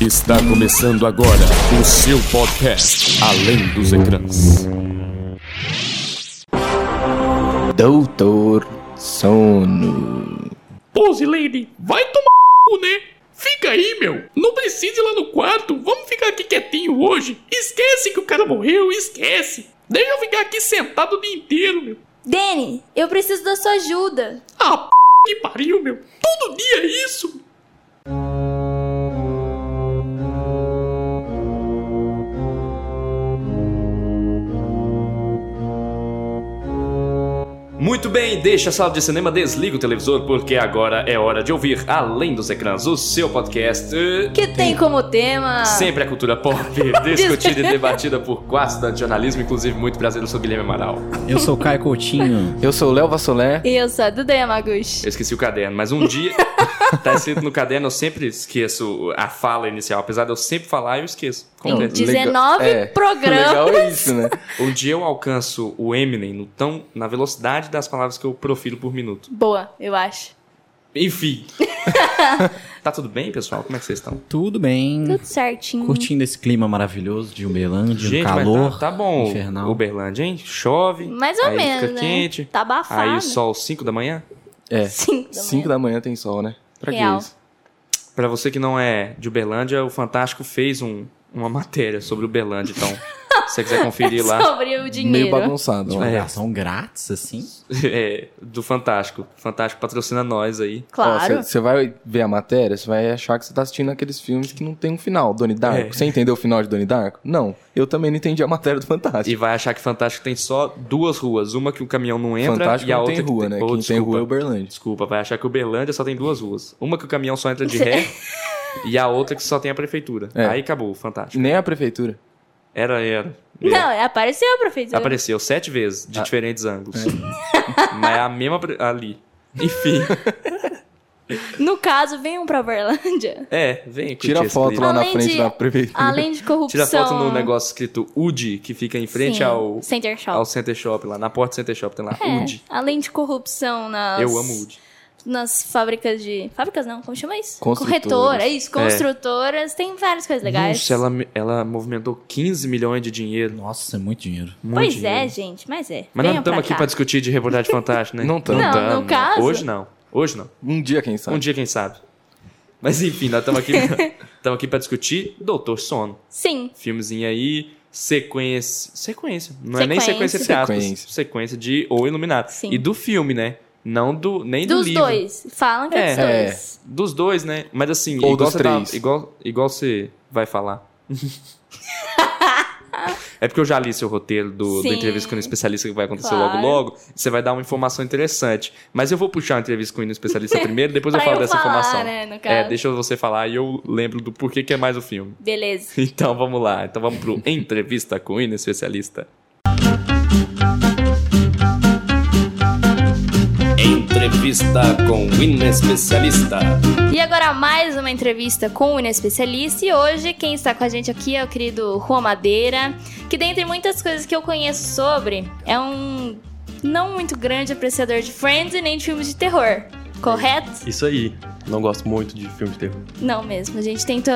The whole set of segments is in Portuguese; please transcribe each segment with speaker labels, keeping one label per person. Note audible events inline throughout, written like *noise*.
Speaker 1: Está começando agora o seu podcast Além dos Ecrãs.
Speaker 2: Doutor Sono.
Speaker 3: Pô, Zilene, vai tomar no cu, né? Fica aí, meu. Não precisa ir lá no quarto. Vamos ficar aqui quietinho hoje. Esquece que o cara morreu, esquece. Deixa eu ficar aqui sentado o dia inteiro, meu.
Speaker 4: Danny, eu preciso da sua ajuda.
Speaker 3: Ah, p... que pariu, meu. Todo dia é isso.
Speaker 5: Muito bem, deixa a sala de cinema, desliga o televisor, porque agora é hora de ouvir Além dos Ecrãs, o seu podcast. eh,
Speaker 4: Que tem como tema.
Speaker 5: Sempre a cultura pop, discutida e debatida por quase tanto jornalismo, inclusive muito brasileiro, sou Guilherme Amaral.
Speaker 6: Eu sou o Caio Coutinho.
Speaker 2: Eu sou o Léo Vassolé.
Speaker 4: Eu sou a Duda Yamaguchi.
Speaker 5: Eu esqueci o caderno, mas um dia. tá escrito no caderno, eu sempre esqueço a fala inicial, apesar de eu sempre falar, eu esqueço. Acontece.
Speaker 2: Não,
Speaker 4: 19
Speaker 2: legal- é,
Speaker 4: programas.
Speaker 2: Legal é isso,
Speaker 4: *laughs*
Speaker 2: né?
Speaker 5: Um dia eu alcanço o Eminem no tão, na velocidade das palavras que eu profiro por minuto.
Speaker 4: Boa, eu acho.
Speaker 5: Enfim. tá tudo bem, pessoal? Como é que vocês estão?
Speaker 6: Tudo bem?
Speaker 4: Tudo certinho.
Speaker 6: Curtindo esse clima maravilhoso de Uberlândia,
Speaker 5: Gente,
Speaker 6: um
Speaker 5: mas
Speaker 6: calor.
Speaker 5: tá, tá bom.
Speaker 6: infernal.
Speaker 5: Uberlândia, hein? Chove.
Speaker 4: Mais ou
Speaker 5: aí
Speaker 4: menos,
Speaker 5: Fica
Speaker 4: né?
Speaker 5: quente.
Speaker 4: Tá abafado.
Speaker 5: Aí o sol 5 da manhã.
Speaker 2: É.
Speaker 4: Sim. *laughs*
Speaker 2: 5 da manhã tem sol, né? Pra que
Speaker 4: Real.
Speaker 2: isso?
Speaker 5: Pra você que não é de Uberlândia, o Fantástico fez um- uma matéria sobre Uberlândia. Então, se você quiser
Speaker 4: *laughs*
Speaker 5: conferir lá,
Speaker 4: Sobre o
Speaker 2: Meio
Speaker 4: dinheiro.
Speaker 2: bagunçado. né?
Speaker 6: Uma
Speaker 2: ó.
Speaker 5: É.
Speaker 6: reação grátis, assim.
Speaker 5: é, do Fantástico. Fantástico patrocina nós aí.
Speaker 4: Claro.
Speaker 2: Você vai ver a matéria, você vai achar que você tá assistindo aqueles filmes que não tem um final. Donnie Darko.
Speaker 5: É.
Speaker 2: Você entendeu o final de Donnie Darko? Não. Eu também não entendi a matéria do
Speaker 5: E
Speaker 2: Fantástico.
Speaker 5: vai achar que Fantástico tem só duas ruas. Uma que o caminhão não entra
Speaker 2: Fantástico
Speaker 5: e a
Speaker 2: não
Speaker 5: outra
Speaker 2: tem
Speaker 5: que
Speaker 2: rua, né?
Speaker 5: Oh,
Speaker 2: Quem tem
Speaker 5: desculpa.
Speaker 2: rua é Uberlândia.
Speaker 5: Desculpa, vai achar que Uberlândia só tem duas ruas. Uma que o caminhão só entra de
Speaker 4: *laughs*
Speaker 5: ré e a outra que só tem a prefeitura.
Speaker 2: É.
Speaker 5: Aí acabou, fantástico.
Speaker 2: Nem a prefeitura.
Speaker 5: Era, era.
Speaker 4: Não, é, apareceu a prefeitura.
Speaker 5: Apareceu sete vezes,
Speaker 2: Ah.
Speaker 5: de diferentes ângulos. *laughs* Mas é a mesma pre- ali. Enfim,
Speaker 4: No caso, venham pra Uberlândia.
Speaker 5: é, vem curtir
Speaker 2: Tira
Speaker 5: esse
Speaker 2: foto
Speaker 5: clima.
Speaker 2: lá na
Speaker 4: Além
Speaker 2: frente
Speaker 4: de-
Speaker 2: da prefeitura.
Speaker 4: Além de corrupção.
Speaker 5: Tira foto no negócio escrito UD, que fica em frente
Speaker 4: Sim,
Speaker 5: ao,
Speaker 4: Center Shop.
Speaker 5: ao Center Shop, lá na porta do Center Shop, tem lá
Speaker 4: É,
Speaker 5: UD.
Speaker 4: além de corrupção nas...
Speaker 5: Eu amo UD.
Speaker 4: nas fábricas de. Fábricas não, como chama isso?
Speaker 2: Construtoras.
Speaker 4: Corretora, isso, construtoras. Tem várias coisas legais.
Speaker 5: Nossa, É. ela, me- ela movimentou 15 milhões de dinheiro.
Speaker 6: Nossa, é muito dinheiro.
Speaker 5: Muito
Speaker 4: Pois é,
Speaker 5: dinheiro.
Speaker 4: gente, mas é.
Speaker 5: Mas nós não
Speaker 4: Venham
Speaker 5: estamos aqui
Speaker 4: cá.
Speaker 5: para discutir de reportagem fantástica, né?
Speaker 2: *laughs* Não tamo.
Speaker 4: Não, no
Speaker 5: tamo.
Speaker 4: caso-
Speaker 5: Hoje não. Hoje não.
Speaker 2: Um dia, quem sabe.
Speaker 5: Um dia, quem sabe. Mas enfim, nós estamos
Speaker 4: *laughs*
Speaker 5: aqui, estamos aqui para discutir Doutor Sono.
Speaker 4: Sim,
Speaker 5: Filmezinho aí, sequência. Sequência. Não é nem
Speaker 4: Sequência.
Speaker 5: sequência de aspas.
Speaker 2: Sequência.
Speaker 5: Sequência. de O Iluminado.
Speaker 4: Sim.
Speaker 5: E do filme, né? Não do. Nem do
Speaker 4: dos
Speaker 5: livro.
Speaker 4: dois. Falam que é dos
Speaker 2: É.
Speaker 4: dois.
Speaker 5: Dos dois, né? Mas assim,
Speaker 2: Ou
Speaker 5: igual
Speaker 2: dos
Speaker 5: você
Speaker 2: três.
Speaker 5: tá- igual, igual você
Speaker 4: *laughs*
Speaker 5: vai falar. é porque eu já li seu roteiro do, do
Speaker 4: Sim.
Speaker 5: entrevista com um especialista que vai acontecer
Speaker 4: Claro.
Speaker 5: logo logo. Você vai dar uma informação interessante. Mas eu vou puxar a entrevista com
Speaker 4: *laughs*
Speaker 5: um especialista primeiro, depois eu
Speaker 4: Pra
Speaker 5: falo
Speaker 4: eu
Speaker 5: dessa
Speaker 4: falar,
Speaker 5: informação.
Speaker 4: né, no caso.
Speaker 5: é, deixa você falar e eu lembro do porquê que é mais o filme.
Speaker 4: Beleza.
Speaker 5: Então vamos lá. Então vamos pro entrevista com um especialista. Entrevista com um especialista.
Speaker 4: E agora mais uma entrevista com o Inespecialista. E hoje quem está com a gente aqui é o querido Juan Madeira, que dentre muitas coisas que eu conheço sobre, é um não muito grande apreciador de Friends e nem de filmes de terror. Correto?
Speaker 7: Isso aí. Não gosto muito de filme de terror.
Speaker 4: Não mesmo. A gente tentou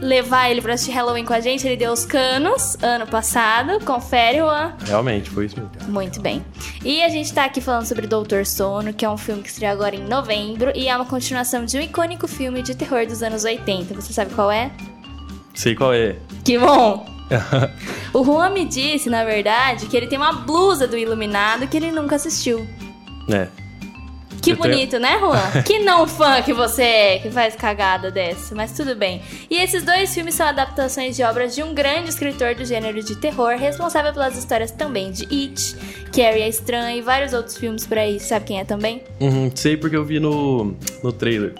Speaker 4: levar ele pra assistir Halloween com a gente, ele deu os canos ano passado. Confere, Juan.
Speaker 7: Realmente, foi isso mesmo.
Speaker 4: Muito bem. E a gente tá aqui falando sobre Doutor Sono, que é um filme que estreou agora em novembro e é uma continuação de um icônico filme de terror dos anos 80. Você sabe qual é?
Speaker 7: Sei qual é.
Speaker 4: Que
Speaker 7: *laughs*
Speaker 4: bom! o Juan me disse, na verdade, que ele tem uma blusa do Iluminado que ele nunca assistiu.
Speaker 7: É.
Speaker 4: Que
Speaker 7: Eu tenho-
Speaker 4: bonito, né,
Speaker 7: *laughs*
Speaker 4: Juan? que não fã que você é, que faz cagada dessa, mas tudo bem. E esses dois filmes são adaptações de obras de um grande escritor do gênero de terror, responsável pelas histórias também de It, Carrie a Estranha e vários outros filmes por aí. Sabe quem é também?
Speaker 7: Uhum, sei porque eu vi no, no trailer.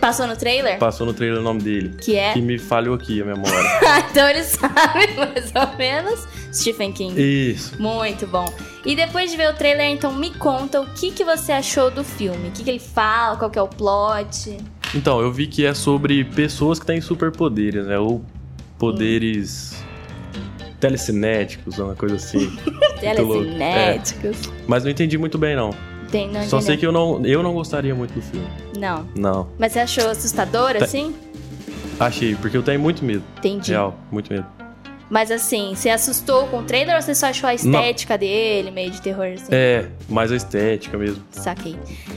Speaker 4: Passou no trailer?
Speaker 7: Passou no trailer o nome dele.
Speaker 4: Que é?
Speaker 7: Que me falhou aqui a memória.
Speaker 4: *laughs* então ele sabe, *laughs* mais ou menos. Stephen King.
Speaker 7: isso.
Speaker 4: Muito bom. E depois de ver o trailer, então me conta o que, que você achou do filme. O que, que ele fala, qual que é o plot.
Speaker 7: Então, eu vi que é sobre pessoas que têm superpoderes, né? Ou poderes telecinéticos, uma coisa assim.
Speaker 4: é
Speaker 7: louco.
Speaker 4: Telecinéticos.
Speaker 7: Mas não entendi muito bem, não.
Speaker 4: Tem, não
Speaker 7: Só
Speaker 4: entendeu?
Speaker 7: sei que eu não, eu não gostaria muito do filme.
Speaker 4: Não.
Speaker 7: Não.
Speaker 4: Mas você achou assustador,
Speaker 7: Tá.
Speaker 4: assim?
Speaker 7: Achei, porque eu tenho muito medo.
Speaker 4: Entendi.
Speaker 7: Real, muito medo.
Speaker 4: Mas assim, você assustou com o trailer ou você só achou a estética dele meio de terror? Assim?
Speaker 7: É, mais a estética mesmo.
Speaker 4: Saquei.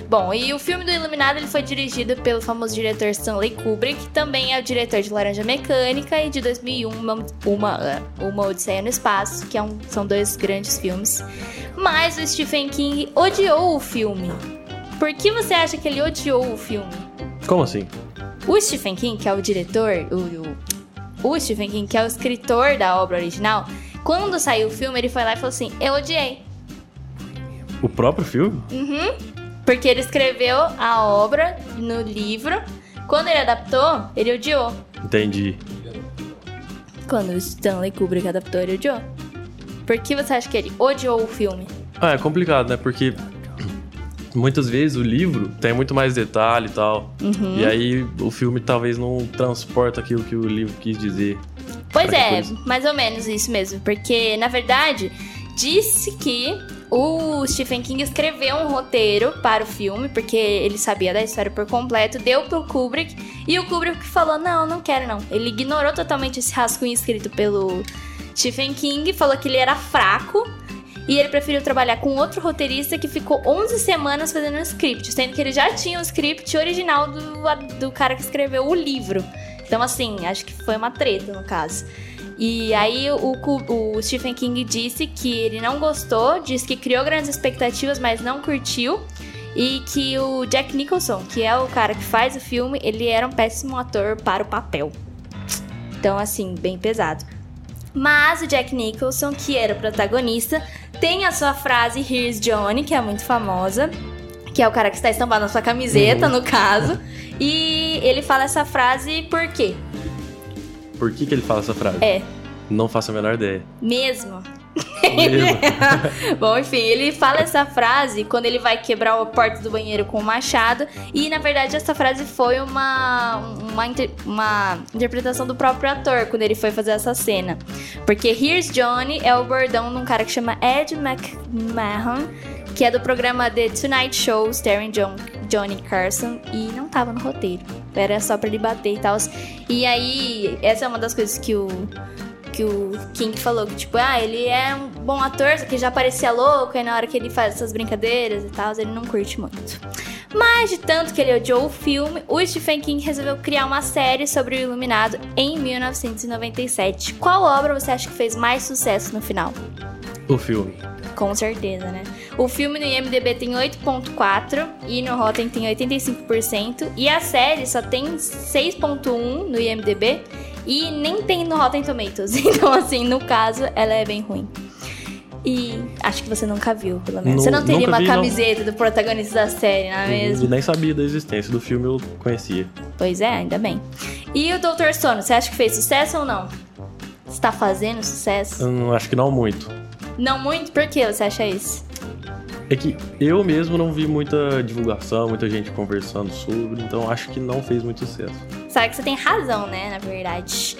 Speaker 4: Bom, e o filme do Iluminado ele foi dirigido pelo famoso diretor Stanley Kubrick, que também é o diretor de Laranja Mecânica e de 2001 Uma, uma, uma Odisseia no Espaço, que é um- são dois grandes filmes. Mas o Stephen King odiou o filme. Por que você acha que ele odiou o filme?
Speaker 7: Como assim?
Speaker 4: O Stephen King, que é o diretor, o, o, o Stephen King, que é o escritor da obra original, quando saiu o filme, ele foi lá e falou assim: Eu odiei.
Speaker 7: O próprio filme?
Speaker 4: Porque ele escreveu a obra no livro. Quando ele adaptou, ele odiou.
Speaker 7: Entendi.
Speaker 4: Quando o Stanley Kubrick adaptou, ele odiou. Por que você acha que ele odiou o filme?
Speaker 7: Ah, é complicado, né? Porque muitas vezes o livro tem muito mais detalhe e tal. E
Speaker 4: Uhum.
Speaker 7: aí o filme talvez não transporta aquilo que o livro quis dizer.
Speaker 4: Pois
Speaker 7: Olha que
Speaker 4: é,
Speaker 7: coisa.
Speaker 4: mais ou menos isso mesmo. Porque, na verdade, disse que o Stephen King escreveu um roteiro para o filme, porque ele sabia da história por completo, deu pro Kubrick, e o Kubrick falou: não, não quero não. Ele ignorou totalmente esse rascunho escrito pelo Stephen King, falou que ele era fraco. E ele preferiu trabalhar com outro roteirista que ficou 11 semanas fazendo um script, sendo que ele já tinha o script original do, do cara que escreveu o livro. Então, assim, acho que foi uma treta no caso. E aí o, Ku- o Stephen King disse que ele não gostou, disse que criou grandes expectativas, mas não curtiu. E que o Jack Nicholson, que é o cara que faz o filme, ele era um péssimo ator para o papel. Então, assim, bem pesado. Mas o Jack Nicholson, que era o protagonista, tem a sua frase Here's Johnny, que é muito famosa, que é o cara que está estampado na sua camiseta, no caso. E ele fala essa frase por quê?
Speaker 7: Por que, que ele fala essa frase?
Speaker 4: É.
Speaker 7: Não faço a
Speaker 4: *laughs*
Speaker 7: menor ideia.
Speaker 4: Mesmo.
Speaker 7: Mesmo?
Speaker 4: Bom, enfim, ele fala essa frase quando ele vai quebrar a porta do banheiro com o machado. E na verdade, essa frase foi uma, uma, inter- uma interpretação do próprio ator quando ele foi fazer essa cena. Porque Here's Johnny é o bordão de um cara que chama Ed McMahon, que é do programa The Tonight Show, starring John, Johnny Carson, e não tava no roteiro. Era só pra ele bater e tal. E aí, essa é uma das coisas que o que o King falou que, tipo, ah, ele é um bom ator, só que já parecia louco, aí na hora que ele faz essas brincadeiras e tal, ele não curte muito. Mas de tanto que ele odiou o filme, o Stephen King resolveu criar uma série sobre o Iluminado em 1997. Qual obra você acha que fez mais sucesso no final?
Speaker 7: o filme.
Speaker 4: Com certeza, né? O filme no IMDB tem 8.4 e no Rotten tem 85%. E a série só tem 6.1 no IMDB e nem tem no Rotten Tomatoes. *laughs* Então, assim, no caso, ela é bem ruim. E acho que você nunca viu, pelo menos.
Speaker 7: Nu-
Speaker 4: você não teria
Speaker 7: nunca
Speaker 4: uma
Speaker 7: vi, não.
Speaker 4: camiseta do protagonista da série, não é mesmo?
Speaker 7: E nem sabia da existência do filme, eu conhecia.
Speaker 4: Pois é, ainda bem. E o Doutor Sono, você acha que fez sucesso ou não? Está fazendo sucesso?
Speaker 7: Eu não- acho que não muito.
Speaker 4: Não muito? Por que você acha isso?
Speaker 7: É que eu mesmo não vi muita divulgação, muita gente conversando sobre, então acho que não fez muito sucesso.
Speaker 4: Sabe que você tem razão, né? Na verdade.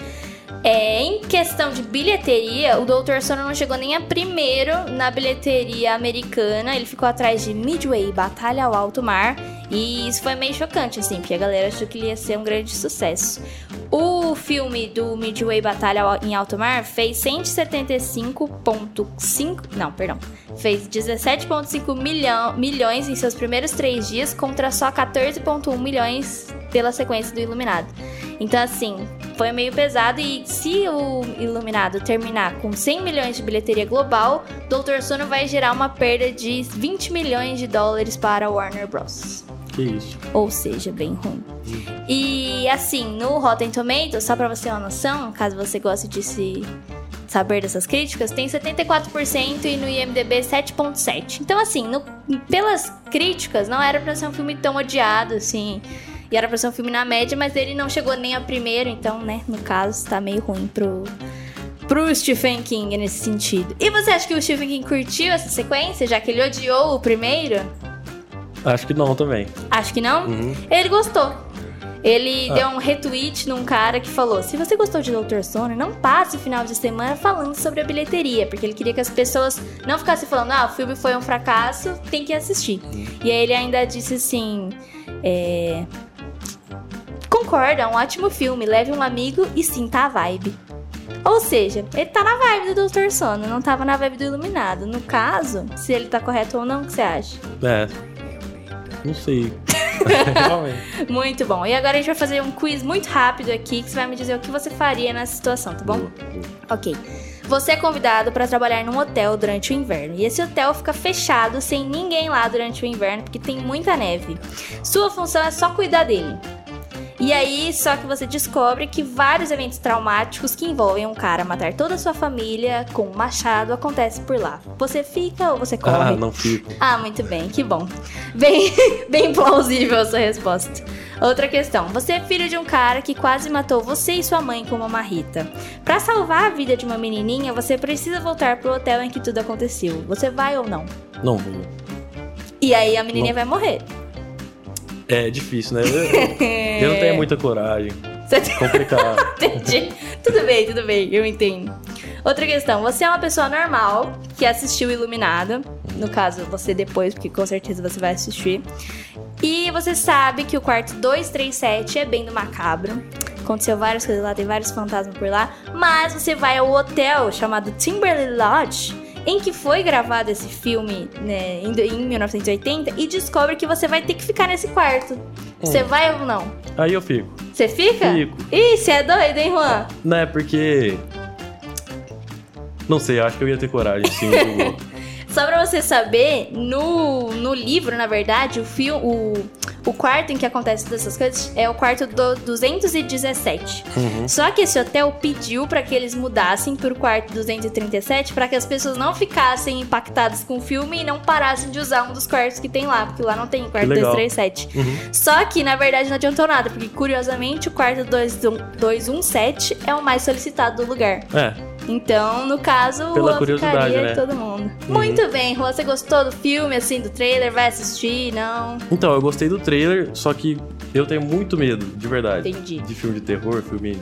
Speaker 4: É, em questão de bilheteria, o Doutor Sono não chegou nem a primeiro na bilheteria americana. Ele ficou atrás de Midway, Batalha ao Alto Mar. E isso foi meio chocante, assim, porque a galera achou que ele ia ser um grande sucesso. O filme do Midway Batalha ao- em Alto Mar fez 175,5. Não, perdão. Fez 17,5 milhão, milhões em seus primeiros três dias, contra só 14,1 milhões pela sequência do Iluminado. Então, assim, foi meio pesado. E se o Iluminado terminar com 100 milhões de bilheteria global, Doutor Sono vai gerar uma perda de 20 milhões de dólares para a Warner Bros.
Speaker 7: Que isso.
Speaker 4: Ou seja, bem ruim. E assim, no Rotten Tomatoes, só pra você ter uma noção, caso você goste de se saber dessas críticas, tem 74% e no IMDb 7.7. Então assim, no- pelas críticas, não era pra ser um filme tão odiado assim. E era pra ser um filme na média, mas ele não chegou nem a primeiro, então, né, no caso, tá meio ruim pro pro Stephen King nesse sentido. E você acha que o Stephen King curtiu essa sequência, já que ele odiou o primeiro?
Speaker 7: Acho que não também.
Speaker 4: Acho que não. Ele gostou. Ele deu um retweet num cara que falou: Se você gostou de Doutor Sono, não passe o final de semana falando sobre a bilheteria, porque ele queria que as pessoas não ficassem falando: Ah, o filme foi um fracasso, tem que assistir. E aí ele ainda disse assim: é, "Con- concorda, é um ótimo filme, leve um amigo e sinta a vibe. Ou seja, ele tá na vibe do Dr. Sono, não tava na vibe do Iluminado. No caso, se ele tá correto ou não, o que você acha?
Speaker 7: É. Não sei. Realmente.
Speaker 4: *laughs* Muito bom. E agora a gente vai fazer um quiz muito rápido aqui, que você vai me dizer o que você faria nessa situação, tá bom? Ok. Você é convidado para trabalhar num hotel durante o inverno. E esse hotel fica fechado sem ninguém lá durante o inverno, porque tem muita neve. Sua função é só cuidar dele. E aí, só que você descobre que vários eventos traumáticos que envolvem um cara matar toda a sua família com um machado acontecem por lá. Você fica ou você corre?
Speaker 7: ah, não fico.
Speaker 4: Ah, muito bem, que bom. Bem, *laughs* bem plausível a sua resposta. Outra questão. Você é filho de um cara que quase matou você e sua mãe com uma marrita. Pra salvar a vida de uma menininha, você precisa voltar pro hotel em que tudo aconteceu. Você vai ou não?
Speaker 7: Não vou.
Speaker 4: E aí a menininha vai morrer.
Speaker 7: É difícil, né? Eu, eu
Speaker 4: *laughs*
Speaker 7: não tenho
Speaker 4: É.
Speaker 7: muita coragem.
Speaker 4: Você tem- *laughs*
Speaker 7: Complicado.
Speaker 4: Entendi. Tudo bem, tudo bem, eu entendo. Outra questão, você é uma pessoa normal que assistiu Iluminada. No caso, você depois, porque com certeza você vai assistir. E você sabe que o quarto 237 é bem do macabro. Aconteceu várias coisas lá, tem vários fantasmas por lá. Mas você vai ao hotel chamado Timberley Lodge, em que foi gravado esse filme né, em, em 1980, e descobre que você vai ter que ficar nesse quarto. Você vai ou não?
Speaker 7: Aí eu fico.
Speaker 4: Você fica?
Speaker 7: Fico.
Speaker 4: Ih, você é doido, hein, Juan?
Speaker 7: Não é porque. Não sei, eu acho que eu ia ter coragem, sim. um eu vou.
Speaker 4: *laughs* Só pra você saber, no, no livro, na verdade, o filme. O, o quarto em que acontece todas essas coisas é o quarto do 217. Só que esse hotel pediu pra que eles mudassem pro quarto 237 pra que as pessoas não ficassem impactadas com o filme e não parassem de usar um dos quartos que tem lá, porque lá não tem quarto
Speaker 7: legal.
Speaker 4: 237. Só que, na verdade, não adiantou nada, porque curiosamente o quarto 217 é o mais solicitado do lugar.
Speaker 7: É,
Speaker 4: Então, no caso,
Speaker 7: Pela
Speaker 4: Juan
Speaker 7: curiosidade,
Speaker 4: ficaria
Speaker 7: né?
Speaker 4: e todo mundo. Muito bem, Juan, você gostou do filme, assim, do trailer? Vai assistir? Não?
Speaker 7: então, eu gostei do trailer, só que eu tenho muito medo, de verdade.
Speaker 4: Entendi.
Speaker 7: De filme de terror, filme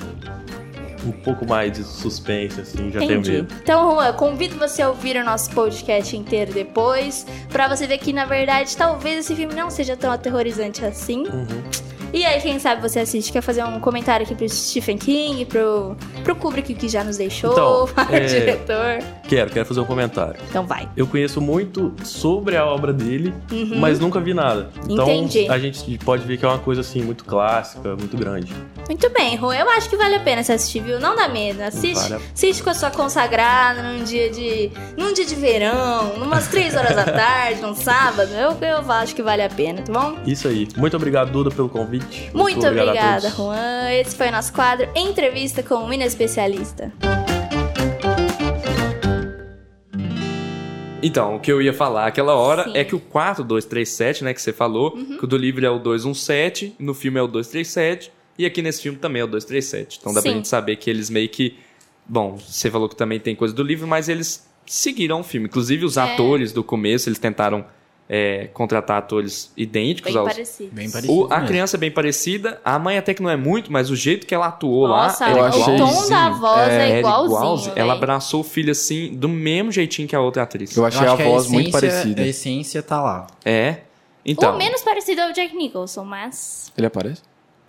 Speaker 7: um pouco mais de suspense, assim, já tenho
Speaker 4: Entendi.
Speaker 7: medo.
Speaker 4: Então, Juan, eu convido você a ouvir o nosso podcast inteiro depois, pra você ver que, na verdade, talvez esse filme não seja tão aterrorizante assim.
Speaker 7: Uhum.
Speaker 4: E aí, quem sabe você assiste, quer fazer um comentário aqui pro Stephen King, pro, pro Kubrick que já nos deixou, *laughs*
Speaker 7: Então,
Speaker 4: para
Speaker 7: é-
Speaker 4: o diretor.
Speaker 7: Quero, quero fazer um comentário.
Speaker 4: Então vai.
Speaker 7: Eu conheço muito sobre a obra dele,
Speaker 4: Uhum.
Speaker 7: mas nunca vi nada. Então,
Speaker 4: Entendi.
Speaker 7: a gente pode ver que é uma coisa, assim, muito clássica, muito grande.
Speaker 4: Muito bem, Rô. Eu acho que vale a pena você assistir, viu? Não dá medo. Assiste,
Speaker 7: Vale a-
Speaker 4: assiste com a sua consagrada num dia de. num dia de verão, numas três horas da tarde, num sábado. Eu, eu acho que vale a pena, tá bom?
Speaker 7: Isso aí. Muito obrigado, Duda, pelo convite.
Speaker 4: Muito,
Speaker 7: obrigado a
Speaker 4: obrigada,
Speaker 7: todos.
Speaker 4: Juan. Esse foi o nosso quadro Entrevista com um Especialista.
Speaker 5: Então, o que eu ia falar aquela hora
Speaker 4: Sim. Uhum.
Speaker 5: é que o 4237, né, que você falou, que o do livro é o 217, no filme é o 237, e aqui nesse filme também é o 237. Então dá pra
Speaker 4: Sim.
Speaker 5: gente saber que eles meio que. Bom, você falou que também tem coisa do livro, mas eles seguiram o filme. Inclusive, os
Speaker 4: É.
Speaker 5: atores do começo, eles tentaram é, contratar atores idênticos
Speaker 4: Bem
Speaker 5: aos.
Speaker 4: parecido.
Speaker 6: Bem
Speaker 5: O-
Speaker 6: parecido.
Speaker 5: a
Speaker 6: mesmo.
Speaker 5: criança é bem parecida, a mãe até que não é muito, mas o jeito que ela atuou
Speaker 4: Nossa,
Speaker 5: lá.
Speaker 2: eu
Speaker 5: era
Speaker 2: achei
Speaker 4: o tom
Speaker 5: igualzinho.
Speaker 4: da voz é,
Speaker 5: era
Speaker 4: igualzinho.
Speaker 5: Ela
Speaker 4: véi.
Speaker 5: abraçou o filho assim, do mesmo jeitinho que a outra atriz.
Speaker 2: Eu achei
Speaker 6: Eu
Speaker 2: a
Speaker 6: acho que
Speaker 2: voz muito
Speaker 6: essência-
Speaker 2: parecida.
Speaker 6: A essência tá lá.
Speaker 5: É. Então.
Speaker 4: O menos parecido é o Jack Nicholson, mas.
Speaker 2: Ele aparece?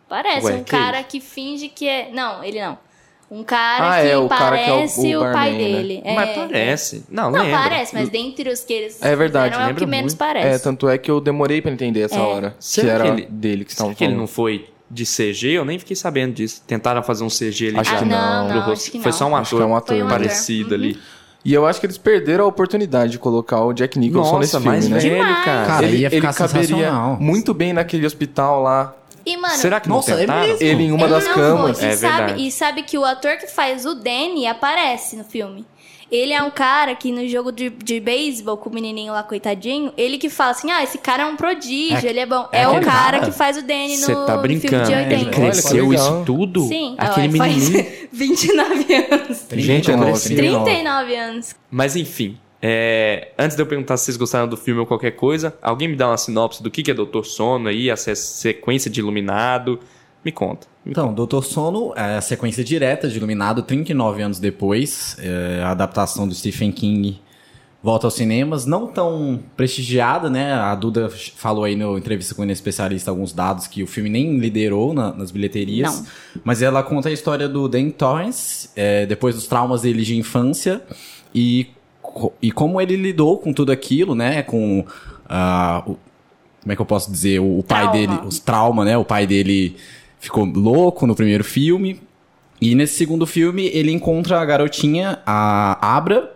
Speaker 4: Parece
Speaker 5: Ué,
Speaker 4: um
Speaker 5: que
Speaker 4: cara que finge que é. Não, ele não. Um cara
Speaker 2: Ah,
Speaker 4: que
Speaker 2: é, o cara que é o-
Speaker 4: parece
Speaker 2: o
Speaker 4: o, pai
Speaker 2: barman, né?
Speaker 4: dele. É.
Speaker 5: Mas parece. Não,
Speaker 4: Não,
Speaker 5: lembra.
Speaker 4: parece, mas dentre os que eles.
Speaker 2: É verdade,
Speaker 4: fizeram, é o que
Speaker 5: lembra
Speaker 4: menos
Speaker 5: muito.
Speaker 2: É,
Speaker 4: parece.
Speaker 2: tanto é que eu demorei pra entender essa
Speaker 4: É.
Speaker 2: hora.
Speaker 5: Será
Speaker 2: se era
Speaker 5: que ele-
Speaker 2: dele que estavam
Speaker 5: Será que ele
Speaker 2: falando.
Speaker 5: não foi de CG? Eu nem fiquei sabendo disso. Tentaram fazer um CG ali
Speaker 2: Acho
Speaker 5: já
Speaker 4: ah,
Speaker 2: que
Speaker 4: não,
Speaker 2: não,
Speaker 5: pro
Speaker 4: não,
Speaker 5: rosto.
Speaker 4: acho que não.
Speaker 5: Foi só
Speaker 2: Acho
Speaker 5: um ator
Speaker 2: que é um ator.
Speaker 4: Foi um ator.
Speaker 5: parecido ali.
Speaker 2: E eu acho que eles perderam a oportunidade de colocar o Jack Nicholson
Speaker 5: Nossa,
Speaker 2: nesse
Speaker 5: mais
Speaker 2: filme, né?
Speaker 5: velho,
Speaker 4: Demais.
Speaker 5: cara.
Speaker 6: Cara, ia ficar sensacional.
Speaker 2: muito bem naquele hospital lá.
Speaker 4: E, mano,
Speaker 5: Será que
Speaker 6: Nossa,
Speaker 5: não
Speaker 6: é
Speaker 5: tentaram?
Speaker 6: mesmo?
Speaker 2: Ele em uma
Speaker 4: ele
Speaker 2: das
Speaker 4: não
Speaker 2: camas.
Speaker 4: foi. E,
Speaker 5: É
Speaker 4: sabe,
Speaker 5: verdade.
Speaker 4: e sabe que o ator que faz o Danny aparece no filme. Ele é um cara que no jogo de, de beisebol com o menininho lá, coitadinho, ele que fala assim: ah, esse cara é um prodígio,
Speaker 6: É-
Speaker 4: ele é bom. É,
Speaker 5: é
Speaker 4: o cara,
Speaker 5: aquele cara?
Speaker 4: que faz o Danny
Speaker 5: Você
Speaker 4: no,
Speaker 5: tá
Speaker 4: no filme
Speaker 5: brincando.
Speaker 4: de 80.
Speaker 5: Ele
Speaker 2: Olha,
Speaker 5: cresceu
Speaker 2: que
Speaker 5: isso
Speaker 2: legal.
Speaker 5: tudo?
Speaker 4: Sim,
Speaker 5: Aquele
Speaker 4: ó, ele faz
Speaker 5: menininho.
Speaker 4: *laughs* 29 anos.
Speaker 2: 39,
Speaker 6: 39.
Speaker 4: 39 anos.
Speaker 5: Mas enfim, é, antes de eu perguntar se vocês gostaram do filme ou qualquer coisa, alguém me dá uma sinopse do que que é Doutor Sono aí, essa é sequência de Iluminado. Me conta.
Speaker 6: Então, Doutor Sono é a sequência direta de Iluminado, 39 anos depois. É, a adaptação do Stephen King volta aos cinemas, não tão prestigiada, né? A Duda falou aí na entrevista com o especialista alguns dados que o filme nem liderou na- nas bilheterias.
Speaker 4: Não.
Speaker 6: Mas ela conta a história do Dan Torrance, é, depois dos traumas dele de infância e, co- e como ele lidou com tudo aquilo, né? Com ah, o- como é que eu posso dizer? O, o pai
Speaker 4: Trauma.
Speaker 6: dele, os trauma, né? O pai dele ficou louco no primeiro filme. E nesse segundo filme, ele encontra a garotinha, a Abra,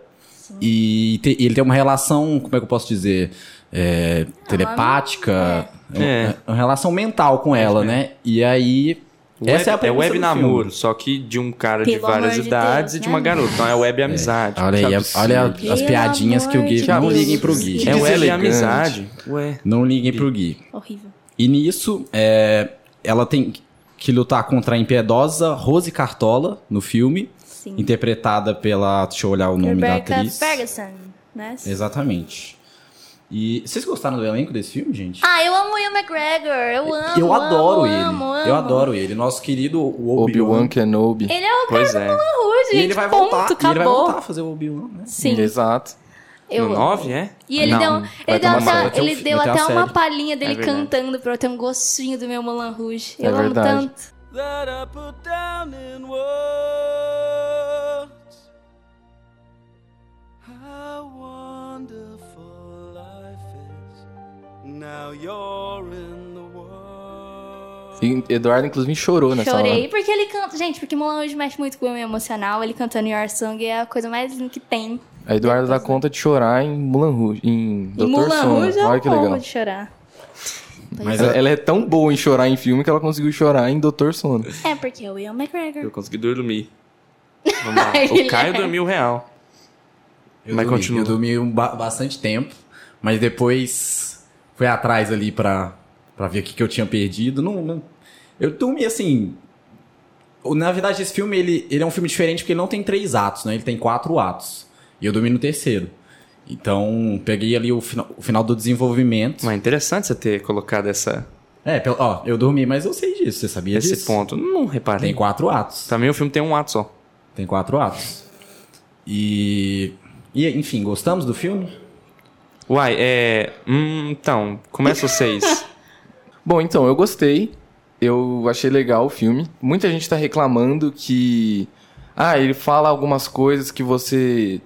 Speaker 6: e te- ele tem uma relação, como é que eu posso dizer? É, telepática.
Speaker 5: É.
Speaker 6: Uma, uma relação mental com ela, né? E aí. essa é a
Speaker 5: Web- é
Speaker 6: premissa
Speaker 5: web
Speaker 6: do
Speaker 5: namoro,
Speaker 6: filme.
Speaker 5: só que de um cara de
Speaker 4: Pelo
Speaker 5: várias
Speaker 4: amor de
Speaker 5: idades
Speaker 4: Deus,
Speaker 5: e de uma
Speaker 4: né?
Speaker 5: garota. Então é web amizade.
Speaker 6: Olha aí, é
Speaker 5: Que
Speaker 6: a-
Speaker 5: absurdo.
Speaker 6: olha as
Speaker 4: Pelo
Speaker 6: piadinhas que o
Speaker 4: amor
Speaker 6: Gui.
Speaker 4: de
Speaker 6: Não
Speaker 4: Deus.
Speaker 6: liguem pro Gui.
Speaker 4: Que
Speaker 5: É web
Speaker 2: deselegante.
Speaker 5: amizade. Ué.
Speaker 6: Não liguem pro Gui.
Speaker 4: Horrível.
Speaker 6: E nisso, é, ela tem que lutar contra a impiedosa Rose Cartola no filme,
Speaker 4: Sim.
Speaker 6: interpretada pela. Deixa eu olhar o nome da
Speaker 4: Rebecca
Speaker 6: atriz.
Speaker 4: Ferguson, né?
Speaker 6: Exatamente. E vocês gostaram do elenco desse filme, gente?
Speaker 4: Ah, eu amo o Ian McGregor. Eu amo.
Speaker 6: eu adoro
Speaker 4: amo,
Speaker 6: ele.
Speaker 4: Amo, amo.
Speaker 6: Eu adoro ele. Nosso querido Obi-Wan.
Speaker 2: Obi-Wan Kenobi.
Speaker 4: Ele é o
Speaker 5: Pois é.
Speaker 4: Rude,
Speaker 6: E
Speaker 4: gente.
Speaker 6: ele vai
Speaker 4: ponto,
Speaker 6: voltar. e
Speaker 4: acabou.
Speaker 6: ele vai voltar a fazer o Obi-Wan, né?
Speaker 4: Sim.
Speaker 2: Exato.
Speaker 4: eu
Speaker 5: no
Speaker 4: amo.
Speaker 5: 9, é?
Speaker 4: E ele
Speaker 5: Não.
Speaker 4: deu, ele deu
Speaker 2: tomar
Speaker 4: até,
Speaker 2: uma-
Speaker 6: vai ter um
Speaker 4: ele
Speaker 6: fi-
Speaker 4: deu
Speaker 6: vai ter uma
Speaker 4: até uma
Speaker 6: série.
Speaker 4: palhinha dele
Speaker 5: É verdade.
Speaker 4: cantando pra eu ter um gostinho do meu Moulin Rouge.
Speaker 2: É
Speaker 4: Eu amo
Speaker 2: verdade.
Speaker 4: tanto.
Speaker 8: that I put down in words. How wonderful life is. Now you're in the world.
Speaker 2: E Eduardo, inclusive, chorou nessa
Speaker 4: Chorei
Speaker 2: hora.
Speaker 4: porque ele canta. Gente, porque Moulin Rouge mexe muito com o meu emocional. Ele cantando Your Song é a coisa mais linda que tem.
Speaker 2: A Eduardo dá conta de chorar em Mulan Rouge. Em
Speaker 4: E
Speaker 2: Doutor
Speaker 4: Moulin
Speaker 2: Sono.
Speaker 4: Rouge é
Speaker 2: Olha
Speaker 4: um
Speaker 2: que legal.
Speaker 4: bombo de chorar.
Speaker 6: Mas
Speaker 2: Ela, ela é tão boa em chorar em filme que ela conseguiu chorar em Doutor Sono.
Speaker 4: É porque é o Ian McGregor.
Speaker 5: Eu consegui dormir. Vamos
Speaker 4: *laughs*
Speaker 5: lá.
Speaker 4: Ele
Speaker 5: O Caio
Speaker 4: é.
Speaker 5: dormiu real.
Speaker 6: Eu
Speaker 5: Mas
Speaker 6: dormi,
Speaker 5: continua.
Speaker 6: Eu dormi um ba- bastante tempo, mas depois fui atrás ali pra, pra ver o que, que eu tinha perdido. Não, não- eu dormi assim. o- Na verdade, esse filme ele, ele é um filme diferente porque ele não tem três atos, né? Ele tem quatro atos. E eu dormi no terceiro. Então, peguei ali o, final- o final do desenvolvimento.
Speaker 5: Mas é interessante você ter colocado essa,
Speaker 6: É, pelo- ó, eu dormi, mas eu sei disso, você sabia
Speaker 5: esse
Speaker 6: disso?
Speaker 5: ponto. né? Não reparei.
Speaker 6: Tem quatro atos.
Speaker 5: Também o filme tem um ato só.
Speaker 6: Tem quatro atos. E. E, enfim, gostamos do filme?
Speaker 5: Uai, é. Hum, então, começa vocês.
Speaker 4: *laughs*
Speaker 2: Bom, então, eu gostei. Eu achei legal o filme. Muita gente tá reclamando que. Ah, ele fala algumas coisas que você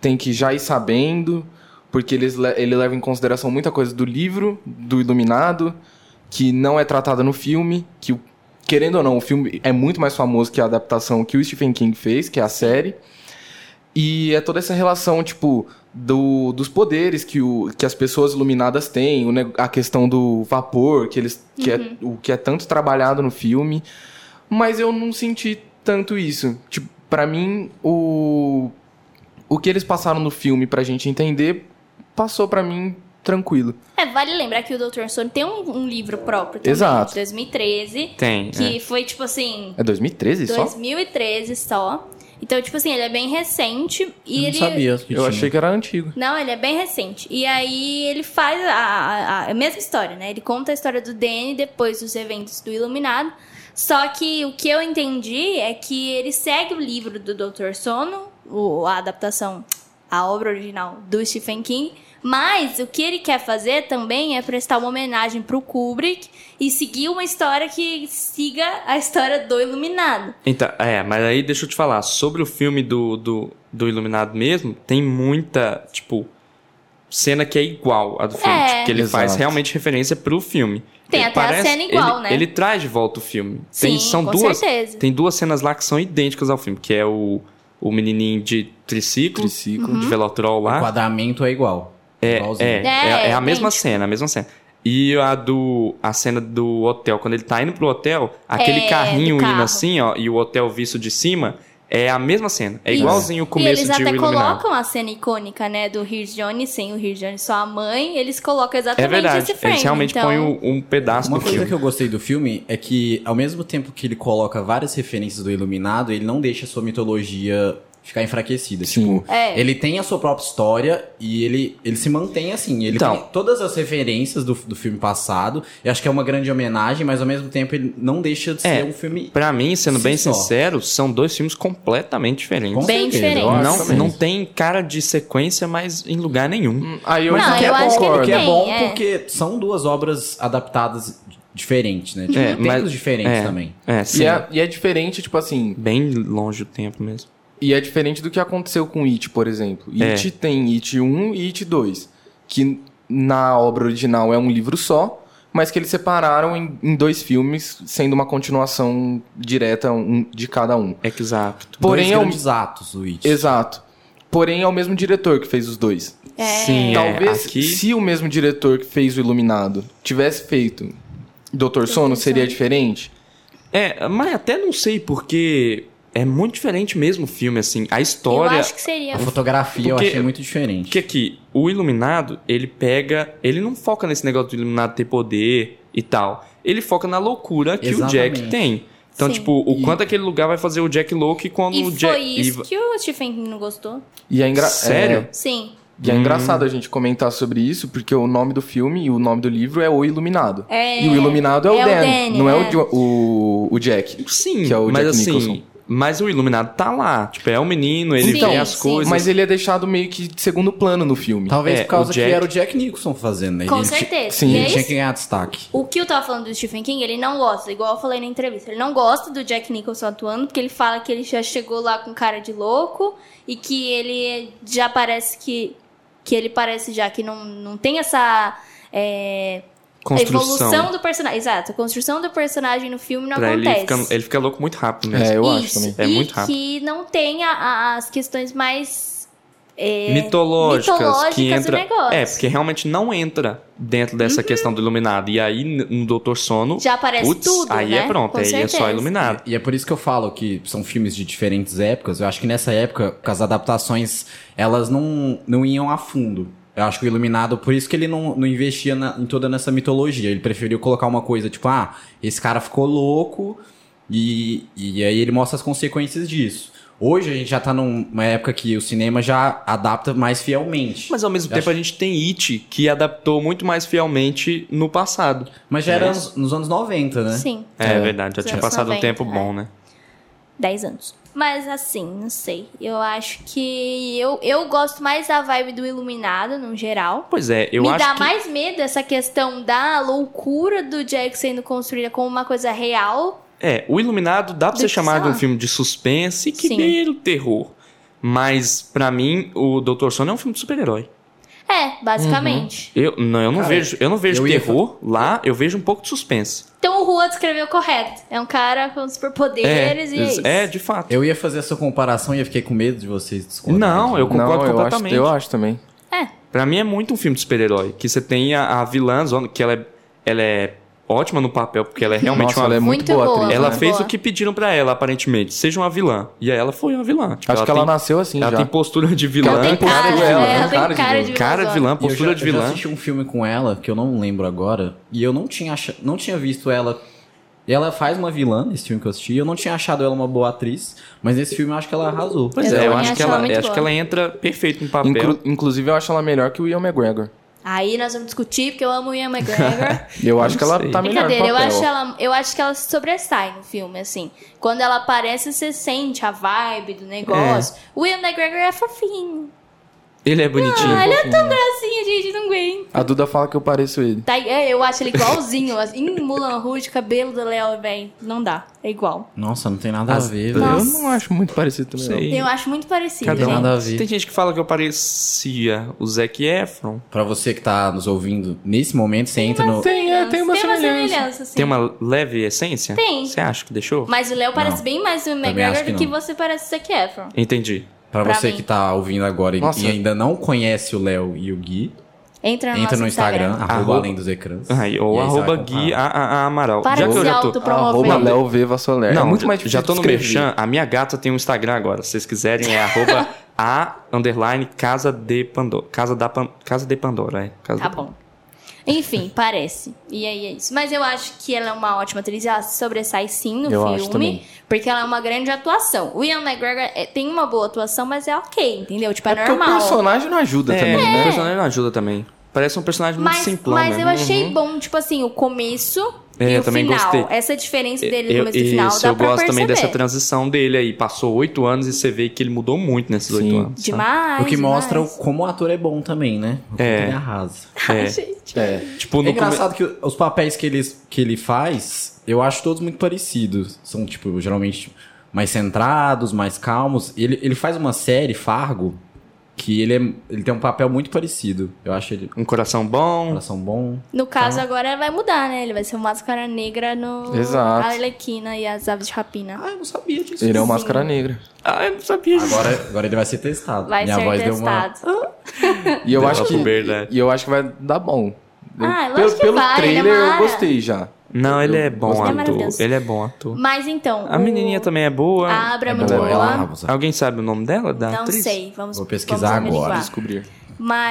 Speaker 2: tem que já ir sabendo, porque eles le- ele leva em consideração muita coisa do livro, do Iluminado, que não é tratada no filme, que, o- querendo ou não, o filme é muito mais famoso que a adaptação que o Stephen King fez, que é a série. E é toda essa relação, tipo, do, dos poderes que, o, que as pessoas iluminadas têm, o ne- a questão do vapor, que eles que é, o que é tanto trabalhado no filme. Mas eu não senti tanto isso. Tipo, pra mim, o, o que eles passaram no filme pra gente entender passou pra mim tranquilo.
Speaker 4: É, vale lembrar que o Dr. Sono tem um, um livro próprio também,
Speaker 2: Exato.
Speaker 4: de 2013,
Speaker 5: Tem. é.
Speaker 4: que foi tipo assim,
Speaker 2: É 2013 só?
Speaker 4: 2013 só. Então, tipo assim, ele é bem recente e
Speaker 6: eu
Speaker 4: ele.
Speaker 6: não sabia que
Speaker 2: Eu
Speaker 6: tinha.
Speaker 2: achei que era antigo.
Speaker 4: Não, ele é bem recente. E aí ele faz a, a- a mesma história, né? Ele conta a história do Danny depois dos eventos do Iluminado. Só que o que eu entendi é que ele segue o livro do Dr. Sono, o- a adaptação, a obra original do Stephen King. Mas o que ele quer fazer também é prestar uma homenagem pro Kubrick e seguir uma história que siga a história do Iluminado.
Speaker 5: Então, é, mas aí deixa eu te falar. Sobre o filme do, do, do Iluminado mesmo, tem muita, tipo, cena que é igual à do filme.
Speaker 4: É.
Speaker 5: tipo, que ele
Speaker 2: Exato.
Speaker 5: faz realmente referência pro filme.
Speaker 4: Tem
Speaker 5: Ele
Speaker 4: até a cena igual,
Speaker 5: ele,
Speaker 4: né?
Speaker 5: Ele traz de volta o filme.
Speaker 4: Sim,
Speaker 5: tem, são
Speaker 4: com
Speaker 5: duas,
Speaker 4: certeza.
Speaker 5: Tem duas cenas lá que são idênticas ao filme, que é o, o menininho de triciclo,
Speaker 2: Triciclo.
Speaker 4: Uhum.
Speaker 5: de velotrol
Speaker 6: O
Speaker 5: lá.
Speaker 6: enquadramento é igual. É,
Speaker 5: É, é, é a
Speaker 4: idêntico.
Speaker 5: mesma cena, a mesma cena. E a do a cena do hotel, quando ele tá indo pro hotel,
Speaker 4: É,
Speaker 5: aquele
Speaker 4: do
Speaker 5: carrinho indo
Speaker 4: carro.
Speaker 5: assim, ó, e o hotel visto de cima, é a mesma cena. É igualzinho o
Speaker 4: E
Speaker 5: começo
Speaker 4: eles
Speaker 5: de O
Speaker 4: até
Speaker 5: Iluminado.
Speaker 4: colocam a cena icônica, né, do Here's Johnny, sem o Here's Johnny, só a mãe, eles colocam
Speaker 5: É
Speaker 4: exatamente
Speaker 5: verdade,
Speaker 4: esse frame.
Speaker 5: eles realmente
Speaker 4: então...
Speaker 5: põem um, um pedaço
Speaker 6: Uma
Speaker 5: do
Speaker 6: coisa
Speaker 5: filme.
Speaker 6: que eu gostei do filme é que, ao mesmo tempo que ele coloca várias referências do Iluminado, ele não deixa a sua mitologia ficar enfraquecida.
Speaker 2: Sim.
Speaker 6: Tipo,
Speaker 4: É.
Speaker 6: ele tem a sua própria história e ele, ele se mantém assim. Ele
Speaker 2: Então.
Speaker 6: tem todas as referências do, do filme passado. E acho que é uma grande homenagem, mas ao mesmo tempo ele não deixa de
Speaker 5: É.
Speaker 6: ser um filme.
Speaker 5: Pra mim, sendo
Speaker 6: Sim,
Speaker 5: bem
Speaker 6: só.
Speaker 5: sincero, são dois filmes completamente
Speaker 6: Com
Speaker 5: diferentes.
Speaker 4: Bem
Speaker 6: certeza,
Speaker 4: diferente.
Speaker 6: eu acho
Speaker 5: Não,
Speaker 6: também.
Speaker 5: não tem cara de sequência, mas em lugar nenhum.
Speaker 2: Hum, Aí eu
Speaker 4: Não,
Speaker 2: já
Speaker 6: que
Speaker 4: eu
Speaker 6: é
Speaker 4: acho
Speaker 6: bom,
Speaker 4: que ele
Speaker 6: o que é
Speaker 4: tem,
Speaker 6: bom
Speaker 4: é.
Speaker 6: porque são duas obras adaptadas d- diferentes, né? Tipo,
Speaker 5: É,
Speaker 6: tempos
Speaker 5: mas-
Speaker 6: diferentes
Speaker 5: é.
Speaker 6: também.
Speaker 5: É,
Speaker 2: E
Speaker 5: sim.
Speaker 2: é, e é diferente, tipo assim.
Speaker 5: Bem longe o tempo mesmo.
Speaker 2: E é diferente do que aconteceu com It, por exemplo. It tem It 1 e It 2. Que na obra original é um livro só, mas que eles separaram em, em dois filmes, sendo uma continuação direta um- de cada um.
Speaker 5: Exato.
Speaker 2: Porém,
Speaker 6: Dois
Speaker 2: é o-
Speaker 6: grandes atos, o It.
Speaker 2: Exato. Porém, é o mesmo diretor que fez os dois.
Speaker 4: É.
Speaker 5: Sim,
Speaker 2: Talvez
Speaker 5: é, aqui...
Speaker 2: se o mesmo diretor que fez o Iluminado tivesse feito Doutor Sono,
Speaker 4: Sono.
Speaker 2: seria diferente?
Speaker 5: É, mas até não sei, porque é muito diferente mesmo o filme, assim. A
Speaker 4: Eu
Speaker 5: história...
Speaker 4: acho que seria.
Speaker 6: A fotografia eu
Speaker 5: Porque-
Speaker 6: achei muito diferente.
Speaker 5: Porque aqui, o Iluminado, ele pega... Ele não foca nesse negócio do Iluminado ter poder e tal. Ele foca na loucura que o Jack
Speaker 6: Exatamente.
Speaker 5: tem. Então,
Speaker 4: Sim.
Speaker 5: tipo, o
Speaker 6: E-
Speaker 5: quanto aquele lugar vai fazer o Jack louco quando
Speaker 4: E
Speaker 5: o
Speaker 4: foi
Speaker 5: Jack...
Speaker 4: isso que o Stephen King não gostou.
Speaker 2: E é, engra-
Speaker 5: Sério?
Speaker 2: é-
Speaker 4: Sim.
Speaker 2: e é
Speaker 5: Hum.
Speaker 2: engraçado a gente comentar sobre isso, porque o nome do filme e o nome do livro é O Iluminado.
Speaker 4: É.
Speaker 2: E o Iluminado é, o
Speaker 4: é o
Speaker 2: Dan,
Speaker 4: Danny,
Speaker 2: não é,
Speaker 4: é.
Speaker 2: O, Jo- o, o Jack.
Speaker 5: Sim,
Speaker 2: Que é o
Speaker 5: mas
Speaker 2: Jack
Speaker 5: assim...
Speaker 2: Nicholson.
Speaker 5: Mas o Iluminado tá lá. Tipo, é um menino, ele
Speaker 4: Sim,
Speaker 5: vê as
Speaker 4: sim.
Speaker 5: coisas.
Speaker 2: Então, Mas ele é deixado meio que de segundo plano no filme.
Speaker 6: Talvez
Speaker 5: É,
Speaker 6: por causa
Speaker 5: o Jack-
Speaker 6: que era o Jack Nicholson fazendo, né?
Speaker 4: Com
Speaker 6: Ele ti-
Speaker 4: certeza.
Speaker 2: sim,
Speaker 4: e
Speaker 6: ele
Speaker 4: é
Speaker 6: tinha
Speaker 4: isso.
Speaker 6: que ganhar destaque.
Speaker 4: O que eu tava falando do Stephen King, ele não gosta, igual eu falei na entrevista. Ele não gosta do Jack Nicholson atuando, porque ele fala que ele já chegou lá com cara de louco e que ele já parece que. que ele parece já que não, não tem essa. é,
Speaker 5: Construção.
Speaker 4: evolução do personagem. Exato, a construção do personagem no filme não
Speaker 5: Pra ele,
Speaker 4: acontece.
Speaker 5: fica, ele fica louco muito rápido mesmo.
Speaker 2: É, eu acho
Speaker 4: Isso,
Speaker 2: também.
Speaker 5: É
Speaker 4: e
Speaker 5: muito rápido.
Speaker 4: que não tem a- a- as questões mais. é,
Speaker 5: mitológicas, que
Speaker 4: mitológicas do
Speaker 5: entra.
Speaker 4: negócio. Uhum.
Speaker 5: É, porque realmente não entra dentro dessa questão do iluminado. E aí, n- no Doutor Sono.
Speaker 4: Já aparece
Speaker 5: putz,
Speaker 4: tudo.
Speaker 5: Aí
Speaker 4: né?
Speaker 5: é pronto,
Speaker 4: Com
Speaker 5: aí é só
Speaker 4: certeza.
Speaker 5: iluminado.
Speaker 6: E é por isso que eu falo que são filmes de diferentes épocas. Eu acho que nessa época, as adaptações, elas não, não iam a fundo. Eu acho que o Iluminado, por isso que ele não, não investia na- em toda nessa mitologia. Ele preferiu colocar uma coisa tipo, ah, esse cara ficou louco e, e aí ele mostra as consequências disso. Hoje a gente já tá num- numa época que o cinema já adapta mais fielmente. Mas,
Speaker 5: Mas ao mesmo
Speaker 6: Eu
Speaker 5: tempo a gente tem It, que adaptou muito mais fielmente no passado.
Speaker 6: já era
Speaker 5: É.
Speaker 6: nos, nos anos 90, né?
Speaker 4: Sim.
Speaker 5: É, verdade, já
Speaker 4: Dos
Speaker 5: tinha
Speaker 4: anos
Speaker 5: passado um
Speaker 4: 90,
Speaker 5: tempo
Speaker 4: é.
Speaker 5: bom, né?
Speaker 4: 10 anos. Mas assim, não sei. Eu acho que. Eu, eu gosto mais da vibe do Iluminado, no geral.
Speaker 5: Pois é, eu
Speaker 4: Me
Speaker 5: acho
Speaker 4: dá
Speaker 5: que.
Speaker 4: mais medo essa questão da loucura do Jack sendo construída como uma coisa real.
Speaker 5: É, o Iluminado dá pra
Speaker 4: Do
Speaker 5: ser
Speaker 4: que
Speaker 5: chamado de um
Speaker 4: só.
Speaker 5: filme de suspense que
Speaker 4: Sim.
Speaker 5: beira o terror. Mas, pra mim, o Doutor Sono é um filme de super-herói.
Speaker 4: É, basicamente.
Speaker 5: Eu não, eu não
Speaker 6: Cara,
Speaker 5: vejo, eu não vejo
Speaker 6: eu ia
Speaker 5: terror lá, eu vejo um pouco de suspense.
Speaker 4: Então o Rua descreveu correto. É um cara com superpoderes e é isso.
Speaker 5: é, de fato.
Speaker 6: Eu ia fazer essa comparação e eu fiquei com medo de vocês discordarem.
Speaker 5: Não, eu concordo
Speaker 2: Não, eu acho,
Speaker 5: completamente.
Speaker 2: eu acho também.
Speaker 5: Pra mim é muito um filme de super-herói. Que você tem a, a vilã, Zona, que ela é, ela é ótima no papel, porque ela é realmente
Speaker 2: Nossa,
Speaker 5: uma.
Speaker 2: ela é muito,
Speaker 4: Muito
Speaker 2: boa,
Speaker 4: boa.
Speaker 2: atriz.
Speaker 5: Ela
Speaker 4: né?
Speaker 5: fez
Speaker 4: Boa.
Speaker 5: o que pediram pra ela, aparentemente. Seja uma vilã. E aí ela foi uma vilã. Tipo,
Speaker 2: Acho que ela
Speaker 5: tem,
Speaker 2: nasceu assim
Speaker 5: ela
Speaker 2: já.
Speaker 5: tem postura de vilã.
Speaker 4: Ela tem cara,
Speaker 2: de
Speaker 4: né?
Speaker 2: vilã, cara
Speaker 4: Ela tem
Speaker 2: de
Speaker 4: cara de vilã.
Speaker 5: Cara de vilã,
Speaker 6: E
Speaker 5: postura
Speaker 6: eu já,
Speaker 5: de
Speaker 6: Eu já
Speaker 5: vilã.
Speaker 6: assisti um filme com ela, que eu não lembro agora, e eu não tinha, acha- não tinha visto ela. Ela faz uma vilã nesse filme que eu assisti, e eu não tinha achado ela uma boa atriz, mas nesse filme eu acho que ela arrasou.
Speaker 5: Pois
Speaker 4: Eu
Speaker 5: é, eu
Speaker 4: também
Speaker 5: acho
Speaker 4: acho
Speaker 5: que
Speaker 4: ela
Speaker 5: ela,
Speaker 4: muito
Speaker 5: acho
Speaker 4: boa.
Speaker 5: que ela entra perfeito no papel.
Speaker 2: Inclu- inclusive, eu acho ela melhor que o Ian McGregor.
Speaker 4: Aí nós vamos discutir, porque eu amo o Ian
Speaker 5: *laughs*
Speaker 4: McGregor.
Speaker 2: Eu acho que ela
Speaker 5: sei.
Speaker 2: tá melhor no
Speaker 4: Brincadeira, eu
Speaker 2: papel.
Speaker 4: acho, ela, eu acho que ela se sobressai no filme, assim. Quando ela aparece, você sente a vibe do negócio. O Ian McGregor é fofinho.
Speaker 5: Ele é bonitinho.
Speaker 4: Ah, ele é tão gracinha, gente, não aguenta.
Speaker 2: A Duda fala que eu pareço ele.
Speaker 4: Tá, é, eu acho ele igualzinho. assim, em Mulan Rouge, o cabelo do Léo, velho, não dá. É igual.
Speaker 6: Nossa, não tem nada a
Speaker 5: As
Speaker 6: ver,
Speaker 5: duas-
Speaker 6: velho.
Speaker 2: Eu não acho muito parecido também.
Speaker 5: Sei.
Speaker 2: não.
Speaker 4: Eu acho muito parecido,
Speaker 6: Não tem
Speaker 5: um
Speaker 4: gente.
Speaker 6: nada a ver.
Speaker 5: Tem gente que fala que eu parecia o Zac Efron.
Speaker 6: Pra você que tá nos ouvindo, nesse momento você entra no.
Speaker 2: Tem, é, tem uma semelhança.
Speaker 4: assim.
Speaker 5: Tem uma leve essência?
Speaker 4: Tem.
Speaker 5: Você acha que deixou?
Speaker 4: Mas o Léo parece
Speaker 6: Não.
Speaker 4: bem mais o Ian
Speaker 6: Também acho
Speaker 4: McGregor
Speaker 6: que
Speaker 4: do que
Speaker 6: não.
Speaker 4: você parece o Zac Efron.
Speaker 5: Entendi.
Speaker 6: Pra
Speaker 4: Pra
Speaker 6: você
Speaker 4: mim.
Speaker 6: que tá ouvindo agora e,
Speaker 2: Nossa.
Speaker 6: e ainda não conhece o Léo e o Gui,
Speaker 4: Entra no,
Speaker 6: entra
Speaker 4: nosso
Speaker 6: no Instagram, arroba
Speaker 5: Arroba-
Speaker 6: além dos ecrãs.
Speaker 5: Aí, ou
Speaker 6: E aí você
Speaker 5: arroba
Speaker 6: vai
Speaker 5: Gui
Speaker 6: comparar.
Speaker 5: a, a- a Amaral.
Speaker 4: Para
Speaker 5: já
Speaker 4: de
Speaker 5: que eu
Speaker 4: se
Speaker 5: já tô. Ah,
Speaker 2: Arroba
Speaker 4: autopromover.
Speaker 2: Léo Veva Soler.
Speaker 5: Não,
Speaker 2: é muito mais difícil
Speaker 5: já tô no
Speaker 2: de escrever.
Speaker 5: Merchan. A minha gata tem um Instagram agora. Se vocês quiserem, é arroba
Speaker 4: *laughs*
Speaker 5: a underline casa de Pandora. Casa, da Pan- casa de Pandora, é. Casa
Speaker 4: Tá
Speaker 5: de-
Speaker 4: bom. Enfim, *laughs* parece. E aí é isso. Mas eu acho que ela é uma ótima atriz. Ela se sobressai sim no
Speaker 2: Eu
Speaker 4: filme.
Speaker 2: acho também.
Speaker 4: Porque ela é uma grande atuação. O Ian McGregor é- tem uma boa atuação, mas é ok, entendeu? Tipo, é,
Speaker 2: Porque o
Speaker 4: normal.
Speaker 2: personagem não ajuda
Speaker 5: É,
Speaker 2: também,
Speaker 5: o
Speaker 2: né?
Speaker 5: personagem não ajuda também. Parece um personagem
Speaker 4: Mas,
Speaker 5: muito simplão.
Speaker 4: mas
Speaker 5: né?
Speaker 4: eu achei
Speaker 5: Uhum.
Speaker 4: bom, tipo assim, o começo
Speaker 5: É,
Speaker 4: e
Speaker 5: eu
Speaker 4: o
Speaker 5: também
Speaker 4: final.
Speaker 5: gostei. É,
Speaker 4: Essa diferença dele no
Speaker 5: Eu-
Speaker 4: começo e final
Speaker 5: isso,
Speaker 4: dá
Speaker 5: eu
Speaker 4: pra
Speaker 5: gosto
Speaker 4: perceber.
Speaker 5: também dessa transição dele aí. Passou oito anos e você vê que ele mudou muito nesses oito
Speaker 2: Sim.
Speaker 5: anos. tá? sabe?
Speaker 4: Demais.
Speaker 6: O que mostra o-
Speaker 4: demais.
Speaker 6: como o ator é bom também, né? O quanto
Speaker 5: É.
Speaker 6: Ele arrasa.
Speaker 2: É.
Speaker 5: Tipo,
Speaker 6: É
Speaker 5: no começo.
Speaker 6: engraçado que os papéis que ele, que ele faz, eu acho todos muito parecidos. São, tipo, geralmente mais centrados, mais calmos. Ele, ele faz uma série, Fargo, que ele, é- ele tem um papel muito parecido. Eu acho ele
Speaker 5: Um coração bom.
Speaker 6: coração bom.
Speaker 4: No
Speaker 5: Tá.
Speaker 4: caso, agora vai mudar, né? Ele vai ser o Máscara Negra no
Speaker 2: Exato.
Speaker 4: Arlequina e as Aves de Rapina.
Speaker 6: Ah, eu não sabia disso.
Speaker 2: Ele é o
Speaker 4: Sim.
Speaker 2: Máscara Negra.
Speaker 5: Ah, eu não sabia disso.
Speaker 6: Agora, agora ele vai ser testado.
Speaker 4: Vai
Speaker 6: Minha
Speaker 4: ser
Speaker 6: voz deu uma.
Speaker 4: testado.
Speaker 5: Ah.
Speaker 2: E eu
Speaker 5: Deu
Speaker 2: acho
Speaker 5: uma
Speaker 2: que
Speaker 5: puberdade.
Speaker 2: e eu acho que vai dar bom.
Speaker 4: Ah,
Speaker 2: Eu-
Speaker 4: lógico
Speaker 2: pelo
Speaker 4: que
Speaker 2: pelo
Speaker 4: vai, ele é
Speaker 2: trailer eu
Speaker 4: mara.
Speaker 2: gostei já.
Speaker 5: Não, ele é
Speaker 4: Ele
Speaker 5: bom
Speaker 4: é
Speaker 5: ator.
Speaker 4: maravilhoso.
Speaker 5: Ele é bom ator.
Speaker 4: Mas então.
Speaker 5: A menininha também é boa. Ah,
Speaker 4: A Abra é muito
Speaker 2: boa,
Speaker 4: boa.
Speaker 6: Ela arrasa.
Speaker 5: Alguém sabe o nome dela? Da
Speaker 4: Não
Speaker 5: atriz?
Speaker 4: sei, vamos
Speaker 6: Vou pesquisar
Speaker 4: vamos
Speaker 6: agora.
Speaker 4: averiguar.
Speaker 2: Descobrir.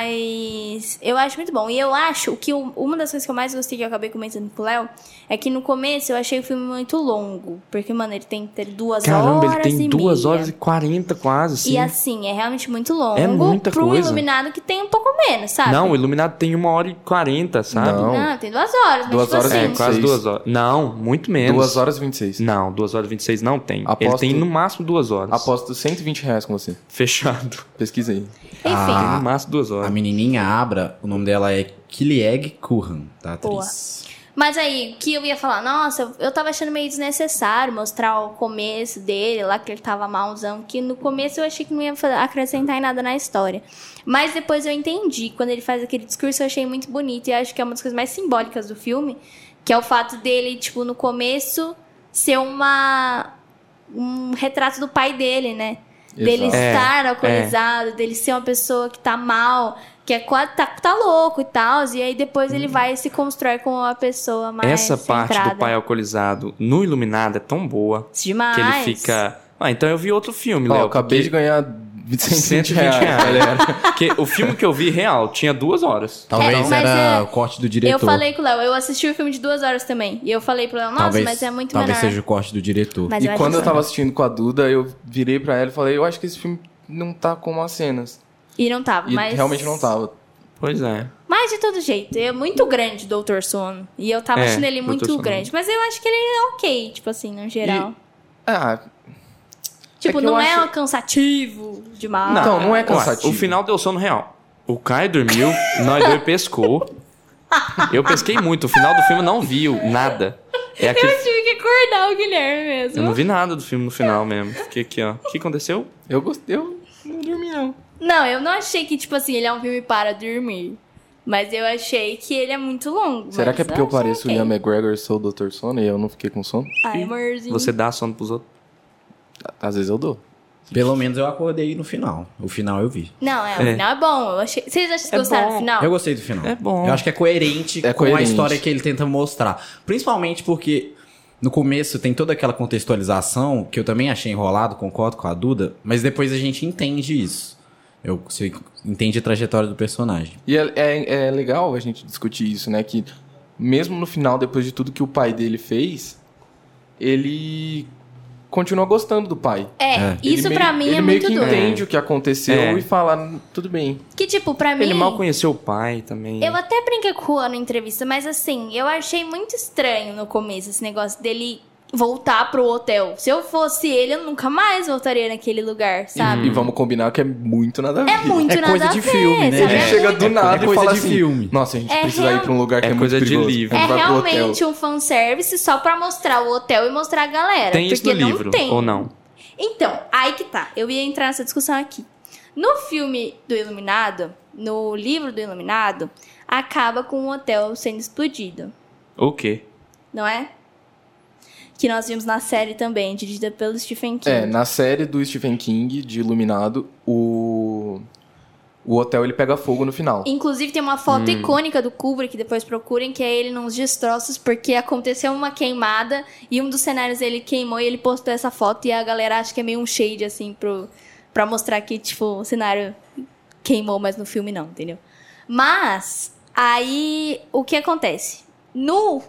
Speaker 4: Mas eu acho muito bom. E eu acho que o- uma das coisas que eu mais gostei, que eu acabei comentando com o Léo, é que no começo eu achei o filme muito longo. Porque, mano, ele tem que ter duas
Speaker 5: Caramba,
Speaker 4: horas
Speaker 5: ele tem
Speaker 4: e
Speaker 5: duas
Speaker 4: meia.
Speaker 5: horas e quarenta quase, sim.
Speaker 4: E assim, é realmente muito longo.
Speaker 5: É muita
Speaker 4: pro
Speaker 5: coisa.
Speaker 4: iluminado que tem um pouco menos, sabe?
Speaker 5: Não, o Iluminado tem uma hora e quarenta, sabe?
Speaker 2: Não.
Speaker 4: Não, tem duas horas, mas
Speaker 2: Duas
Speaker 4: tipo
Speaker 2: horas
Speaker 4: assim,
Speaker 5: É,
Speaker 2: Sim.
Speaker 5: quase
Speaker 2: Seis.
Speaker 5: duas horas. Não, muito menos.
Speaker 2: 2 horas e 26.
Speaker 5: Não, duas horas e 26 não tem. Ele
Speaker 2: Aposto-
Speaker 5: tem no máximo duas horas.
Speaker 2: Aposto 120 reais com você.
Speaker 5: Fechado.
Speaker 2: Pesquisa aí.
Speaker 4: Enfim.
Speaker 2: Ah.
Speaker 5: Tem no máximo duas
Speaker 6: A
Speaker 5: horas.
Speaker 6: menininha Abra, o nome dela é Kilieg Curran, da atriz.
Speaker 4: Mas aí, que eu ia falar, nossa, eu- eu tava achando meio desnecessário mostrar o começo dele, lá que ele tava malzão, que no começo eu achei que não ia fa- acrescentar em nada na história. Mas depois eu entendi, quando ele faz aquele discurso eu achei muito bonito, e acho que é uma das coisas mais simbólicas do filme, que é o fato dele, tipo, no começo, ser uma... um retrato do pai dele, né? Dele
Speaker 2: Exato.
Speaker 5: É,
Speaker 4: estar alcoolizado, dele ser uma pessoa que tá mal, que é quase tá, tá louco e tal, e aí depois ele vai e se constrói como uma pessoa mais
Speaker 5: Essa parte
Speaker 4: centrada.
Speaker 5: do pai alcoolizado no Iluminado é tão boa
Speaker 4: Demais.
Speaker 5: que ele fica. Ah, então eu vi outro filme,
Speaker 2: Ó,
Speaker 5: Léo.
Speaker 2: eu acabei de
Speaker 5: porque-
Speaker 2: ganhar 120 reais, galera.
Speaker 5: Porque o filme que eu vi real tinha duas horas.
Speaker 6: Talvez
Speaker 4: mas
Speaker 6: era
Speaker 4: é-
Speaker 6: o corte do diretor.
Speaker 4: Eu falei com o Léo, eu assisti o filme de duas horas também. E eu falei pro Léo, nossa,
Speaker 6: talvez,
Speaker 4: mas é muito
Speaker 6: Talvez
Speaker 4: menor.
Speaker 6: seja o corte do diretor.
Speaker 4: Mas
Speaker 2: E
Speaker 4: acho
Speaker 2: quando eu
Speaker 4: que-
Speaker 2: tava assistindo com a Duda, eu virei pra ela e falei, eu acho que esse filme não tá como as cenas.
Speaker 4: E não tava,
Speaker 2: E
Speaker 4: Ah, mas...
Speaker 2: realmente não tava.
Speaker 5: Pois é.
Speaker 4: Mas de todo jeito, é muito grande o Dr. Sono. E eu tava
Speaker 5: É,
Speaker 4: achando ele
Speaker 5: Dr.
Speaker 4: muito
Speaker 5: Sono.
Speaker 4: grande. Mas eu acho que ele é ok, tipo assim, no geral.
Speaker 2: Ah,
Speaker 4: Tipo,
Speaker 2: que eu
Speaker 4: não é
Speaker 2: acho-
Speaker 4: cansativo demais.
Speaker 2: Não, não é
Speaker 5: Ué,
Speaker 2: cansativo.
Speaker 5: O final deu sono real. O Caio dormiu, nós dois pescou. Eu pesquei muito, o final do filme não viu nada. É aquele...
Speaker 4: Eu tive que acordar o Guilherme mesmo.
Speaker 5: Eu não vi nada do filme no final mesmo. Fiquei aqui, ó. O que aconteceu?
Speaker 2: eu gostei, eu não dormi não.
Speaker 4: Não, eu não achei que, tipo assim, ele é um filme para dormir. Mas eu achei que ele é muito longo.
Speaker 2: Será
Speaker 4: mas
Speaker 2: que é porque eu
Speaker 4: achei
Speaker 2: pareço o
Speaker 4: ok.
Speaker 2: Ian McGregor, sou o Dr. Sono e eu não fiquei com sono?
Speaker 4: Ai, amorzinho.
Speaker 5: Você dá sono pros outros.
Speaker 2: Às vezes eu dou.
Speaker 6: Pelo menos eu acordei no final. O final eu vi.
Speaker 4: Não, é, o
Speaker 5: É.
Speaker 4: final é bom. Eu achei... Vocês acham que
Speaker 5: É
Speaker 4: gostaram
Speaker 5: bom.
Speaker 4: do final?
Speaker 6: Eu gostei do final.
Speaker 5: É bom.
Speaker 6: Eu acho que é coerente
Speaker 2: É
Speaker 6: com a
Speaker 2: coerente.
Speaker 6: história que ele tenta mostrar. Principalmente porque no começo tem toda aquela contextualização que eu também achei enrolado, concordo com a Duda, mas depois a gente entende isso. Eu, você entende a trajetória do personagem.
Speaker 2: E é, é- é legal a gente discutir isso, né? Que mesmo no final, depois de tudo que o pai dele fez, ele continua gostando do pai.
Speaker 4: É,
Speaker 6: É.
Speaker 2: Ele
Speaker 4: isso
Speaker 2: meio-
Speaker 4: pra mim
Speaker 2: ele
Speaker 4: é
Speaker 2: meio
Speaker 4: muito
Speaker 2: que
Speaker 4: doido.
Speaker 2: entende o que aconteceu
Speaker 5: É.
Speaker 2: e fala, tudo bem.
Speaker 4: Que, tipo, pra mim...
Speaker 5: Ele mal conheceu o pai também.
Speaker 4: Eu até brinquei com o Juan na entrevista, mas assim, eu achei muito estranho no começo esse negócio dele voltar pro hotel. Se eu fosse ele, eu nunca mais voltaria naquele lugar,
Speaker 2: E-
Speaker 4: sabe?
Speaker 2: E, vamos combinar que é muito nada a ver.
Speaker 4: É muito
Speaker 6: É
Speaker 4: nada
Speaker 6: coisa
Speaker 4: a
Speaker 6: de
Speaker 4: ver,
Speaker 6: filme, né?
Speaker 2: *laughs*
Speaker 4: sabe?
Speaker 2: Ele
Speaker 6: É.
Speaker 2: chega do
Speaker 6: É
Speaker 2: nada e
Speaker 6: coisa
Speaker 2: fala
Speaker 6: de
Speaker 2: assim,
Speaker 6: filme.
Speaker 2: nossa, a gente
Speaker 4: É
Speaker 2: precisa ir pra um lugar que
Speaker 5: É
Speaker 2: é, muito
Speaker 5: coisa de
Speaker 2: perigoso.
Speaker 5: livro.
Speaker 2: A
Speaker 4: É
Speaker 2: gente vai pro hotel.
Speaker 4: realmente um fanservice só pra mostrar o hotel e mostrar a galera.
Speaker 5: Tem isso
Speaker 4: porque
Speaker 5: no livro,
Speaker 4: não tem.
Speaker 5: ou não?
Speaker 4: Então, aí que tá. Eu ia entrar nessa discussão aqui. No filme do Iluminado, no livro do Iluminado, acaba com o hotel sendo explodido,
Speaker 5: O quê?
Speaker 4: não é? Que nós vimos na série também, dirigida pelo Stephen King.
Speaker 2: É, na série do Stephen King, de Iluminado, o... O hotel, ele pega fogo no final.
Speaker 4: Inclusive tem uma foto icônica do Kubrick, depois procurem, que é ele nos destroços, porque aconteceu uma queimada e um dos cenários ele queimou e ele postou essa foto e a galera acha que é meio um shade, assim, pro, pra mostrar que, tipo, o cenário queimou, mas no filme não, entendeu? Mas Aí, o que acontece? No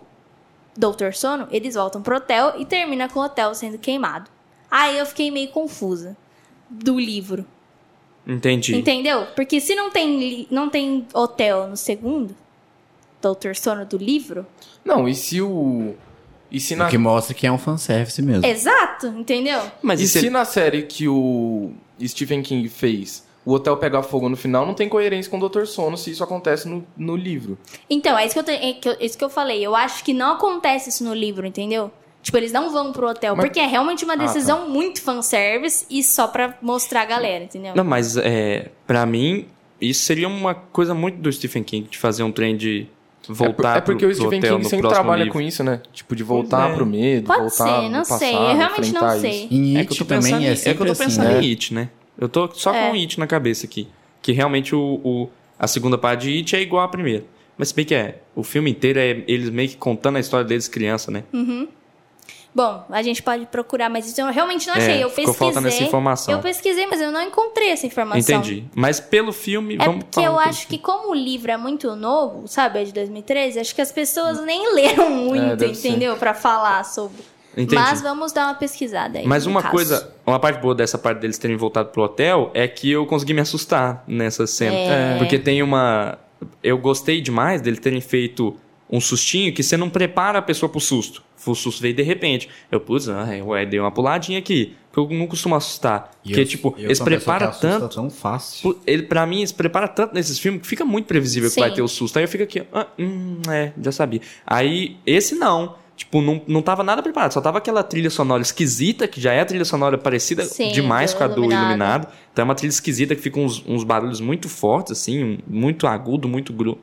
Speaker 4: Doutor Sono, eles voltam pro hotel e termina com o hotel sendo queimado. Aí eu fiquei meio confusa do livro.
Speaker 5: Entendi.
Speaker 4: Entendeu? Porque se não tem, li- não tem hotel no segundo, Doutor Sono do livro,
Speaker 2: Não, e se o. E se na,
Speaker 6: O que mostra que é um fanservice mesmo.
Speaker 4: exato, entendeu?
Speaker 5: Mas
Speaker 2: e
Speaker 5: isso
Speaker 2: se
Speaker 5: é-
Speaker 2: na série que o Stephen King fez o hotel pegar fogo no final, não tem coerência com o Dr. Sono se isso acontece no, no livro.
Speaker 4: Então, é isso que, eu, te- é que eu- é isso que eu falei. Eu acho que não acontece isso no livro, entendeu? Tipo, eles não vão pro hotel,
Speaker 2: Mas-
Speaker 4: porque é realmente uma
Speaker 2: tá.
Speaker 4: decisão muito fanservice e só pra mostrar a galera, entendeu?
Speaker 5: Não, mas é, pra mim, isso seria uma coisa muito do Stephen King, de fazer um trem de
Speaker 2: É por-
Speaker 5: voltar
Speaker 2: é porque
Speaker 5: pro,
Speaker 2: o Stephen
Speaker 5: hotel
Speaker 2: King
Speaker 5: no
Speaker 2: sempre
Speaker 5: próximo
Speaker 2: trabalha
Speaker 5: livro.
Speaker 2: com isso, né? Tipo, de voltar
Speaker 5: Pois é.
Speaker 2: pro medo,
Speaker 4: Pode
Speaker 2: voltar
Speaker 4: ser,
Speaker 2: no
Speaker 4: não
Speaker 2: passado,
Speaker 4: sei. Eu realmente não
Speaker 2: enfrentar isso.
Speaker 4: sei.
Speaker 6: Em
Speaker 5: É
Speaker 6: It
Speaker 5: que eu tô
Speaker 6: também
Speaker 5: pensando, é
Speaker 6: é
Speaker 5: que eu
Speaker 6: sempre
Speaker 5: tô
Speaker 6: assim,
Speaker 5: pensando
Speaker 6: né?
Speaker 5: em It, né? Eu tô só
Speaker 4: É.
Speaker 5: com It na cabeça aqui. Que realmente o, o- a segunda parte de It é igual à primeira. Mas se bem que é, o filme inteiro é eles meio que contando a história deles criança, né?
Speaker 4: Bom, a gente pode procurar, mas isso eu realmente não achei.
Speaker 5: É,
Speaker 4: eu
Speaker 5: ficou faltando essa
Speaker 4: pesquisei.
Speaker 5: informação.
Speaker 4: Eu pesquisei, mas eu não encontrei essa informação.
Speaker 5: Entendi. Mas pelo filme,
Speaker 4: É
Speaker 5: vamos
Speaker 4: porque
Speaker 5: falar um
Speaker 4: eu
Speaker 5: pouco.
Speaker 4: acho que como o livro é muito novo, sabe, é de 2013, acho que as pessoas nem *laughs* leram muito,
Speaker 2: deve ser.
Speaker 4: entendeu? Pra falar sobre.
Speaker 5: É, Entendi.
Speaker 4: Mas vamos dar uma pesquisada aí.
Speaker 5: Mas
Speaker 4: no
Speaker 5: uma
Speaker 4: caso.
Speaker 5: coisa, uma parte boa dessa parte deles terem voltado pro hotel é que eu consegui me assustar nessa cena.
Speaker 4: É. É.
Speaker 5: Porque tem uma. Eu gostei demais deles terem feito um sustinho que você não prepara a pessoa pro susto. O susto veio de repente. Eu, putz, ah, eu é, dei uma puladinha aqui. Porque eu não costumo assustar.
Speaker 6: E
Speaker 5: porque,
Speaker 6: eu-
Speaker 5: tipo,
Speaker 6: eu
Speaker 5: eles
Speaker 6: sou uma pessoa que
Speaker 5: preparam
Speaker 6: assusta
Speaker 5: tanto.
Speaker 6: tão fácil.
Speaker 5: pu- Ele, pra mim, eles preparam tanto nesses filmes que fica muito previsível
Speaker 4: Sim.
Speaker 5: que vai ter o susto. Aí eu fico aqui, ah, hum, é, já sabia. Aí, esse não. Tipo, não, não tava nada preparado. Só tava aquela trilha sonora esquisita, que já é a trilha sonora parecida
Speaker 4: Sim,
Speaker 5: demais
Speaker 4: do
Speaker 5: com a do
Speaker 4: Iluminado.
Speaker 5: Iluminado. Então é uma trilha esquisita que fica uns, uns barulhos muito fortes, assim, um- muito agudo, muito grosso.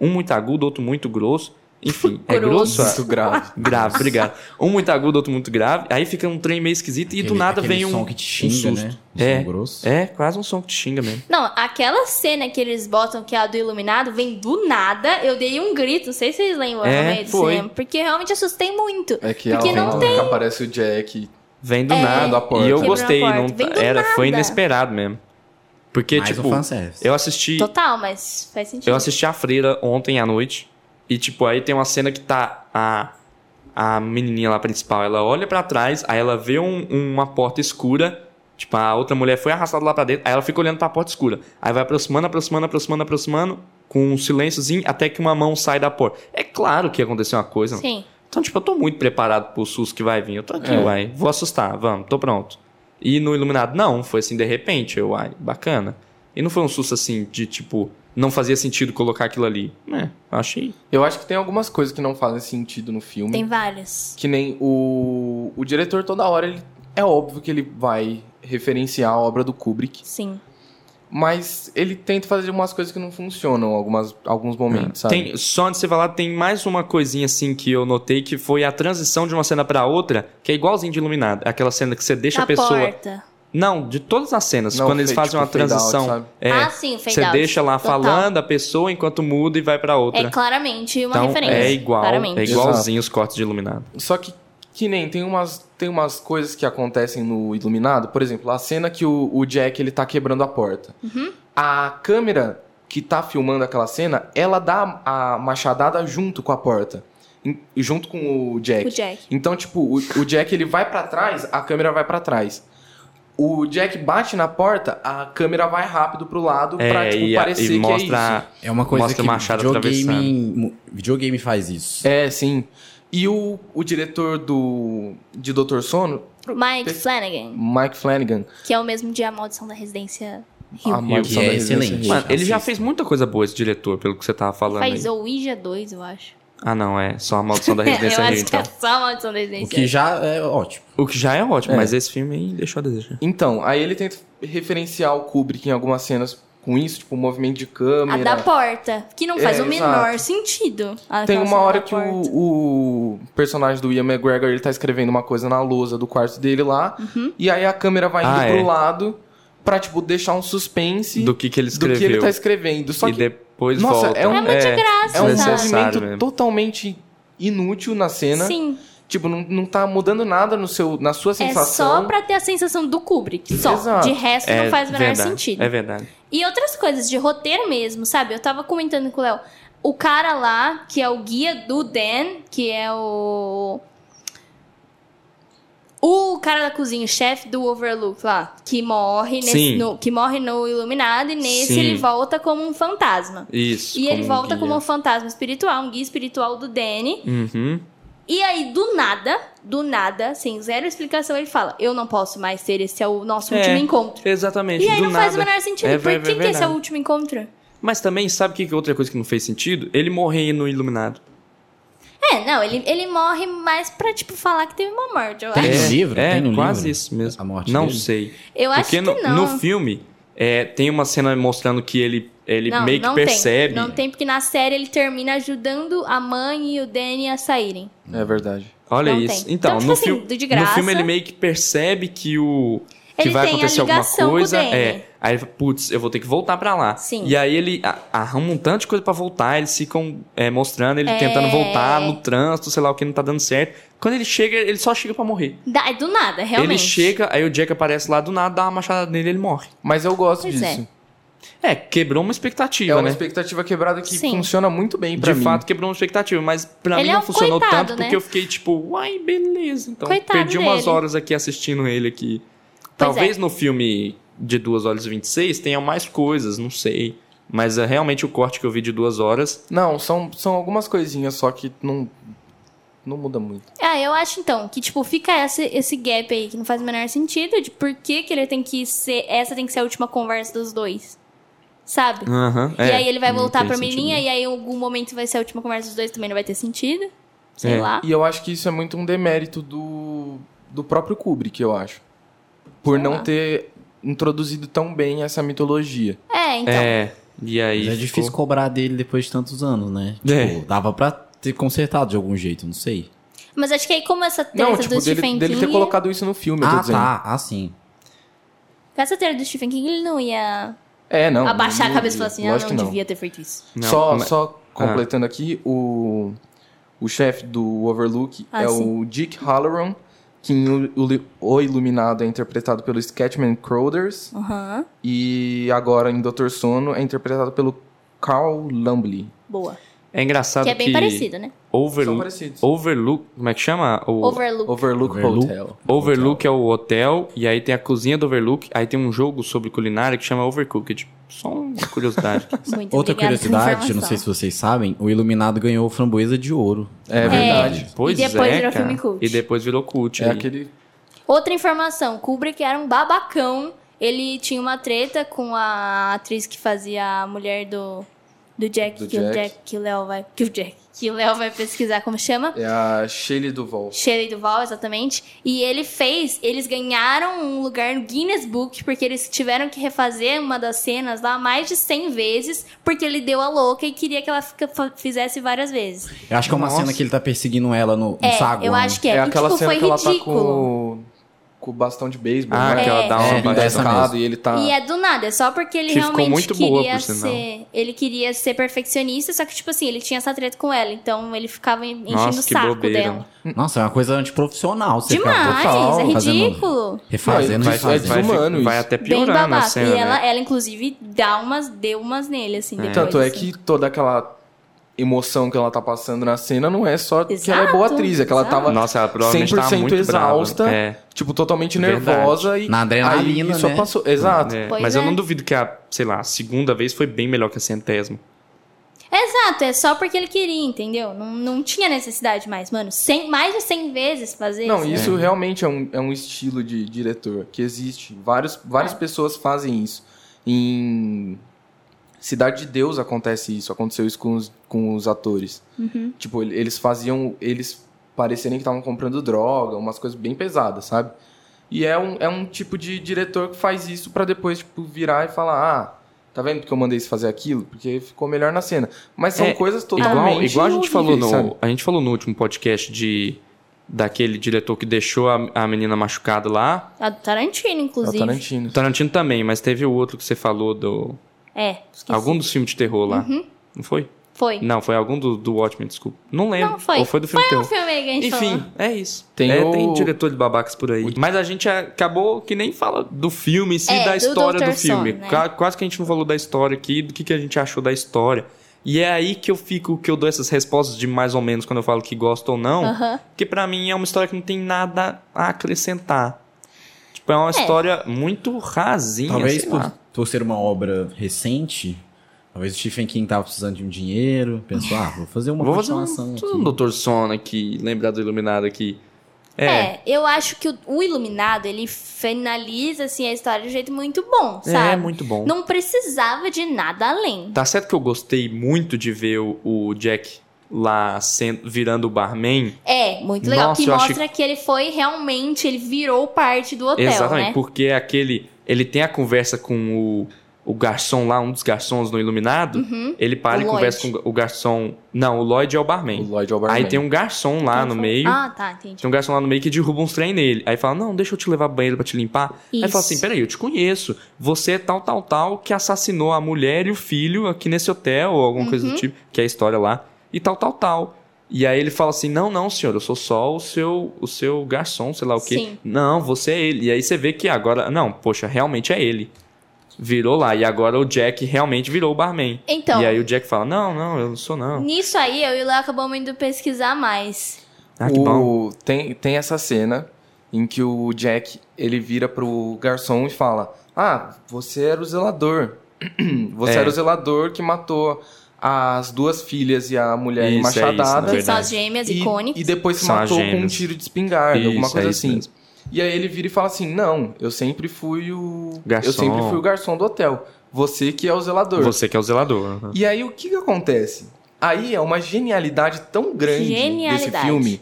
Speaker 5: Um muito agudo, outro muito grosso. Enfim, é
Speaker 4: Grosso.
Speaker 5: grosso?
Speaker 2: Muito grave.
Speaker 5: Grave, obrigado. Um muito agudo, outro muito grave. Aí fica um trem meio esquisito e do
Speaker 6: Aquele-
Speaker 5: nada
Speaker 6: aquele
Speaker 5: vem um,
Speaker 6: som que te
Speaker 5: um
Speaker 6: xinga,
Speaker 5: susto.
Speaker 6: né? Um
Speaker 5: É,
Speaker 6: som grosso.
Speaker 5: é, quase um som que te xinga mesmo.
Speaker 4: Não, aquela cena que eles botam, que é a do iluminado, vem do nada. Eu dei um grito, não sei se vocês lembram
Speaker 5: É,
Speaker 4: no meio do
Speaker 5: foi.
Speaker 4: cinema, porque eu realmente assustei muito.
Speaker 2: É que
Speaker 4: Porque
Speaker 2: ela
Speaker 4: não
Speaker 2: vem, aparece o Jack.
Speaker 5: Vem do
Speaker 4: É.
Speaker 5: nada.
Speaker 2: Da porta.
Speaker 5: E eu
Speaker 4: Quebrou a
Speaker 5: gostei.
Speaker 4: porta.
Speaker 5: Não,
Speaker 4: Vem do
Speaker 5: era, foi
Speaker 4: nada.
Speaker 5: inesperado mesmo. Porque,
Speaker 6: Mais
Speaker 5: tipo,
Speaker 6: um fanservice.
Speaker 5: eu assisti.
Speaker 4: Total, mas faz sentido.
Speaker 5: Eu assisti a Freira ontem à noite. E, tipo, aí tem uma cena que tá a, a menininha lá principal. Ela olha pra trás, aí ela vê um- uma porta escura. Tipo, a outra mulher foi arrastada lá pra dentro. Aí ela fica olhando pra porta escura. Aí vai aproximando, aproximando, aproximando, aproximando. Com um silênciozinho, até que uma mão sai da porta. É claro que aconteceu uma coisa. mano.
Speaker 4: Sim.
Speaker 5: Então, tipo, eu tô muito preparado pro susto que vai vir. Eu tô aqui,
Speaker 2: É.
Speaker 5: uai. Vou assustar, vamos, tô pronto. E no Iluminado, não. Foi assim, de repente, eu, uai, bacana. E não foi um susto assim, de tipo, não fazia sentido colocar aquilo ali. É, eu achei.
Speaker 2: Eu acho que tem algumas coisas que não fazem sentido no filme.
Speaker 4: Tem vários.
Speaker 2: Que nem o, o diretor toda hora, ele, é óbvio que ele vai referenciar a obra do Kubrick,
Speaker 4: Sim.
Speaker 2: mas ele tenta fazer umas coisas que não funcionam algumas, alguns momentos, É, sabe?
Speaker 5: Tem, só antes de você falar, tem mais uma coisinha assim que eu notei que foi a transição de uma cena pra outra, que é igualzinho de Iluminado. Aquela cena que você deixa
Speaker 4: Na
Speaker 5: a pessoa.
Speaker 4: porta.
Speaker 5: Não, de todas as cenas,
Speaker 2: Não,
Speaker 5: quando eles
Speaker 2: fe-
Speaker 5: fazem
Speaker 2: tipo,
Speaker 5: uma
Speaker 2: fade out,
Speaker 5: transição.
Speaker 2: sabe?
Speaker 5: é,
Speaker 4: ah, sim, o fade
Speaker 5: você
Speaker 4: out.
Speaker 5: deixa lá
Speaker 4: Total.
Speaker 5: falando a pessoa enquanto muda e vai pra outra.
Speaker 4: É claramente uma
Speaker 5: Então,
Speaker 4: referência.
Speaker 5: É igual,
Speaker 4: Claramente.
Speaker 5: é igualzinho os cortes de iluminado.
Speaker 2: Só que, que nem, tem umas, tem umas coisas que acontecem no Iluminado. Por exemplo, a cena que o, o Jack, ele tá quebrando a porta. A câmera que tá filmando aquela cena, ela dá a machadada junto com a porta. em- junto com o Jack.
Speaker 4: O Jack.
Speaker 2: Então, tipo, o, o Jack, ele vai pra trás, a câmera vai pra trás. O Jack bate na porta, a câmera vai rápido pro lado pra,
Speaker 5: é,
Speaker 2: tipo,
Speaker 5: e, a- e
Speaker 2: parecer que é isso.
Speaker 5: mostra.
Speaker 6: É uma coisa
Speaker 5: Mostra
Speaker 6: que
Speaker 5: o machado
Speaker 6: videogame,
Speaker 5: atravessando.
Speaker 6: mu- videogame faz isso.
Speaker 2: É, sim. E o, o diretor do de Doutor Sono,
Speaker 4: Mike
Speaker 2: Pe-
Speaker 4: Flanagan,
Speaker 2: Mike Flanagan,
Speaker 4: que é o mesmo de A Maldição da Residência
Speaker 2: a
Speaker 4: Rio.
Speaker 2: maldição
Speaker 6: Que é
Speaker 2: da Residência
Speaker 6: excelente.
Speaker 2: Hill.
Speaker 5: Mano, ele já
Speaker 6: Assista.
Speaker 5: fez muita coisa boa, esse diretor, pelo que você tava falando.
Speaker 4: Faz
Speaker 5: aí.
Speaker 4: Ouija 2, eu acho.
Speaker 5: Ah, não, é só a maldição da
Speaker 4: *laughs* eu
Speaker 5: residência Rio,
Speaker 4: acho que
Speaker 5: então.
Speaker 4: é só A Maldição da
Speaker 6: O
Speaker 4: Residência
Speaker 6: que já é ótimo.
Speaker 5: O que já é ótimo,
Speaker 2: É.
Speaker 5: mas esse filme aí deixou a desejar.
Speaker 2: Então, aí ele tenta referenciar o Kubrick em algumas cenas com isso, tipo, movimento de
Speaker 4: A
Speaker 2: câmera.
Speaker 4: da porta, que não faz
Speaker 2: É,
Speaker 4: o menor
Speaker 2: exato.
Speaker 4: sentido. Ah,
Speaker 2: Tem
Speaker 4: Aquela
Speaker 2: uma
Speaker 4: cena
Speaker 2: hora
Speaker 4: da
Speaker 2: que é
Speaker 4: porta.
Speaker 2: o, o personagem do Ian McGregor ele tá escrevendo uma coisa na lousa do quarto dele lá. E aí a câmera vai indo
Speaker 5: Ah,
Speaker 2: pro
Speaker 5: é.
Speaker 2: lado pra, tipo, deixar um suspense
Speaker 5: Do que, que ele
Speaker 2: do
Speaker 5: escreveu.
Speaker 2: que ele tá escrevendo. Só
Speaker 5: e
Speaker 2: que
Speaker 5: depois
Speaker 2: Nossa,
Speaker 5: volta.
Speaker 2: é um-
Speaker 4: É muito de graça,
Speaker 2: é um
Speaker 5: desnecessário
Speaker 2: movimento
Speaker 5: mesmo.
Speaker 2: totalmente inútil na cena.
Speaker 4: Sim,
Speaker 2: Tipo, não, não tá mudando nada no seu, na sua
Speaker 4: é só
Speaker 2: sensação.
Speaker 4: pra ter a sensação do Kubrick, só.
Speaker 2: Exato.
Speaker 4: De resto,
Speaker 5: É
Speaker 4: não faz o menor
Speaker 5: verdade,
Speaker 4: sentido.
Speaker 5: É verdade.
Speaker 4: E outras coisas de roteiro mesmo, sabe? Eu tava comentando com o Léo. o cara lá, que é o guia do Dan, que é o. O cara da cozinha, o chefe do Overlook lá, que morre, nesse,
Speaker 5: Sim.
Speaker 4: no, que morre no Iluminado, e nesse
Speaker 5: Sim.
Speaker 4: ele volta como um fantasma.
Speaker 5: Isso.
Speaker 4: E ele
Speaker 5: um
Speaker 4: volta
Speaker 5: guia.
Speaker 4: como um fantasma espiritual, um guia espiritual do Danny.
Speaker 5: Uhum.
Speaker 4: E aí, do nada, do nada, sem zero explicação, ele fala: Eu não posso mais ter, esse é o nosso
Speaker 5: É.
Speaker 4: último encontro.
Speaker 5: Exatamente.
Speaker 4: E aí
Speaker 5: do
Speaker 4: não
Speaker 5: nada.
Speaker 4: faz o menor sentido.
Speaker 5: É,
Speaker 4: Por
Speaker 5: vai-
Speaker 4: que,
Speaker 5: vai-
Speaker 4: que esse é o
Speaker 5: verdade.
Speaker 4: último encontro?
Speaker 5: Mas também, sabe o que que é outra coisa que não fez sentido? Ele morrer no Iluminado.
Speaker 4: É, não, ele, ele morre mais pra, tipo, falar que teve uma morte. Eu,
Speaker 6: Tem
Speaker 4: acho,
Speaker 6: no livro?
Speaker 5: É,
Speaker 6: Tem no
Speaker 5: quase
Speaker 6: livro?
Speaker 5: isso mesmo.
Speaker 6: A morte
Speaker 5: não
Speaker 6: dele?
Speaker 5: sei.
Speaker 4: eu acho
Speaker 5: Porque
Speaker 4: que
Speaker 5: no,
Speaker 4: não.
Speaker 5: no filme é, tem uma cena mostrando que ele, ele
Speaker 4: não,
Speaker 5: meio que
Speaker 4: não
Speaker 5: percebe.
Speaker 4: Tem. Não tem, porque na série ele termina ajudando a mãe e o Danny a saírem.
Speaker 2: É verdade.
Speaker 5: Olha
Speaker 4: Não
Speaker 5: isso.
Speaker 4: tem.
Speaker 5: Então,
Speaker 4: Então, tipo
Speaker 5: no,
Speaker 4: assim,
Speaker 5: filme,
Speaker 4: do de
Speaker 5: no
Speaker 4: graça.
Speaker 5: filme ele meio que percebe que o que
Speaker 4: Ele
Speaker 5: vai
Speaker 4: tem a
Speaker 5: acontecer alguma
Speaker 4: ligação com o
Speaker 5: coisa.
Speaker 4: Danny.
Speaker 5: É. Aí ele fala, putz, eu vou ter que voltar pra lá.
Speaker 4: Sim.
Speaker 5: E aí ele a- arruma um tanto de coisa pra voltar, eles ficam é, mostrando ele tentando voltar no trânsito, sei lá o que não tá dando certo. Quando ele chega, ele só chega pra morrer.
Speaker 4: Da, é do nada, realmente.
Speaker 5: Ele chega, aí o Jack aparece lá do nada, dá uma machada nele e ele morre.
Speaker 2: Mas eu gosto
Speaker 4: Pois
Speaker 2: disso.
Speaker 5: É, quebrou uma
Speaker 2: É,
Speaker 5: expectativa,
Speaker 2: uma
Speaker 5: né?
Speaker 2: expectativa quebrada que
Speaker 4: Sim.
Speaker 2: funciona muito bem pra
Speaker 5: de
Speaker 2: mim.
Speaker 5: fato quebrou uma expectativa, mas pra
Speaker 4: Ele
Speaker 5: mim
Speaker 4: é
Speaker 5: não
Speaker 4: um
Speaker 5: funcionou
Speaker 4: coitado,
Speaker 5: tanto
Speaker 4: né?
Speaker 5: porque eu fiquei tipo, uai, beleza. Então
Speaker 4: Coitado
Speaker 5: perdi umas
Speaker 4: dele.
Speaker 5: horas aqui assistindo ele aqui.
Speaker 4: Pois
Speaker 5: Talvez
Speaker 4: é.
Speaker 5: no filme de 2 horas e 26 tenha mais coisas, não sei. Mas é, realmente o corte que eu vi de duas horas.
Speaker 2: Não, são, são algumas coisinhas só que não, não muda muito.
Speaker 4: Ah, eu acho então que, tipo, fica esse, esse gap aí que não faz o menor sentido de por que, que ele tem que ser. Essa tem que ser a última conversa dos dois. Sabe?
Speaker 5: Aham,
Speaker 4: e
Speaker 5: é,
Speaker 4: aí ele vai
Speaker 5: não
Speaker 4: voltar
Speaker 5: tem
Speaker 4: pra
Speaker 5: sentido.
Speaker 4: menininha e aí em algum momento vai ser a última conversa dos dois também não vai ter sentido. Sei
Speaker 5: É.
Speaker 4: lá.
Speaker 2: E eu acho que isso é muito um demérito do, do próprio Kubrick, eu acho. Por
Speaker 4: Sei
Speaker 2: não
Speaker 4: lá.
Speaker 2: ter introduzido tão bem essa mitologia.
Speaker 4: É, então.
Speaker 5: É, e aí.
Speaker 6: Mas é
Speaker 5: ficou-
Speaker 6: difícil cobrar dele depois de tantos anos, né?
Speaker 5: É.
Speaker 6: Tipo, dava pra ter consertado de algum jeito, não sei.
Speaker 4: Mas acho que aí, como essa treta
Speaker 2: não, tipo, dele,
Speaker 4: do Stephen
Speaker 2: dele
Speaker 4: King.
Speaker 2: ter colocado isso no filme, eu tô
Speaker 6: Ah,
Speaker 2: dizendo.
Speaker 6: tá. Ah, sim.
Speaker 4: com essa treta do Stephen King, ele não ia
Speaker 2: É, não.
Speaker 4: abaixar
Speaker 2: não
Speaker 4: a cabeça
Speaker 2: devia,
Speaker 4: e falar assim, ah,
Speaker 2: lógico
Speaker 4: não,
Speaker 2: que
Speaker 4: devia ter feito isso.
Speaker 5: Não,
Speaker 2: só,
Speaker 5: mas- Ah.
Speaker 2: só completando aqui, o, o chefe do Overlook
Speaker 4: Ah,
Speaker 2: é
Speaker 4: sim.
Speaker 2: o Dick Halloran, que em o, Ilu- o Iluminado é interpretado pelo Sketchman Crowders
Speaker 4: Aham.
Speaker 2: e agora em Doutor Sono é interpretado pelo Carl Lumbly.
Speaker 4: Boa.
Speaker 5: É engraçado
Speaker 4: Que
Speaker 5: que.
Speaker 4: é bem parecido, né?
Speaker 2: São
Speaker 5: Overlook.
Speaker 2: parecidos.
Speaker 5: Overlook. Como é que chama? O,
Speaker 4: Overlook.
Speaker 2: Overlook,
Speaker 6: Overlook.
Speaker 2: Hotel.
Speaker 5: Overlook é o hotel, e aí tem a cozinha do Overlook, aí tem um jogo sobre culinária que chama Overcooked. Só uma curiosidade.
Speaker 4: Muito
Speaker 6: Outra
Speaker 4: obrigada pela
Speaker 6: curiosidade,
Speaker 4: informação.
Speaker 6: não sei se vocês sabem, o Iluminado ganhou framboesa de ouro.
Speaker 2: É verdade.
Speaker 5: pois
Speaker 4: E depois
Speaker 5: é,
Speaker 4: virou
Speaker 5: cara.
Speaker 4: filme cult.
Speaker 5: E depois virou cult.
Speaker 2: É,
Speaker 5: aí.
Speaker 2: aquele.
Speaker 4: Outra informação, Kubrick era um babacão. Ele tinha uma treta com a atriz que fazia a mulher do, do Jack,
Speaker 2: Do
Speaker 4: que o
Speaker 2: Jack.
Speaker 4: Jack, que o Léo vai, que o Jack, que o Léo vai pesquisar como chama.
Speaker 2: É a Shelley Duval.
Speaker 4: Shelley Duval, exatamente. E ele fez, eles ganharam um lugar no Guinness Book porque eles tiveram que refazer uma das cenas lá mais de 100 vezes, porque ele deu a louca e queria que ela fica- fa- fizesse várias vezes.
Speaker 6: Eu acho que é uma
Speaker 5: Nossa.
Speaker 6: cena que ele tá perseguindo ela no, no
Speaker 4: É,
Speaker 6: saguão.
Speaker 4: eu acho que é.
Speaker 2: É
Speaker 4: E,
Speaker 2: aquela
Speaker 4: tipo,
Speaker 2: cena
Speaker 4: foi
Speaker 2: que ela tá
Speaker 4: ridículo.
Speaker 2: com, com o bastão de beisebol.
Speaker 5: Ah,
Speaker 2: né?
Speaker 5: que ela dá uma
Speaker 6: É,
Speaker 2: subindo a
Speaker 6: essa
Speaker 2: escada
Speaker 6: mesmo.
Speaker 2: e ele tá.
Speaker 4: E é do nada, é só porque ele
Speaker 5: Que ficou
Speaker 4: realmente
Speaker 5: muito
Speaker 4: queria
Speaker 5: boa, por sinal.
Speaker 4: ser. Ele queria ser perfeccionista, só que, tipo assim, ele tinha essa treta com ela, então ele ficava en- enchendo
Speaker 5: Nossa,
Speaker 4: o
Speaker 5: que
Speaker 4: saco
Speaker 5: bobeira.
Speaker 4: dela.
Speaker 6: Nossa, é uma coisa antiprofissional. Você ficar
Speaker 4: Demais,
Speaker 2: total,
Speaker 4: é
Speaker 6: fazendo-
Speaker 4: ridículo.
Speaker 6: Refazendo,
Speaker 2: Não,
Speaker 5: vai,
Speaker 2: isso é
Speaker 5: vai,
Speaker 6: refazendo.
Speaker 5: vai,
Speaker 2: desumano
Speaker 5: vai
Speaker 2: isso.
Speaker 5: até
Speaker 4: Bem
Speaker 5: piorando a
Speaker 4: babaca.
Speaker 5: cena.
Speaker 4: e ela,
Speaker 5: né?
Speaker 4: ela, inclusive, dá umas, deu umas nele, assim, depois.
Speaker 2: Tanto é
Speaker 4: assim.
Speaker 2: que toda aquela emoção que ela tá passando na cena não é só que ela é boa
Speaker 4: Exato,
Speaker 2: atriz, é que ela
Speaker 4: exato.
Speaker 2: tava,
Speaker 5: Nossa, ela provavelmente tava
Speaker 2: 100%
Speaker 5: muito
Speaker 2: exausta.
Speaker 5: brava. É,
Speaker 2: tipo, totalmente
Speaker 5: Verdade.
Speaker 2: nervosa e.
Speaker 6: Na adrenalina,
Speaker 2: aí só
Speaker 6: né?
Speaker 2: passou. Exato.
Speaker 5: é.
Speaker 4: Pois
Speaker 5: Mas eu
Speaker 4: é.
Speaker 5: não duvido que a, sei lá, a segunda vez foi bem melhor que a centésima.
Speaker 4: Exato, é só porque ele queria, entendeu? Não, não tinha necessidade mais, mano. 100, mais de 100 vezes fazer
Speaker 2: Não,
Speaker 4: isso.
Speaker 2: isso realmente é um, é um estilo de diretor que existe. Vários,
Speaker 4: É.
Speaker 2: várias pessoas fazem isso. Em Cidade de Deus acontece isso. Aconteceu isso com os, com os atores.
Speaker 4: Uhum.
Speaker 2: Tipo, ele- eles faziam eles parecerem que estavam comprando droga, umas coisas bem pesadas, sabe? E é um, é um tipo de diretor que faz isso pra depois, tipo, virar e falar, ah, tá vendo porque eu mandei isso fazer aquilo? Porque ficou melhor na cena. Mas são
Speaker 5: É,
Speaker 2: coisas totalmente
Speaker 5: Igual, igual a gente falou
Speaker 2: horríveis, sabe? É
Speaker 5: no, a gente falou no último podcast de daquele diretor que deixou a, a menina machucada lá.
Speaker 4: A do Tarantino,
Speaker 2: É o
Speaker 4: inclusive.
Speaker 2: Tarantino.
Speaker 5: O Tarantino também, mas teve o outro que você falou do
Speaker 4: É, esqueci.
Speaker 5: algum dos filmes de terror lá.
Speaker 4: Uhum.
Speaker 5: Não foi?
Speaker 4: Foi.
Speaker 5: Não, foi algum do, do Watchmen, desculpa. Não lembro.
Speaker 4: Não, foi.
Speaker 5: Ou foi do filme de
Speaker 4: Foi um
Speaker 5: terror.
Speaker 4: filme aí que a gente falou.
Speaker 5: Enfim, é isso.
Speaker 2: Tem
Speaker 5: Tem, é,
Speaker 2: o-
Speaker 5: tem diretor de babacas por aí. Mas a gente acabou que nem fala do filme em si,
Speaker 4: É,
Speaker 5: da
Speaker 4: do
Speaker 5: história
Speaker 4: Dr.
Speaker 5: do filme.
Speaker 4: Sono, né?
Speaker 5: Qua- Quase que a gente não falou da história aqui, do que, que a gente achou da história. E é aí que eu fico, que eu dou essas respostas de mais ou menos quando eu falo que gosto ou não.
Speaker 4: Aham.
Speaker 5: Porque pra mim é uma história que não tem nada a acrescentar. Tipo, é uma história muito rasinha,
Speaker 6: Talvez
Speaker 5: sei
Speaker 6: por,
Speaker 5: lá.
Speaker 6: por ser uma obra recente, talvez o Stephen King tava precisando de um dinheiro, pensou, ah, vou fazer uma
Speaker 5: Vou fazer um,
Speaker 6: continuação aqui.
Speaker 5: um Dr. Sono aqui, lembrar do Iluminado aqui. É,
Speaker 4: É, eu acho que o, o Iluminado, ele finaliza, assim, a história de um jeito muito bom, sabe?
Speaker 5: é muito bom.
Speaker 4: Não precisava de nada além.
Speaker 5: Tá certo que eu gostei muito de ver o, o Jack lá sendo, virando o barman.
Speaker 4: É, muito legal.
Speaker 5: Nossa,
Speaker 4: que
Speaker 5: eu acho
Speaker 4: mostra que ele foi realmente, ele virou parte do hotel,
Speaker 5: Exatamente,
Speaker 4: né?
Speaker 5: porque é aquele. Ele tem a conversa com o, o garçom lá, um dos garçons no Iluminado. Ele para
Speaker 4: Uhum. O
Speaker 5: e
Speaker 4: Lloyd.
Speaker 5: conversa com o garçom. Não, o Lloyd é o barman.
Speaker 2: O Lloyd é o
Speaker 5: Aí
Speaker 2: barman.
Speaker 5: tem um garçom lá no meio.
Speaker 4: Ah, tá, entendi.
Speaker 5: Tem um garçom lá no meio que derruba uns trem nele. Aí fala, não, deixa eu te levar pro banheiro pra te limpar. Aí
Speaker 4: Isso.
Speaker 5: fala assim, peraí, eu te conheço. Você é tal, tal, tal, que assassinou a mulher e o filho aqui nesse hotel, ou alguma coisa
Speaker 4: Uhum.
Speaker 5: do tipo, que é a história lá. E tal, tal, tal. E aí ele fala assim, não, não, senhor, eu sou só o seu, o seu garçom, sei lá o quê.
Speaker 4: Sim.
Speaker 5: Não, você é ele. E aí você vê que agora, não, poxa, realmente é ele. Virou lá. E agora o Jack realmente virou o barman.
Speaker 4: Então,
Speaker 5: E aí um- o Jack fala, não, não, eu não sou não.
Speaker 4: nisso aí, eu e o Léo acabamos indo pesquisar mais.
Speaker 5: Ah, que
Speaker 2: o-
Speaker 5: bom.
Speaker 2: Tem, tem essa cena em que o Jack ele vira pro garçom e fala: Ah, você era o zelador. *clears throat* Você
Speaker 5: É.
Speaker 2: era o zelador que matou as duas filhas e a mulher
Speaker 5: Isso, é isso,
Speaker 2: machadada.
Speaker 5: né?
Speaker 4: Que são
Speaker 5: verdade.
Speaker 4: as gêmeas
Speaker 2: e,
Speaker 4: icônicas.
Speaker 2: e depois se
Speaker 5: São as
Speaker 2: matou com um
Speaker 5: gêmeas.
Speaker 2: tiro de espingarda, alguma
Speaker 5: Isso, é
Speaker 2: coisa
Speaker 5: isso
Speaker 2: assim.
Speaker 5: mesmo.
Speaker 2: E aí ele vira e fala assim: Não, eu sempre fui o.
Speaker 5: Garçom.
Speaker 2: Eu sempre fui o garçom do hotel. Você que é o zelador.
Speaker 5: Você que é o zelador. aham.
Speaker 2: E aí o que que acontece? Aí é uma genialidade tão grande
Speaker 4: Genialidade.
Speaker 2: desse filme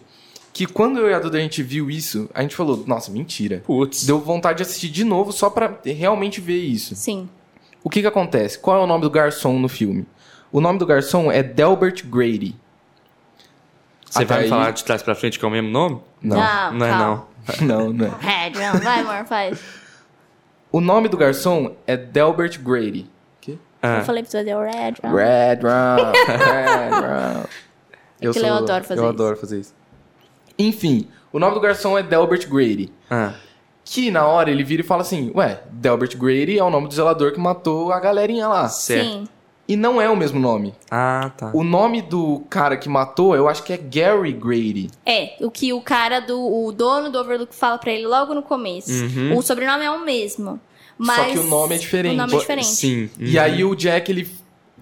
Speaker 2: que quando eu e a Duda a gente viu isso, a gente falou, nossa, mentira.
Speaker 5: Putz.
Speaker 2: Deu vontade de assistir de novo só pra realmente ver isso.
Speaker 4: Sim.
Speaker 2: O que que acontece? Qual é o nome do garçom no filme? O nome do garçom é Delbert Grady.
Speaker 5: Você
Speaker 2: Até
Speaker 5: vai me
Speaker 2: aí-
Speaker 5: falar de trás pra frente que é o mesmo nome?
Speaker 2: Não,
Speaker 4: Não,
Speaker 5: não é
Speaker 4: Ah, calma.
Speaker 2: *laughs*
Speaker 5: não.
Speaker 2: não, não. é.
Speaker 4: É, não, vai, amor, faz.
Speaker 2: O nome do garçom é Delbert Grady.
Speaker 5: *laughs* Ah,
Speaker 4: Eu falei pra você fazer o Red Room.
Speaker 2: Red Round, *laughs* Red Round.
Speaker 4: É que eu adoro fazer
Speaker 2: Eu
Speaker 4: isso.
Speaker 2: adoro fazer isso. Enfim, o nome do garçom é Delbert Grady.
Speaker 5: ah.
Speaker 2: Que na hora ele vira e fala assim: Ué, Delbert Grady é o nome do zelador que matou a galerinha lá.
Speaker 5: certo.
Speaker 4: Sim.
Speaker 2: E não é o mesmo nome.
Speaker 5: Ah, tá.
Speaker 2: O nome do cara que matou, eu acho que é Gary Grady.
Speaker 4: É, o que o cara do. O dono do Overlook fala pra ele logo no começo.
Speaker 5: Uhum.
Speaker 4: O sobrenome é o mesmo. Mas
Speaker 2: que o nome é diferente.
Speaker 4: O nome é
Speaker 5: Pô,
Speaker 4: diferente.
Speaker 5: Sim.
Speaker 2: E
Speaker 5: Uhum.
Speaker 2: aí o Jack ele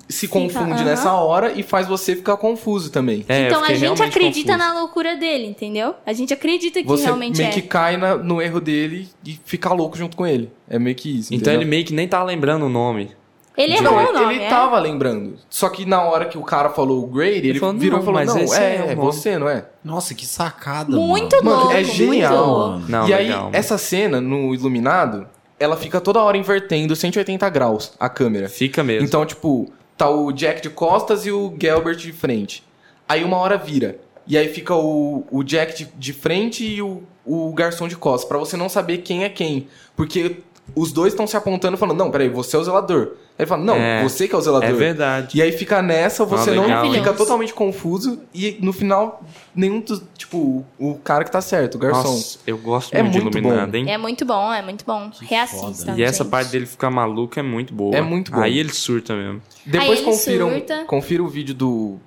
Speaker 2: se confunde
Speaker 4: aham.
Speaker 2: nessa hora e faz você ficar confuso também.
Speaker 5: É, eu
Speaker 4: então a
Speaker 5: fiquei
Speaker 4: gente
Speaker 5: realmente
Speaker 4: acredita
Speaker 5: confuso.
Speaker 4: na loucura dele, entendeu? A gente acredita que
Speaker 2: Você
Speaker 4: realmente
Speaker 2: meio
Speaker 4: é.
Speaker 2: que cai na- no erro dele e fica louco junto com ele. É meio que isso.
Speaker 5: Então
Speaker 2: entendeu?
Speaker 5: ele meio que nem tá lembrando o nome.
Speaker 4: Ele errou
Speaker 2: Não,
Speaker 4: o nome,
Speaker 2: ele
Speaker 4: é?
Speaker 2: tava lembrando. Só que na hora que o cara falou o Grady, ele,
Speaker 5: falou,
Speaker 2: virou
Speaker 5: "Não,
Speaker 2: e falou:
Speaker 5: mas
Speaker 2: Não,
Speaker 5: esse
Speaker 2: é,
Speaker 5: é o
Speaker 2: é
Speaker 5: nome."
Speaker 2: você, não é?
Speaker 6: Nossa, que sacada,
Speaker 4: Muito
Speaker 6: mano.
Speaker 2: Mano,
Speaker 4: louco,
Speaker 2: é
Speaker 4: muito
Speaker 2: genial.
Speaker 4: louco.
Speaker 5: Não,
Speaker 2: e aí,
Speaker 5: legal. mano.
Speaker 2: essa cena no Iluminado, ela fica toda hora invertendo 180 graus a câmera.
Speaker 5: Fica mesmo.
Speaker 2: Então, tipo, tá o Jack de costas e o Gelbert de frente. Aí uma hora vira. E aí fica o, o Jack de, de frente e o, o garçom de costas, pra você não saber quem é quem. Porque os dois estão se apontando falando, não, peraí, você é o zelador. Aí ele fala, não,
Speaker 5: É.
Speaker 2: você que é o zelador.
Speaker 5: é verdade.
Speaker 2: E aí fica nessa, você
Speaker 5: Ah,
Speaker 2: não
Speaker 5: legal,
Speaker 2: fica
Speaker 4: hein?
Speaker 2: totalmente confuso e no final nenhum dos, tipo, o o cara que tá certo, o garçom.
Speaker 5: Nossa, eu gosto
Speaker 2: É
Speaker 5: muito de
Speaker 2: muito
Speaker 5: iluminado,
Speaker 2: bom.
Speaker 5: hein?
Speaker 4: É muito bom, é muito bom. Reassistam,
Speaker 5: e essa
Speaker 4: É gente.
Speaker 5: parte dele ficar maluco é muito boa.
Speaker 2: É muito boa.
Speaker 5: Aí ele surta mesmo.
Speaker 2: Depois
Speaker 4: ele
Speaker 2: confiram,
Speaker 4: surta.
Speaker 2: confira o vídeo do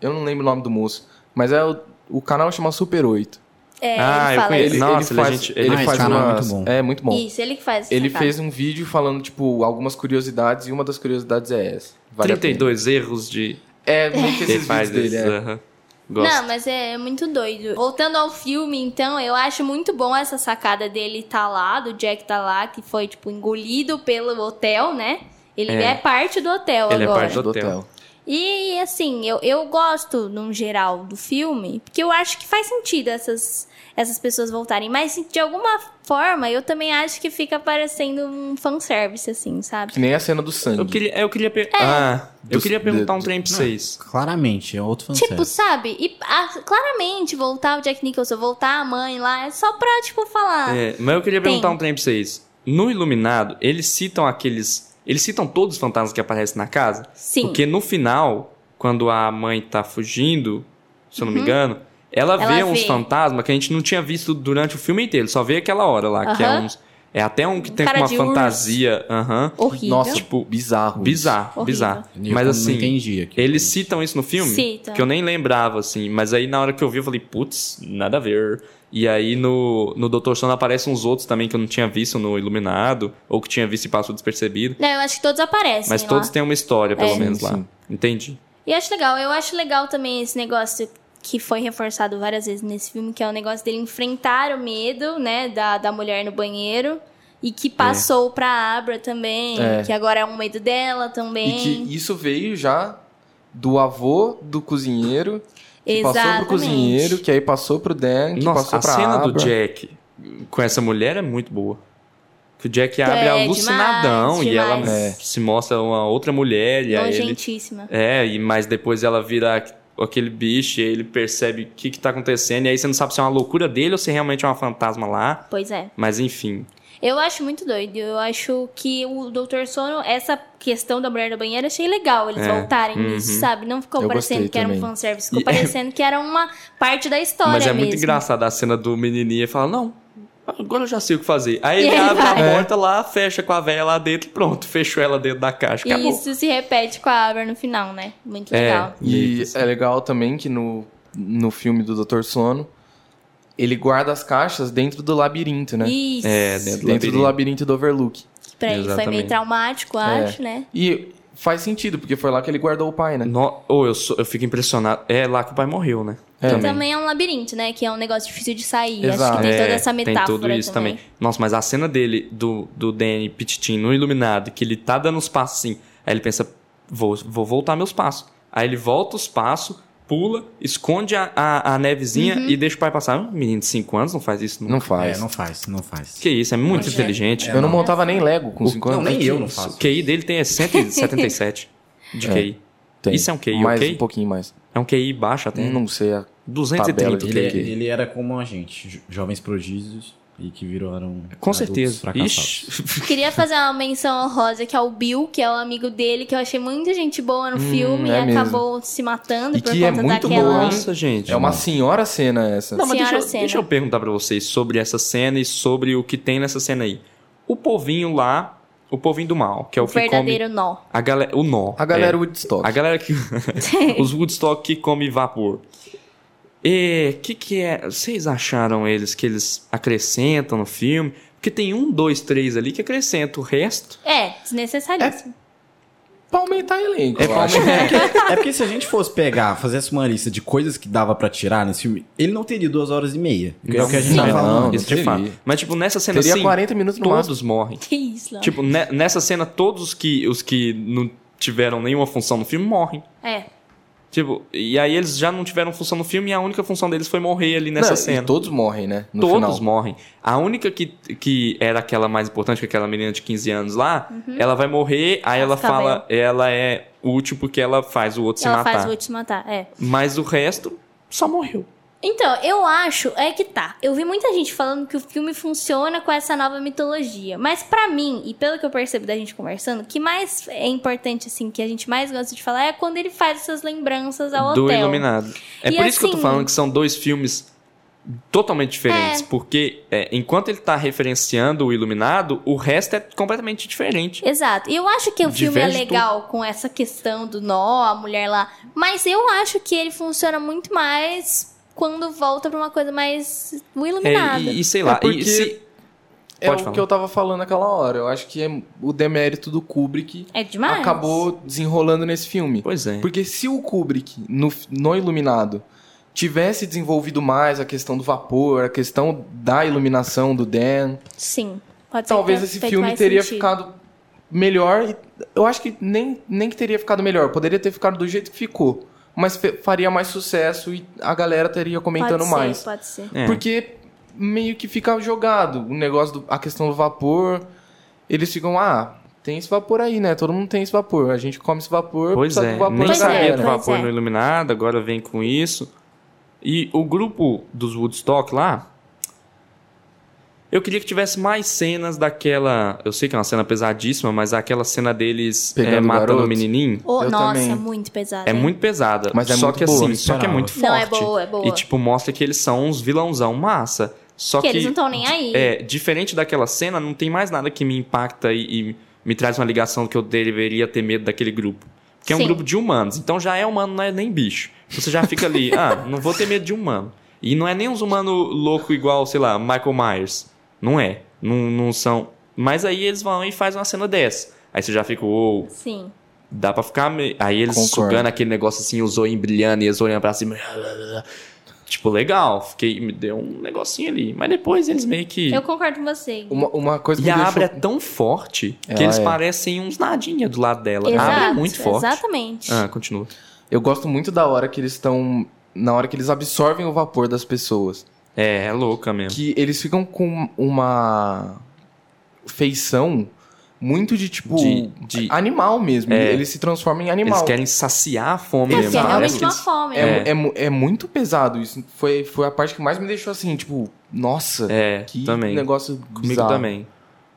Speaker 2: eu não lembro o nome do moço, mas é o, o canal chama Super 8.
Speaker 4: É, ele
Speaker 5: Ah, eu
Speaker 4: fala
Speaker 5: conheço.
Speaker 4: isso.
Speaker 5: Nossa, ele é gente- ele
Speaker 6: Ah, esse canal é muito bom.
Speaker 2: É muito bom.
Speaker 4: Isso, tá. ele que faz. essa
Speaker 2: Ele
Speaker 4: sacada.
Speaker 2: fez um vídeo falando tipo algumas curiosidades e uma das curiosidades é essa. Vale a pena.
Speaker 5: 32 erros de...
Speaker 2: É muito
Speaker 5: Ele
Speaker 2: esses
Speaker 5: faz
Speaker 2: vídeos dele,
Speaker 5: esses,
Speaker 2: é.
Speaker 5: aham. Gosto.
Speaker 4: Não, mas é muito doido. Voltando ao filme, então, eu acho muito bom essa sacada dele tá lá, do Jack tá lá, que foi, tipo, engolido pelo hotel, né? Ele é,
Speaker 5: É.
Speaker 4: parte do hotel
Speaker 5: Ele é
Speaker 4: agora.
Speaker 5: parte do-
Speaker 2: Do hotel.
Speaker 4: E, assim, eu, eu gosto, num geral, do filme, porque eu acho que faz sentido essas, essas pessoas voltarem. Mas, de alguma forma, eu também acho que fica parecendo um fanservice, assim, sabe?
Speaker 2: Que nem a cena do sangue.
Speaker 5: Eu queria, eu queria,
Speaker 4: É.
Speaker 5: per- ah, eu
Speaker 2: Dos-
Speaker 5: queria perguntar
Speaker 2: de-
Speaker 5: um trem pra vocês.
Speaker 6: Claramente, é outro fanservice.
Speaker 4: Tipo, sabe? E ah, claramente voltar o Jack Nicholson, voltar a mãe lá, é só pra, tipo, falar.
Speaker 5: É, mas eu queria
Speaker 4: Tem.
Speaker 5: perguntar um trem pra vocês. No Iluminado, eles citam aqueles. Eles citam todos os fantasmas que aparecem na casa.
Speaker 4: Sim.
Speaker 5: Porque no final, quando a mãe tá fugindo, se eu não me engano, ela,
Speaker 4: Uhum. Ela
Speaker 5: vê uns
Speaker 4: vê.
Speaker 5: fantasmas que a gente não tinha visto durante o filme inteiro. Só vê aquela hora lá, que é
Speaker 4: Aham.
Speaker 5: uns. É até um que tem
Speaker 4: cara
Speaker 5: uma
Speaker 4: de urso.
Speaker 5: fantasia. Aham.
Speaker 4: Horrível.
Speaker 2: Nossa, tipo, bizarro.
Speaker 5: Bizarro,
Speaker 4: Horrível.
Speaker 5: bizarro.
Speaker 6: Eu
Speaker 5: Mas
Speaker 6: não
Speaker 5: assim,
Speaker 6: entendi aqui.
Speaker 5: eles citam isso no filme?
Speaker 4: Cita.
Speaker 5: Que eu nem lembrava, assim. Mas aí na hora que eu vi, eu falei, putz, nada a ver. E aí no, no Doutor Sono aparecem uns outros também que eu não tinha visto no Iluminado, ou que tinha visto e passou despercebido.
Speaker 4: Não, eu acho que todos aparecem
Speaker 5: Mas
Speaker 4: lá.
Speaker 5: todos têm uma história, pelo
Speaker 4: É.
Speaker 5: menos,
Speaker 2: Sim,
Speaker 5: lá.
Speaker 2: sim.
Speaker 5: Entendi.
Speaker 4: E acho legal, eu acho legal também esse negócio que foi reforçado várias vezes nesse filme, que é o negócio dele enfrentar o medo, né, da, da mulher no banheiro. E que passou pra Abra também,
Speaker 2: É.
Speaker 4: que agora é um medo dela
Speaker 2: E
Speaker 4: também.
Speaker 2: que isso veio já do avô do cozinheiro, que passou pro
Speaker 4: Exatamente.
Speaker 2: cozinheiro, que aí passou pro Dan, que
Speaker 5: Nossa,
Speaker 2: passou
Speaker 5: a
Speaker 2: pra
Speaker 5: cena do
Speaker 2: Abra.
Speaker 5: Jack com essa mulher é muito boa. Que o Jack abre
Speaker 4: É,
Speaker 5: alucinadão
Speaker 4: demais,
Speaker 5: e ela
Speaker 4: demais.
Speaker 2: É.
Speaker 5: se mostra uma outra mulher e aí ele
Speaker 4: Nojentíssima.
Speaker 5: É, e mas depois ela vira aquele bicho e aí ele percebe o que, que tá acontecendo. E aí você não sabe se é uma loucura dele ou se realmente é uma fantasma lá.
Speaker 4: Pois é.
Speaker 5: Mas enfim.
Speaker 4: Eu acho muito doido. Eu acho que o Doutor Sono, essa questão da mulher da banheira, achei legal eles
Speaker 5: É,
Speaker 4: voltarem
Speaker 5: uhum.
Speaker 4: nisso, sabe? Não ficou
Speaker 2: Eu
Speaker 4: parecendo
Speaker 2: gostei
Speaker 4: que era um
Speaker 2: também.
Speaker 4: fanservice, ficou
Speaker 5: E- é
Speaker 4: parecendo que era uma parte da história
Speaker 5: mas é
Speaker 4: mesmo.
Speaker 5: muito engraçado a cena do menininho e fala: Não, agora eu já sei o que fazer. Aí
Speaker 4: *laughs*
Speaker 5: ele
Speaker 4: E aí
Speaker 5: abre
Speaker 4: vai.
Speaker 5: a porta lá, fecha com a velha lá dentro, pronto, fechou ela dentro da caixa.
Speaker 4: E
Speaker 5: Acabou.
Speaker 4: isso se repete com a Abra no final, né? Muito
Speaker 5: É.
Speaker 4: legal.
Speaker 2: E
Speaker 5: Isso.
Speaker 2: é legal também que no, no filme do Dr. Sono, ele guarda as caixas dentro do labirinto, né?
Speaker 4: Isso.
Speaker 5: É, dentro,
Speaker 2: dentro do
Speaker 5: labirinto.
Speaker 2: labirinto do Overlook.
Speaker 4: Que pra ele foi meio
Speaker 5: Exatamente.
Speaker 4: traumático, eu
Speaker 2: É.
Speaker 4: acho, né?
Speaker 2: E faz sentido, porque foi lá que ele guardou o pai, né?
Speaker 5: No- Ô, eu, sou- eu fico impressionado. É lá que o pai morreu, né?
Speaker 2: É.
Speaker 4: Que também é um labirinto, né? Que é um negócio difícil de sair. Acho
Speaker 2: Exato.
Speaker 4: que tem toda
Speaker 5: É,
Speaker 4: essa metáfora
Speaker 5: Tem tudo isso também. Nossa, mas a cena dele, do, do Danny Pititin no Iluminado, que ele tá dando os passos assim, aí ele pensa, vou, vou voltar meus passos. Aí ele volta os passos, pula, esconde a, a, a nevezinha
Speaker 4: Uhum.
Speaker 5: e deixa o pai passar. Um menino de 5 anos não faz isso.
Speaker 2: Não faz.
Speaker 6: É, não faz, não faz.
Speaker 5: Que isso, é muito
Speaker 4: Pois é.
Speaker 5: inteligente.
Speaker 2: Eu não montava nem Lego com 5
Speaker 6: Não,
Speaker 2: anos.
Speaker 6: nem
Speaker 2: Que
Speaker 6: eu não
Speaker 2: isso?
Speaker 5: O
Speaker 6: faço.
Speaker 5: QI
Speaker 4: *laughs*
Speaker 5: dele tem é 177 de
Speaker 2: É.
Speaker 5: QI.
Speaker 2: Tem.
Speaker 5: Isso é um QI,
Speaker 2: Mais
Speaker 5: ok?
Speaker 2: um pouquinho mais.
Speaker 5: É um QI baixo até.
Speaker 2: Não sei. É a-
Speaker 5: 230
Speaker 2: Hum. Tabela de
Speaker 5: QI.
Speaker 6: Ele, é,
Speaker 2: que-
Speaker 6: ele era como a gente, jo- jovens prodígios e que viraram
Speaker 5: Com
Speaker 6: adultos
Speaker 5: certeza.
Speaker 6: fracassados.
Speaker 5: Ixi,
Speaker 4: Queria fazer uma menção honrosa que é o Bill, que é o amigo dele, que eu achei muita gente boa no
Speaker 2: Hum,
Speaker 4: filme
Speaker 2: é
Speaker 4: e
Speaker 2: mesmo.
Speaker 4: acabou se matando
Speaker 2: E
Speaker 4: por
Speaker 2: que
Speaker 4: conta
Speaker 2: é muito
Speaker 4: daquela.
Speaker 2: boa, hein?
Speaker 5: Nossa, gente.
Speaker 2: É uma senhora cena essa.
Speaker 5: Não, mas
Speaker 4: Senhora
Speaker 5: deixa eu,
Speaker 4: cena.
Speaker 5: deixa eu perguntar pra vocês sobre essa cena e sobre o que tem nessa cena aí. O povinho lá, o povinho do mal, que é o,
Speaker 4: o
Speaker 5: que come
Speaker 4: verdadeiro nó.
Speaker 5: a galera, o nó.
Speaker 2: A galera
Speaker 5: é.
Speaker 2: Woodstock.
Speaker 5: a
Speaker 4: *laughs*
Speaker 5: galera que os Woodstock que come vapor. E que que é? Vocês acharam eles que eles acrescentam no filme? Porque tem um, dois, três ali que acrescenta o resto.
Speaker 4: É, desnecessaríssimo.
Speaker 2: Pra aumentar elenco.
Speaker 5: É
Speaker 2: eu
Speaker 5: pra
Speaker 2: acho.
Speaker 5: aumentar.
Speaker 6: É porque se a gente fosse pegar, fizesse uma lista de coisas que dava pra tirar nesse filme, ele não teria duas horas e meia. É o que a gente
Speaker 2: Não,
Speaker 6: tá falando.
Speaker 5: isso de
Speaker 2: teria.
Speaker 5: fato. Mas tipo nessa cena
Speaker 2: Teria
Speaker 5: assim,
Speaker 2: 40 minutos no máximo.
Speaker 5: todos
Speaker 4: *laughs*
Speaker 5: morrem.
Speaker 4: Que isso, Léo.
Speaker 5: Tipo, ne- nessa cena todos os que os que não tiveram nenhuma função no filme morrem.
Speaker 4: É.
Speaker 5: Tipo, e aí eles já não tiveram função no filme e a única função deles foi morrer ali nessa
Speaker 2: Não, e
Speaker 5: cena.
Speaker 2: todos morrem, né? No
Speaker 5: Todos
Speaker 2: final.
Speaker 5: morrem. A única que, que era aquela mais importante, que é aquela menina de 15 anos lá,
Speaker 4: Uhum.
Speaker 5: ela vai morrer, aí
Speaker 4: Ela
Speaker 5: ela
Speaker 4: fica
Speaker 5: fala, ela é útil porque ela faz o outro se
Speaker 4: Ela
Speaker 5: matar.
Speaker 4: faz o último matar, é.
Speaker 5: Mas o resto só morreu.
Speaker 4: Então, eu acho, é que tá. Eu vi muita gente falando que o filme funciona com essa nova mitologia. Mas pra mim, e pelo que eu percebo da gente conversando, o que mais é importante, assim, que a gente mais gosta de falar é quando ele faz essas lembranças ao
Speaker 5: do
Speaker 4: Tá hotel.
Speaker 5: Iluminado. É
Speaker 4: E
Speaker 5: por isso que eu tô
Speaker 4: assim-
Speaker 5: falando que são dois filmes totalmente diferentes.
Speaker 4: É.
Speaker 5: Porque é, enquanto ele tá referenciando o Iluminado, o resto é completamente diferente.
Speaker 4: Exato. E eu acho que o filme é
Speaker 5: Diverge
Speaker 4: legal com essa questão do nó, a mulher lá. Mas eu acho que ele funciona muito mais quando volta pra uma coisa mais
Speaker 5: É,
Speaker 4: iluminada.
Speaker 5: e, e sei lá,
Speaker 2: É porque-
Speaker 5: e se-
Speaker 2: É
Speaker 5: Pode
Speaker 2: o
Speaker 5: falar.
Speaker 2: que eu tava falando naquela hora. Eu acho que é o demérito do Kubrick
Speaker 4: É demais.
Speaker 2: acabou desenrolando nesse filme.
Speaker 5: Pois é.
Speaker 2: Porque se o Kubrick, no, no Iluminado, tivesse desenvolvido mais a questão do vapor, a questão da iluminação do Dan,
Speaker 4: Sim. Pode ser
Speaker 2: talvez
Speaker 4: que tenha
Speaker 2: esse
Speaker 4: feito
Speaker 2: filme
Speaker 4: mais
Speaker 2: teria
Speaker 4: sentido.
Speaker 2: ficado melhor. e Eu acho que nem, nem que teria ficado melhor. Poderia ter ficado do jeito que ficou. Mas fe- faria mais sucesso e a galera teria comentando
Speaker 4: pode ser,
Speaker 2: mais.
Speaker 4: Pode ser.
Speaker 5: É.
Speaker 2: Porque meio que fica jogado o negócio, do, a questão do vapor. Eles ficam, ah, tem esse vapor aí, né? Todo mundo tem esse vapor. A gente come esse vapor,
Speaker 5: Pois
Speaker 2: precisa
Speaker 5: é,
Speaker 2: do vapor
Speaker 5: nem
Speaker 2: da
Speaker 4: Pois é,
Speaker 5: sabia
Speaker 2: galera.
Speaker 5: do
Speaker 4: pois
Speaker 5: vapor
Speaker 4: é.
Speaker 5: no Iluminado, agora vem com isso. E o grupo dos Woodstock lá, eu queria que tivesse mais cenas daquela, eu sei que é uma cena pesadíssima, mas aquela cena deles é,
Speaker 2: Pegando o
Speaker 5: matando o
Speaker 2: garoto.
Speaker 5: meninoinho
Speaker 4: Oh,
Speaker 2: Eu
Speaker 4: nossa,
Speaker 2: também.
Speaker 4: é muito pesado.
Speaker 5: é
Speaker 4: hein?
Speaker 5: muito pesada,
Speaker 2: Mas é
Speaker 5: só
Speaker 2: muito
Speaker 5: que
Speaker 2: boa,
Speaker 5: assim, só que é muito forte.
Speaker 4: Não, é boa, é boa.
Speaker 5: E tipo mostra que eles são uns vilãozão massa. Só
Speaker 4: que
Speaker 5: que,
Speaker 4: eles não estão nem aí.
Speaker 5: é, diferente daquela cena, não tem mais nada que me impacta e, e me traz uma ligação que eu deveria ter medo daquele grupo. Porque é
Speaker 4: Sim.
Speaker 5: um grupo de humanos, então já é humano, não é nem bicho. Você já fica ali, *laughs* ah, não vou ter medo de humano. E não é nem uns humanos louco igual, sei lá, Michael Myers. Não é. Não, não são. Mas aí eles vão e fazem uma cena dessa. Aí você já fica, uou,
Speaker 4: Sim.
Speaker 5: Dá pra ficar. me- Aí eles
Speaker 2: Concordo.
Speaker 5: sugando aquele negócio assim, os olhos brilhando e eles olhando pra cima. Tipo, legal. Fiquei, me deu um negocinho ali. Mas depois eles meio que.
Speaker 4: Eu concordo com você.
Speaker 2: Uma, uma coisa que me
Speaker 5: E a
Speaker 2: deixou...
Speaker 5: abra é tão forte que
Speaker 2: Ela
Speaker 5: eles
Speaker 2: é.
Speaker 5: parecem uns nadinha do lado dela. A abra é
Speaker 4: Exato,
Speaker 5: muito forte.
Speaker 4: Exatamente.
Speaker 5: Ah, continua.
Speaker 2: Eu gosto muito da hora que eles estão. Na hora que eles absorvem o vapor das pessoas.
Speaker 5: É, é louca mesmo.
Speaker 2: Que eles ficam com uma feição muito de tipo.
Speaker 5: De- de-
Speaker 2: Animal mesmo.
Speaker 5: É.
Speaker 2: Eles se transformam em animal.
Speaker 5: Eles querem saciar a fome
Speaker 4: Porque
Speaker 5: mesmo.
Speaker 4: é
Speaker 5: Parece
Speaker 4: realmente
Speaker 5: que
Speaker 4: uma
Speaker 5: eles-
Speaker 4: fome.
Speaker 2: É, é mu- é muito pesado isso. Foi, foi a parte que mais me deixou assim, tipo, nossa,
Speaker 5: É,
Speaker 2: que
Speaker 5: também.
Speaker 2: negócio
Speaker 5: Comigo
Speaker 2: bizarro.
Speaker 5: também.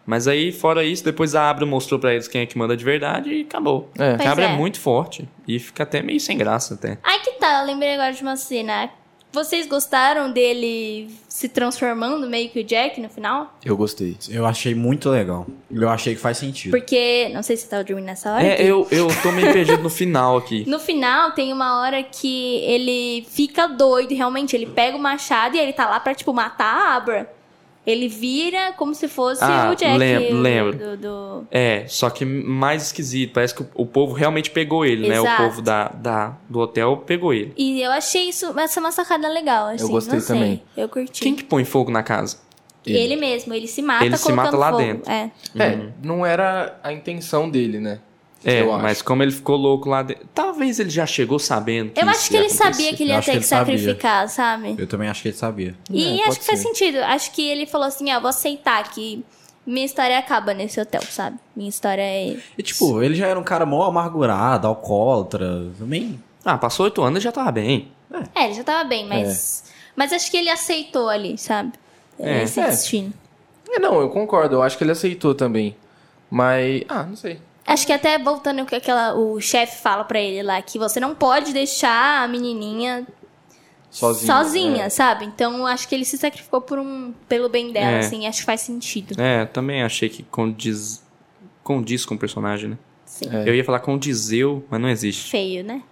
Speaker 5: Mas aí, fora isso, depois a Abra mostrou pra eles quem é que manda de verdade e acabou.
Speaker 2: É.
Speaker 4: Pois
Speaker 5: a Abra
Speaker 4: é.
Speaker 5: é muito forte. E fica até meio sem graça até.
Speaker 4: Aí que tá, eu lembrei agora de uma cena. Vocês gostaram dele se transformando meio que o Jack no final?
Speaker 2: Eu gostei.
Speaker 6: Eu achei muito legal. Eu achei que faz sentido.
Speaker 4: Porque, não sei se você tava dormindo nessa hora.
Speaker 5: É, eu, eu
Speaker 4: *laughs*
Speaker 5: tô meio perdido no final aqui.
Speaker 4: No final, tem uma hora que ele fica doido, realmente. Ele pega o machado e ele tá lá pra, tipo, matar a Abra. Ele vira como se fosse
Speaker 5: Ah,
Speaker 4: o Jack.
Speaker 5: lem-
Speaker 4: do-
Speaker 5: lembro.
Speaker 4: do- do-
Speaker 5: É, só que mais esquisito. Parece que o, o povo realmente pegou ele, né? O
Speaker 4: Exato.
Speaker 5: povo da, da, do hotel pegou ele.
Speaker 4: E eu achei isso, essa é uma sacada legal, assim.
Speaker 2: gostei
Speaker 4: não sei,
Speaker 2: também.
Speaker 4: Eu curti.
Speaker 5: Quem que põe fogo na casa?
Speaker 4: Ele. mesmo, ele se mata
Speaker 5: Ele se
Speaker 4: colocando
Speaker 5: mata lá
Speaker 4: fogo.
Speaker 5: dentro.
Speaker 4: É.
Speaker 2: É, não era a intenção dele, né?
Speaker 5: Uhum. É,
Speaker 2: Eu acho.
Speaker 5: mas como ele ficou louco lá dentro. Talvez ele já chegou sabendo.
Speaker 4: Eu acho
Speaker 5: isso
Speaker 4: que
Speaker 5: ia
Speaker 4: ele sabia
Speaker 5: acontecer.
Speaker 4: que ele
Speaker 6: Eu
Speaker 4: ia
Speaker 6: acho
Speaker 4: ter que,
Speaker 6: que ele sabia.
Speaker 4: sacrificar, sabe?
Speaker 6: Eu também acho que ele sabia.
Speaker 4: E
Speaker 2: É,
Speaker 4: acho
Speaker 2: pode
Speaker 4: que faz
Speaker 2: ser.
Speaker 4: sentido. Acho que ele falou assim, ó, vou aceitar que minha história acaba nesse hotel, sabe? Minha história é...
Speaker 6: E tipo, ele já era um cara mó amargurado, alcoólatra, também.
Speaker 5: Ah, passou oito anos e já tava bem.
Speaker 4: É, ele já tava bem, mas... Mas acho que ele aceitou ali, sabe?
Speaker 5: É.
Speaker 4: Esse
Speaker 2: É.
Speaker 4: destino.
Speaker 2: É, não, eu concordo. Eu acho que ele aceitou também. Mas. Ah, não sei.
Speaker 4: Acho que até voltando o que aquela, o chefe fala pra ele lá, que você não pode deixar a menininha
Speaker 2: Sozinho. É.
Speaker 4: sozinha, sabe? Então acho que ele se sacrificou por um, pelo bem dela,
Speaker 5: É.
Speaker 4: assim, acho que faz sentido.
Speaker 5: É, também achei que condiz, condiz com o personagem, né?
Speaker 4: Sim.
Speaker 2: É.
Speaker 5: Eu ia falar condizeu, mas não existe.
Speaker 4: Feio, né?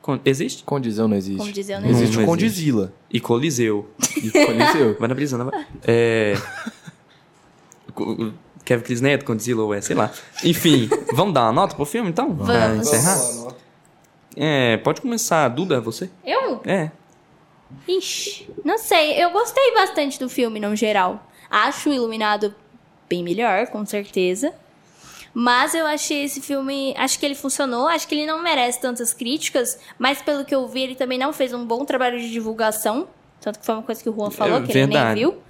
Speaker 5: Con- Existe?
Speaker 2: Condizão não existe.
Speaker 4: Como dizer, né?
Speaker 5: Hum.
Speaker 2: Existe
Speaker 5: Não
Speaker 2: o
Speaker 5: existe.
Speaker 2: Condizila.
Speaker 5: E coliseu.
Speaker 2: E Coliseu.
Speaker 5: Vai na
Speaker 4: *laughs*
Speaker 5: brisa, não vai? É. o- o Kevin Chris Neto, Godzilla, ou é, sei lá.
Speaker 4: *laughs*
Speaker 5: Enfim, vamos dar uma nota pro filme então? Vamos.
Speaker 4: Vamos.
Speaker 5: encerrar? É, pode começar, Duda, você?
Speaker 4: Eu?
Speaker 5: É.
Speaker 4: Ixi, não sei. Eu gostei bastante do filme, no geral. Acho o Iluminado bem melhor, com certeza. Mas eu achei esse filme. Acho que ele funcionou. Acho que ele não merece tantas críticas. Mas pelo que eu vi, ele também não fez um bom trabalho de divulgação. Tanto que foi uma coisa que o Juan falou,
Speaker 5: É
Speaker 4: que
Speaker 5: verdade.
Speaker 4: ele nem viu.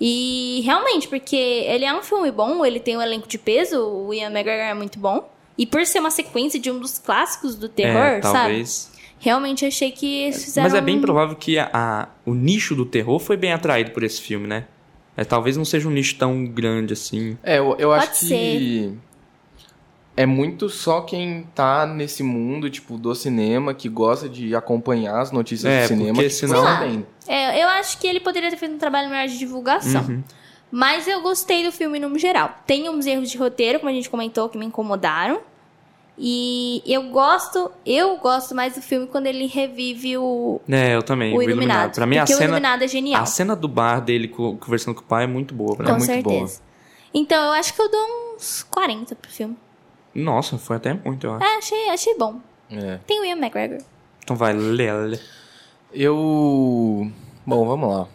Speaker 4: E realmente, porque ele é um filme bom, ele tem um elenco de peso, o Ian McGregor é muito bom. E por ser uma sequência de um dos clássicos do terror,
Speaker 5: é,
Speaker 4: sabe?
Speaker 5: talvez.
Speaker 4: Realmente achei que eles fizeram.
Speaker 5: Mas é bem
Speaker 4: um-
Speaker 5: provável que a, a- o nicho do terror foi bem atraído por esse filme, né? É, talvez não seja um nicho tão grande assim.
Speaker 2: *laughs* É, eu, eu acho
Speaker 4: Pode
Speaker 2: que.
Speaker 4: ser.
Speaker 2: É muito só quem tá nesse mundo, tipo, do cinema, que gosta de acompanhar as notícias
Speaker 5: É,
Speaker 2: do cinema.
Speaker 5: porque
Speaker 2: que
Speaker 5: senão-
Speaker 2: não tem.
Speaker 4: É, eu acho que ele poderia ter feito um trabalho melhor de divulgação.
Speaker 5: Uhum.
Speaker 4: Mas eu gostei do filme no geral. Tem uns erros de roteiro, como a gente comentou, que me incomodaram. E eu gosto, eu gosto mais do filme quando ele revive o,
Speaker 5: É, eu
Speaker 4: o
Speaker 5: também.
Speaker 4: Iluminado.
Speaker 5: Pra mim, a
Speaker 4: porque o
Speaker 5: cena,
Speaker 4: Iluminado é genial.
Speaker 5: a cena do bar dele co- conversando com o pai é muito boa. Pra
Speaker 4: com
Speaker 5: mim.
Speaker 2: muito
Speaker 4: certeza. Então eu acho que eu dou uns 40 pro filme.
Speaker 5: Nossa, foi até muito, eu acho.
Speaker 4: É, achei, achei bom.
Speaker 2: É.
Speaker 4: Tem o Ian McGregor.
Speaker 5: Então vai, Lele.
Speaker 2: Eu. Bom, vamos lá.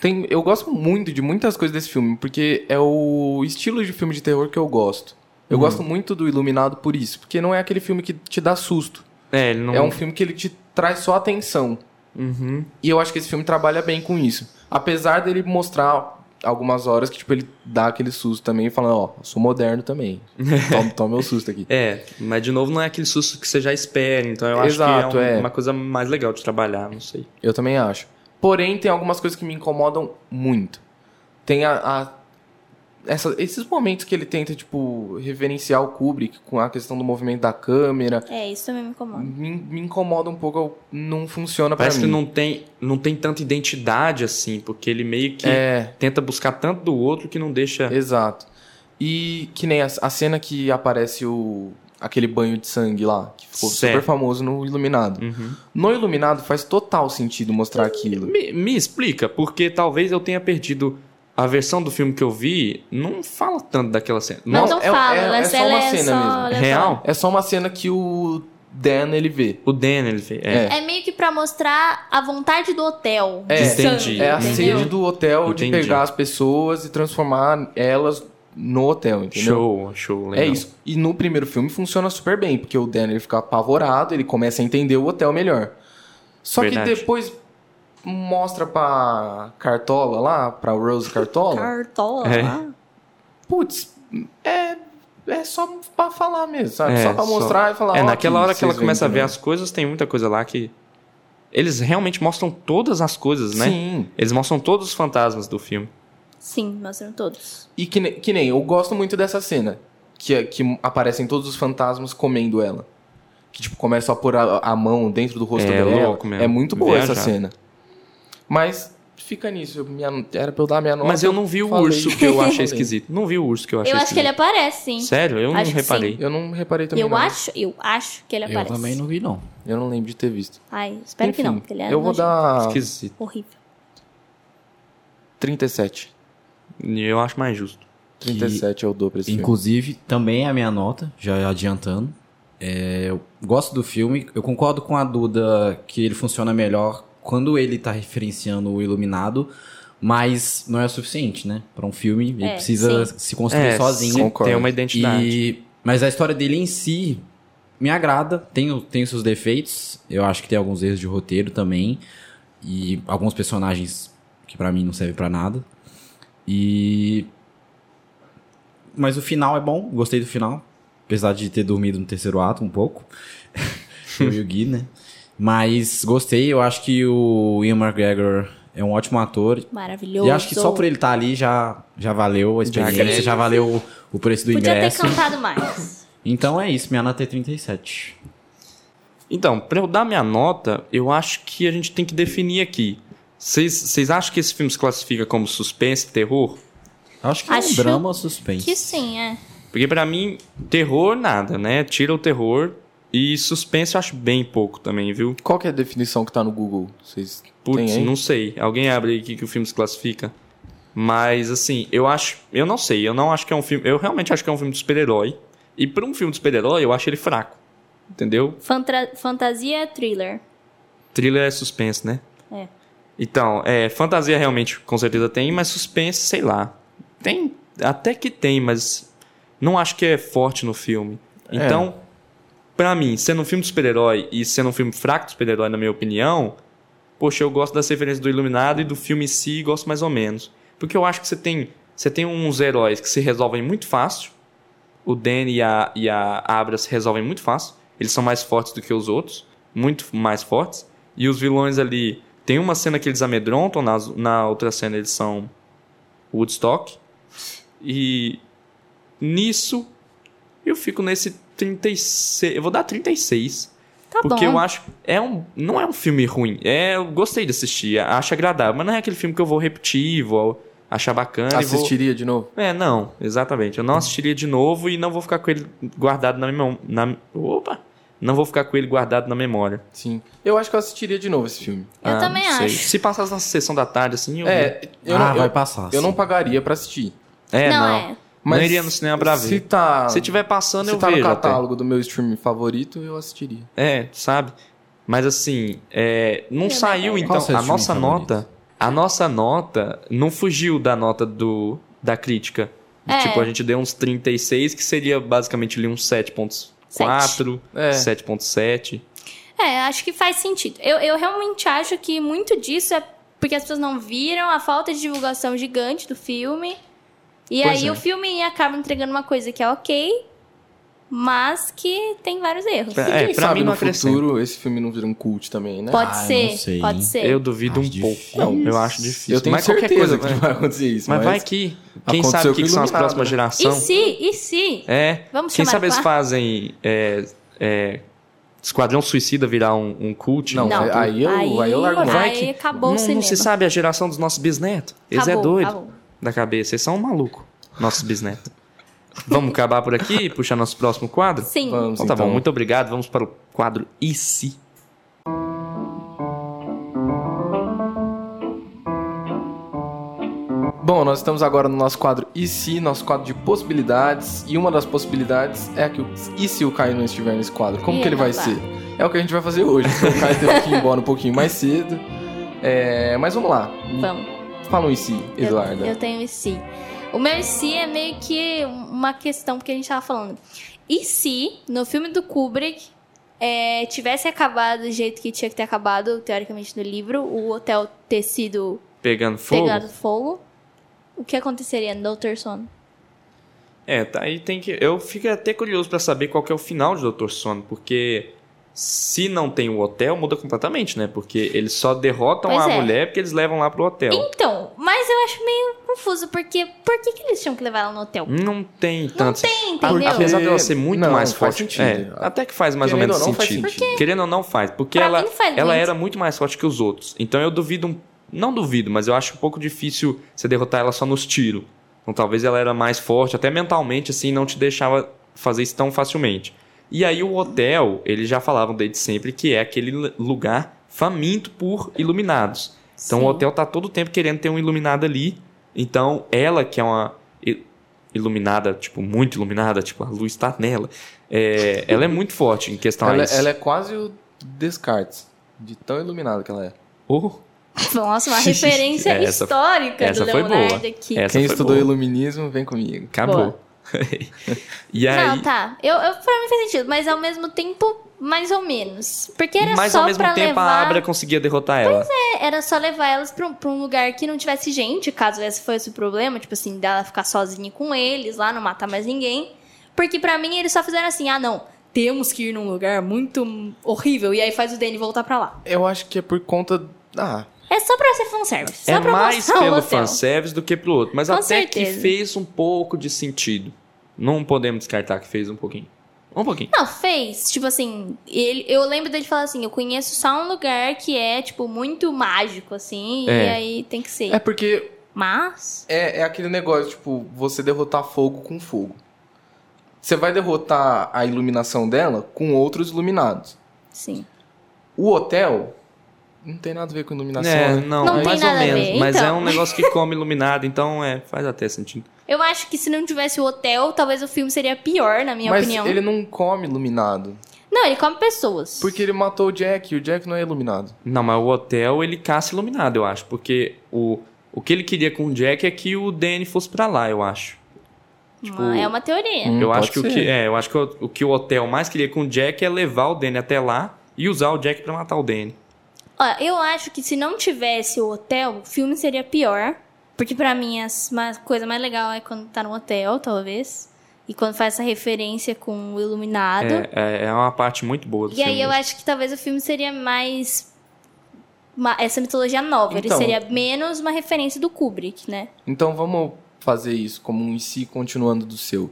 Speaker 2: Tem... Eu gosto muito de muitas coisas desse filme, porque é o estilo de filme de terror que eu gosto.
Speaker 5: Uhum.
Speaker 2: Eu gosto muito do Iluminado por isso, porque não é aquele filme que te dá susto.
Speaker 5: É, ele não.
Speaker 2: É um filme que ele te traz só atenção.
Speaker 5: Uhum.
Speaker 2: E eu acho que esse filme trabalha bem com isso. Apesar dele mostrar algumas horas que, tipo, ele dá aquele susto também, falando, ó, eu sou moderno
Speaker 5: *laughs*
Speaker 2: também. Toma, toma meu susto aqui.
Speaker 5: É, mas de novo não é aquele susto que você já espera, então eu acho
Speaker 2: Exato,
Speaker 5: que é, um-
Speaker 2: é.
Speaker 5: uma coisa mais legal de trabalhar, não sei.
Speaker 2: Eu também acho. Porém, tem algumas coisas que me incomodam muito. Tem a, a essa- esses momentos que ele tenta, tipo, reverenciar o Kubrick com a questão do movimento da câmera,
Speaker 4: É, isso também me incomoda.
Speaker 2: me, me incomoda um pouco, eu- não funciona pra
Speaker 5: Parece que
Speaker 2: mim.
Speaker 5: não tem, não tem tanta identidade assim, porque ele meio que
Speaker 2: É,
Speaker 5: tenta buscar tanto do outro que não deixa.
Speaker 2: exato. E que nem a, a cena que aparece o aquele banho de sangue lá, que ficou
Speaker 5: Certo.
Speaker 2: super famoso no Iluminado.
Speaker 5: Uhum.
Speaker 2: No Iluminado faz total sentido mostrar aquilo.
Speaker 5: Me, me explica, porque talvez eu tenha perdido a versão do filme que eu vi, não fala tanto daquela cena.
Speaker 4: Não,
Speaker 2: Não,
Speaker 4: não
Speaker 2: é-
Speaker 4: fala,
Speaker 2: é- é
Speaker 4: ela-
Speaker 2: só
Speaker 4: ela
Speaker 2: uma
Speaker 4: é
Speaker 2: cena
Speaker 4: só
Speaker 2: mesmo.
Speaker 4: ela é só-
Speaker 5: Real?
Speaker 2: É só uma cena que o Dan ele vê.
Speaker 5: O Dan, ele fez. É.
Speaker 2: É.
Speaker 4: É meio que pra mostrar a vontade do hotel.
Speaker 2: É,
Speaker 4: de sangue,
Speaker 5: entendi.
Speaker 2: É a
Speaker 4: entendeu?
Speaker 2: sede do hotel
Speaker 5: Entendi.
Speaker 2: de pegar as pessoas e transformar elas no hotel, entendeu?
Speaker 5: show, show, legal.
Speaker 2: É isso. E no primeiro filme funciona super bem, porque o Dan ele fica apavorado, ele começa a entender o hotel melhor. Só
Speaker 5: Verdade.
Speaker 2: que depois mostra pra Cartola lá, pra Rose Cartola.
Speaker 4: Cartola.
Speaker 5: É.
Speaker 4: lá.
Speaker 2: Putz, é, é só pra falar mesmo, sabe?
Speaker 5: É,
Speaker 2: só pra
Speaker 5: só-
Speaker 2: mostrar e falar.
Speaker 5: É,
Speaker 2: ó,
Speaker 5: naquela
Speaker 2: aqui,
Speaker 5: hora que ela
Speaker 2: vocês
Speaker 5: começa a ver
Speaker 2: veem
Speaker 5: as coisas, tem muita coisa lá que. Eles realmente mostram todas as coisas, né?
Speaker 2: também. Sim.
Speaker 5: Eles mostram todos os fantasmas do filme.
Speaker 4: Sim, mostram todos.
Speaker 2: E que, ne- que nem, eu gosto muito dessa cena. Que, é- que aparecem todos os fantasmas comendo ela. Que, tipo, começa a pôr a, a mão dentro do rosto
Speaker 5: É,
Speaker 2: dela.
Speaker 5: louco mesmo.
Speaker 2: É muito boa essa
Speaker 5: Viajado.
Speaker 2: cena. Mas fica nisso. eu- minha, era pra eu dar minha nota.
Speaker 5: Mas eu não vi o
Speaker 2: falei.
Speaker 5: urso
Speaker 2: *laughs*
Speaker 5: que eu achei
Speaker 2: Falei.
Speaker 5: esquisito. Não vi o urso que eu achei
Speaker 4: eu acho que
Speaker 5: esquisito.
Speaker 4: ele aparece, sim.
Speaker 5: Sério? Eu
Speaker 4: Acho
Speaker 5: não
Speaker 4: que
Speaker 5: reparei.
Speaker 2: Eu não reparei também.
Speaker 4: Eu
Speaker 2: não.
Speaker 4: acho, eu acho que ele
Speaker 6: Eu
Speaker 4: aparece.
Speaker 6: também não vi, não.
Speaker 2: Eu não lembro de ter visto.
Speaker 4: Ai, espero que
Speaker 2: Enfim,
Speaker 4: não. porque Ele é
Speaker 2: eu vou
Speaker 4: nojento.
Speaker 2: dar
Speaker 5: Esquisito.
Speaker 4: Horrível.
Speaker 2: 37.
Speaker 5: Eu acho mais justo.
Speaker 2: 37 eu dou pra esse filme.
Speaker 6: Inclusive, também é a minha nota, já adiantando. É, eu gosto do filme, eu concordo com a Duda que ele funciona melhor quando ele tá referenciando o Iluminado, mas não é o suficiente, né? Pra um filme, ele
Speaker 4: É,
Speaker 6: precisa
Speaker 4: sim.
Speaker 6: se construir sozinho.
Speaker 5: É, sim,
Speaker 2: concordo.
Speaker 5: Tem uma identidade.
Speaker 6: E- mas a história dele em si me agrada, tem, o- tem os seus defeitos, eu acho que tem alguns erros de roteiro também, e alguns personagens que pra mim não servem pra nada. E. Mas o final é bom, gostei do final, apesar de ter dormido no terceiro ato um pouco, *laughs* eu e o Gui, né? Mas gostei, eu acho que o Ian McGregor é um ótimo ator,
Speaker 4: Maravilhoso.
Speaker 6: e acho que só por ele estar ali já, já valeu a experiência,
Speaker 5: agrega.
Speaker 6: já valeu o, o preço do
Speaker 4: Podia ter
Speaker 6: ingresso.
Speaker 4: cantado mais.
Speaker 6: Então é isso, minha nota é 37.
Speaker 5: Então, pra eu dar minha nota, eu acho que a gente tem que definir aqui. Vocês vocês acham que esse filme se classifica como suspense, terror?
Speaker 6: Acho que é um
Speaker 4: Acho
Speaker 6: drama suspense.
Speaker 4: que sim, é.
Speaker 5: Porque pra mim, terror nada, né? Tira o terror. E suspense eu acho bem pouco também, viu?
Speaker 2: Qual que é a definição que tá no Google? Vocês
Speaker 5: Putz,
Speaker 2: têm aí?
Speaker 5: não sei. Alguém abre aí que, que o filme se classifica. Mas, assim, eu acho. Eu não sei. Eu não acho que é um filme. Eu realmente acho que é um filme de super-herói. E pra um filme de super-herói, eu acho ele fraco. Entendeu?
Speaker 4: Fantra- Fantasia é thriller.
Speaker 5: Thriller é suspense, né?
Speaker 4: É.
Speaker 5: Então, é, fantasia realmente com certeza tem, mas suspense, sei lá. Tem, até que tem, mas não acho que é forte no filme. Então, pra mim, sendo um filme de super-herói e sendo um filme fraco de super-herói, na minha opinião, poxa, eu gosto das referências do Iluminado e do filme em si, gosto mais ou menos. Porque eu acho que você tem, você tem uns heróis que se resolvem muito fácil. O Danny e a, e a Abra se resolvem muito fácil. Eles são mais fortes do que os outros. Muito mais fortes. E os vilões ali. Tem uma cena que eles amedrontam, nas- na outra cena eles são Woodstock. E nisso eu fico nesse 36. Eu vou dar 36.
Speaker 4: Tá
Speaker 5: porque
Speaker 4: bom.
Speaker 5: eu acho. É um, não é um filme ruim. É, eu gostei de assistir, acho agradável. Mas não é aquele filme que eu vou repetir, vou achar bacana. e vou-
Speaker 2: Assistiria de novo?
Speaker 5: é, não, exatamente. Eu não assistiria de novo e não vou ficar com ele guardado na memória. Na... Opa! Não vou ficar com ele guardado na memória.
Speaker 2: Sim. Eu acho que eu assistiria de novo esse filme.
Speaker 4: Eu
Speaker 5: Ah,
Speaker 4: também
Speaker 5: não sei.
Speaker 4: acho.
Speaker 5: Se passasse na sessão da tarde, assim, eu.
Speaker 2: É, eu,
Speaker 6: ah,
Speaker 2: não,
Speaker 6: vai
Speaker 2: eu,
Speaker 6: passar.
Speaker 2: eu
Speaker 6: sim.
Speaker 2: não pagaria pra assistir.
Speaker 5: é não.
Speaker 4: não, é.
Speaker 5: Assim. Não iria no cinema pra
Speaker 2: se
Speaker 5: ver.
Speaker 2: Tá,
Speaker 5: Se tiver passando,
Speaker 2: se
Speaker 5: eu
Speaker 2: tá no
Speaker 5: vejo. até.
Speaker 2: catálogo do meu streaming favorito, eu assistiria.
Speaker 5: É, sabe? Mas assim, é, não
Speaker 4: Eu
Speaker 5: saiu
Speaker 4: não
Speaker 5: então
Speaker 6: Qual seu
Speaker 5: a
Speaker 6: filme
Speaker 5: nossa
Speaker 6: favorito?
Speaker 5: nota. A nossa nota não fugiu da nota do da crítica.
Speaker 4: É.
Speaker 5: Tipo, a gente deu uns 36, que seria basicamente ali um uns 7.4,
Speaker 2: É.
Speaker 5: 7.7.
Speaker 4: É, acho que faz sentido. Eu, eu realmente acho que muito disso é porque as pessoas não viram a falta de divulgação gigante do filme. E
Speaker 5: Pois
Speaker 4: aí
Speaker 5: é.
Speaker 4: o filme acaba entregando uma coisa que é ok, mas que tem vários erros.
Speaker 5: É,
Speaker 2: E quem
Speaker 5: pra
Speaker 2: sabe
Speaker 5: mim não
Speaker 2: no futuro esse filme não vira um cult também, né?
Speaker 4: Pode
Speaker 6: Ah, eu
Speaker 4: ser,
Speaker 6: não sei,
Speaker 4: pode
Speaker 6: hein?
Speaker 4: ser.
Speaker 5: Eu duvido um
Speaker 6: Acho
Speaker 5: pouco.
Speaker 6: difícil.
Speaker 5: Não, eu acho difícil.
Speaker 2: Eu tenho
Speaker 5: mas qualquer
Speaker 2: certeza
Speaker 5: coisa.
Speaker 2: que
Speaker 5: vai-
Speaker 2: vai acontecer isso.
Speaker 5: Mas vai que. Quem
Speaker 2: Aconteceu
Speaker 5: sabe o que,
Speaker 2: com
Speaker 5: que são as
Speaker 2: Iluminado,
Speaker 5: próximas
Speaker 2: né?
Speaker 4: E
Speaker 5: gerações?
Speaker 4: se, e se?
Speaker 5: É.
Speaker 4: Vamos
Speaker 5: Quem
Speaker 4: chamar
Speaker 5: sabe
Speaker 4: de
Speaker 5: eles
Speaker 4: lá?
Speaker 5: fazem. É, é, Esquadrão Suicida virar um, um cult?
Speaker 2: Não,
Speaker 4: Não.
Speaker 2: aí eu, aí, eu largo
Speaker 4: aí,
Speaker 2: mão.
Speaker 5: Vai que-
Speaker 4: acabou o
Speaker 5: Não,
Speaker 4: cinema.
Speaker 5: não se sabe a geração dos nossos bisnetos. Eles
Speaker 4: acabou,
Speaker 5: é doido
Speaker 4: acabou.
Speaker 5: da cabeça. Eles são um maluco, nossos bisnetos. Vamos acabar por aqui *laughs* e puxar nosso próximo quadro?
Speaker 4: Sim.
Speaker 2: Vamos,
Speaker 5: Então tá
Speaker 2: então.
Speaker 5: bom, muito obrigado. Vamos para o quadro E se?
Speaker 2: Bom, nós estamos agora no nosso quadro E se, nosso quadro de possibilidades. E uma das possibilidades é a que o E se o Caio não estiver nesse quadro? Como
Speaker 4: E
Speaker 2: que ele
Speaker 4: ele
Speaker 2: vai
Speaker 4: não tá.
Speaker 2: ser? É o que a gente vai fazer hoje. porque o Caio teve que ir embora um pouquinho mais cedo. É, mas vamos lá.
Speaker 4: Vamos.
Speaker 2: Fala um E se,
Speaker 4: Eu-
Speaker 2: Eduarda.
Speaker 4: Eu, tenho e se. O meu e se é meio que uma questão que a gente tava falando. E se, no filme do Kubrick, é, tivesse acabado do jeito que tinha que ter acabado, teoricamente, no livro, o hotel ter sido
Speaker 5: Pegando fogo?
Speaker 4: pegado fogo, o que aconteceria no Doutor Sono?
Speaker 5: É, tá, aí tem que. Eu fico até curioso pra saber qual que é o final de Doutor Sono, porque se não tem o hotel, muda completamente, né? Porque eles só derrotam
Speaker 4: Pois
Speaker 5: a
Speaker 4: é.
Speaker 5: mulher porque eles levam lá pro hotel.
Speaker 4: Então, mas eu acho meio confuso, porque por que, que eles tinham que levar ela no hotel?
Speaker 5: Não tem tanto.
Speaker 4: Tem, entendeu?
Speaker 5: Apesar dela ser muito
Speaker 2: é, Não,
Speaker 5: mais
Speaker 2: faz
Speaker 5: forte.
Speaker 2: sentido.
Speaker 5: é, até que faz mais
Speaker 2: Querendo
Speaker 5: ou menos
Speaker 2: ou não, faz
Speaker 5: sentido.
Speaker 2: sentido.
Speaker 5: Querendo ou não faz. Porque
Speaker 4: Pra
Speaker 5: ela,
Speaker 4: mim faz
Speaker 5: ela
Speaker 4: muito.
Speaker 5: era muito mais forte que os outros. Então eu duvido. um- Não duvido, mas eu acho um pouco difícil você derrotar ela só nos tiros. Então talvez ela era mais forte, até mentalmente, assim, não te deixava fazer isso tão facilmente. E aí o hotel, eles já falavam desde sempre que é aquele l- lugar faminto por iluminados. Então
Speaker 4: Sim.
Speaker 5: o hotel tá todo tempo querendo ter um iluminado ali. Então ela que é uma i- iluminada, tipo, muito iluminada, tipo, a luz tá nela. é, ela é muito forte em questão
Speaker 2: ela,
Speaker 5: a isso.
Speaker 2: ela é quase o Descartes, de tão iluminada que ela é.
Speaker 5: Oh,
Speaker 4: Nossa,
Speaker 5: *laughs*
Speaker 4: uma referência
Speaker 5: Essa-
Speaker 4: histórica
Speaker 5: essa
Speaker 4: do
Speaker 5: foi boa. É,
Speaker 4: Leonardo aqui.
Speaker 5: essa
Speaker 2: Quem
Speaker 5: foi
Speaker 2: estudou
Speaker 5: boa.
Speaker 2: iluminismo, vem comigo.
Speaker 5: Acabou. *laughs* e aí,
Speaker 4: Não, tá. Eu, eu, pra mim faz sentido, mas ao mesmo tempo, mais ou menos. Porque era
Speaker 5: mas
Speaker 4: só
Speaker 5: ao mesmo
Speaker 4: pra
Speaker 5: tempo a
Speaker 4: levar. é,
Speaker 5: Abra conseguia derrotar ela.
Speaker 4: Era só levar elas pra um, pra um lugar que não tivesse gente, caso esse fosse o problema, tipo assim, dela ficar sozinha com eles lá, não matar mais ninguém. Porque pra mim eles só fizeram assim, ah, não, temos que ir num lugar muito horrível. E aí faz o Danny voltar pra lá.
Speaker 2: Eu acho que é por conta. Ah,
Speaker 4: É só pra ser fanservice. Só
Speaker 5: é
Speaker 4: pra
Speaker 5: mais
Speaker 4: mostrar o
Speaker 5: pelo
Speaker 4: hotel.
Speaker 5: fanservice do que pro outro. Mas
Speaker 4: Com
Speaker 5: até
Speaker 4: certeza.
Speaker 5: que fez um pouco de sentido. Não podemos descartar que fez um pouquinho. Um pouquinho.
Speaker 4: Não, fez. Tipo assim, ele, eu lembro dele falar assim: eu conheço só um lugar que é, tipo, muito mágico, assim, e
Speaker 5: É.
Speaker 4: aí tem que ser.
Speaker 2: é porque
Speaker 4: Mas.
Speaker 2: é, é aquele negócio, tipo, você derrotar fogo com fogo. Você vai derrotar a iluminação dela com outros iluminados.
Speaker 4: Sim.
Speaker 2: O hotel não tem nada a ver com iluminação.
Speaker 5: É,
Speaker 2: né?
Speaker 5: não,
Speaker 4: Não tem
Speaker 5: mais ou
Speaker 4: nada a ver,
Speaker 5: menos. Mas é
Speaker 4: então.
Speaker 5: um negócio que come iluminado, então é, faz até sentido.
Speaker 4: Eu acho que se não tivesse o hotel, talvez o filme seria pior, na minha
Speaker 2: Mas
Speaker 4: opinião.
Speaker 2: ele não come iluminado.
Speaker 4: Não, ele come pessoas.
Speaker 2: Porque ele matou o Jack e o Jack não é iluminado.
Speaker 5: Não, mas o hotel ele caça iluminado, eu acho. Porque o, o que ele queria com o Jack é que o Danny fosse pra lá, eu acho. tipo,
Speaker 4: Uma- é uma teoria.
Speaker 2: Hum,
Speaker 5: eu,
Speaker 2: pode
Speaker 5: acho que o
Speaker 2: ser.
Speaker 5: que, é, eu acho que o, o que o hotel mais queria com o Jack é levar o Danny até lá e usar o Jack pra matar o Danny.
Speaker 4: Ó, eu acho que se não tivesse o hotel, o filme seria pior. Porque pra mim as- uma coisa mais legal é quando tá no hotel, talvez. E quando faz essa referência com o iluminado.
Speaker 5: É, é, é uma parte muito boa do
Speaker 4: E
Speaker 5: filme.
Speaker 4: aí eu acho que talvez o filme seria mais. uma- essa mitologia nova.
Speaker 2: Então.
Speaker 4: ele seria menos uma referência do Kubrick, né?
Speaker 2: Então vamos fazer isso como um e se continuando do seu.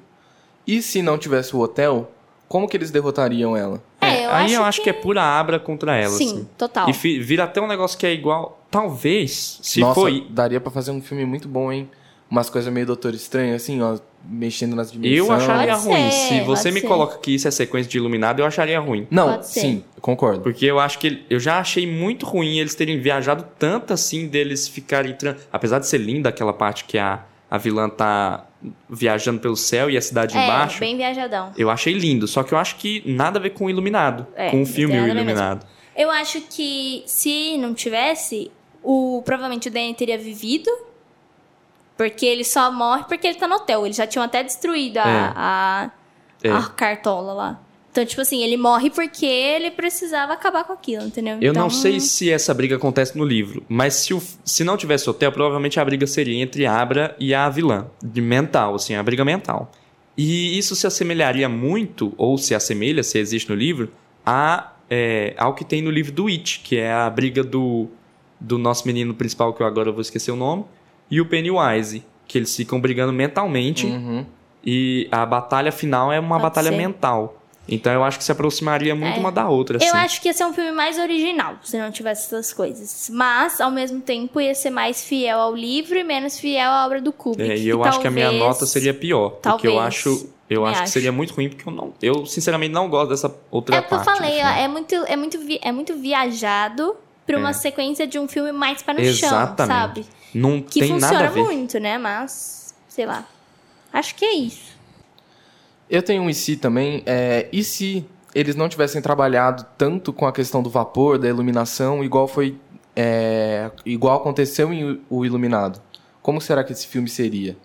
Speaker 2: E se não tivesse o hotel, como que eles derrotariam ela?
Speaker 4: É, eu
Speaker 5: aí
Speaker 4: acho
Speaker 5: eu acho que...
Speaker 4: que-
Speaker 5: é pura abra contra
Speaker 2: É,
Speaker 5: ela,
Speaker 4: Sim,
Speaker 5: assim.
Speaker 4: total.
Speaker 5: E fi- vira até um negócio que é igual. Talvez, se
Speaker 2: Nossa,
Speaker 5: foi.
Speaker 2: daria pra fazer um filme muito bom, hein? Umas coisas meio Doutor Estranho, assim, ó, mexendo nas dimensões.
Speaker 5: Eu acharia
Speaker 4: Pode
Speaker 5: ruim.
Speaker 4: ser,
Speaker 5: se você
Speaker 4: pode
Speaker 5: me
Speaker 4: ser.
Speaker 5: coloca que isso é sequência de iluminado, eu acharia ruim.
Speaker 2: Não,
Speaker 4: Pode ser.
Speaker 2: sim, concordo.
Speaker 5: Porque eu acho que ele- eu já achei muito ruim eles terem viajado tanto assim deles ficarem. tran- Apesar de ser linda aquela parte que a, a vilã tá viajando pelo céu e a cidade
Speaker 4: é,
Speaker 5: embaixo.
Speaker 4: bem viajadão.
Speaker 5: Eu achei lindo, só que eu acho que nada a ver com o Iluminado.
Speaker 4: É,
Speaker 5: com o filme
Speaker 4: tem
Speaker 5: O
Speaker 4: nada a ver
Speaker 5: Iluminado.
Speaker 4: Eu acho que se não tivesse, o provavelmente o Danny teria vivido. Porque ele só morre porque ele tá no hotel. Eles já tinham até destruído a,
Speaker 5: É.
Speaker 4: a-
Speaker 5: É.
Speaker 4: a cartola lá. Então, tipo assim, ele morre porque ele precisava acabar com aquilo, entendeu?
Speaker 5: Eu não
Speaker 4: Então,
Speaker 5: sei se essa briga acontece no livro, mas se, o- se não tivesse hotel, provavelmente a briga seria entre a Abra e a vilã, de mental, assim, a briga mental. E isso se assemelharia muito, ou se assemelha, se existe no livro, a, é, ao que tem no livro do It, que é a briga do, do nosso menino principal, que eu agora vou esquecer o nome, e o Pennywise, que eles ficam brigando mentalmente,
Speaker 2: Uhum.
Speaker 5: e a batalha final é uma
Speaker 4: Hum. Pode
Speaker 5: batalha
Speaker 4: ser.
Speaker 5: mental. Então eu acho que se aproximaria muito
Speaker 4: É.
Speaker 5: uma da outra, assim.
Speaker 4: Eu acho que ia ser um filme mais original, se não tivesse essas coisas. Mas, ao mesmo tempo, ia ser mais fiel ao livro e menos fiel à obra do Kubrick.
Speaker 5: É, e eu acho que a minha
Speaker 4: talvez-
Speaker 5: nota seria pior. Porque eu
Speaker 4: talvez.
Speaker 5: acho, eu
Speaker 4: Também
Speaker 5: acho que
Speaker 4: acho.
Speaker 5: seria muito ruim, porque eu não. Eu sinceramente não gosto dessa outra
Speaker 4: É o que eu
Speaker 5: parte. do
Speaker 4: falei, ó,
Speaker 5: filme. É.
Speaker 4: é muito, é muito, vi- é muito viajado pra uma sequência de um filme mais para no chão,
Speaker 5: Exatamente.
Speaker 4: sabe?
Speaker 5: Não
Speaker 4: Que
Speaker 5: tem nada a
Speaker 4: funciona
Speaker 5: ver.
Speaker 4: muito, né? Mas, sei lá. Acho que é isso.
Speaker 2: Eu tenho um e se também. É, e se eles não tivessem trabalhado tanto com a questão do vapor, da iluminação, igual foi. é, igual aconteceu em O Iluminado? Como será que esse filme seria?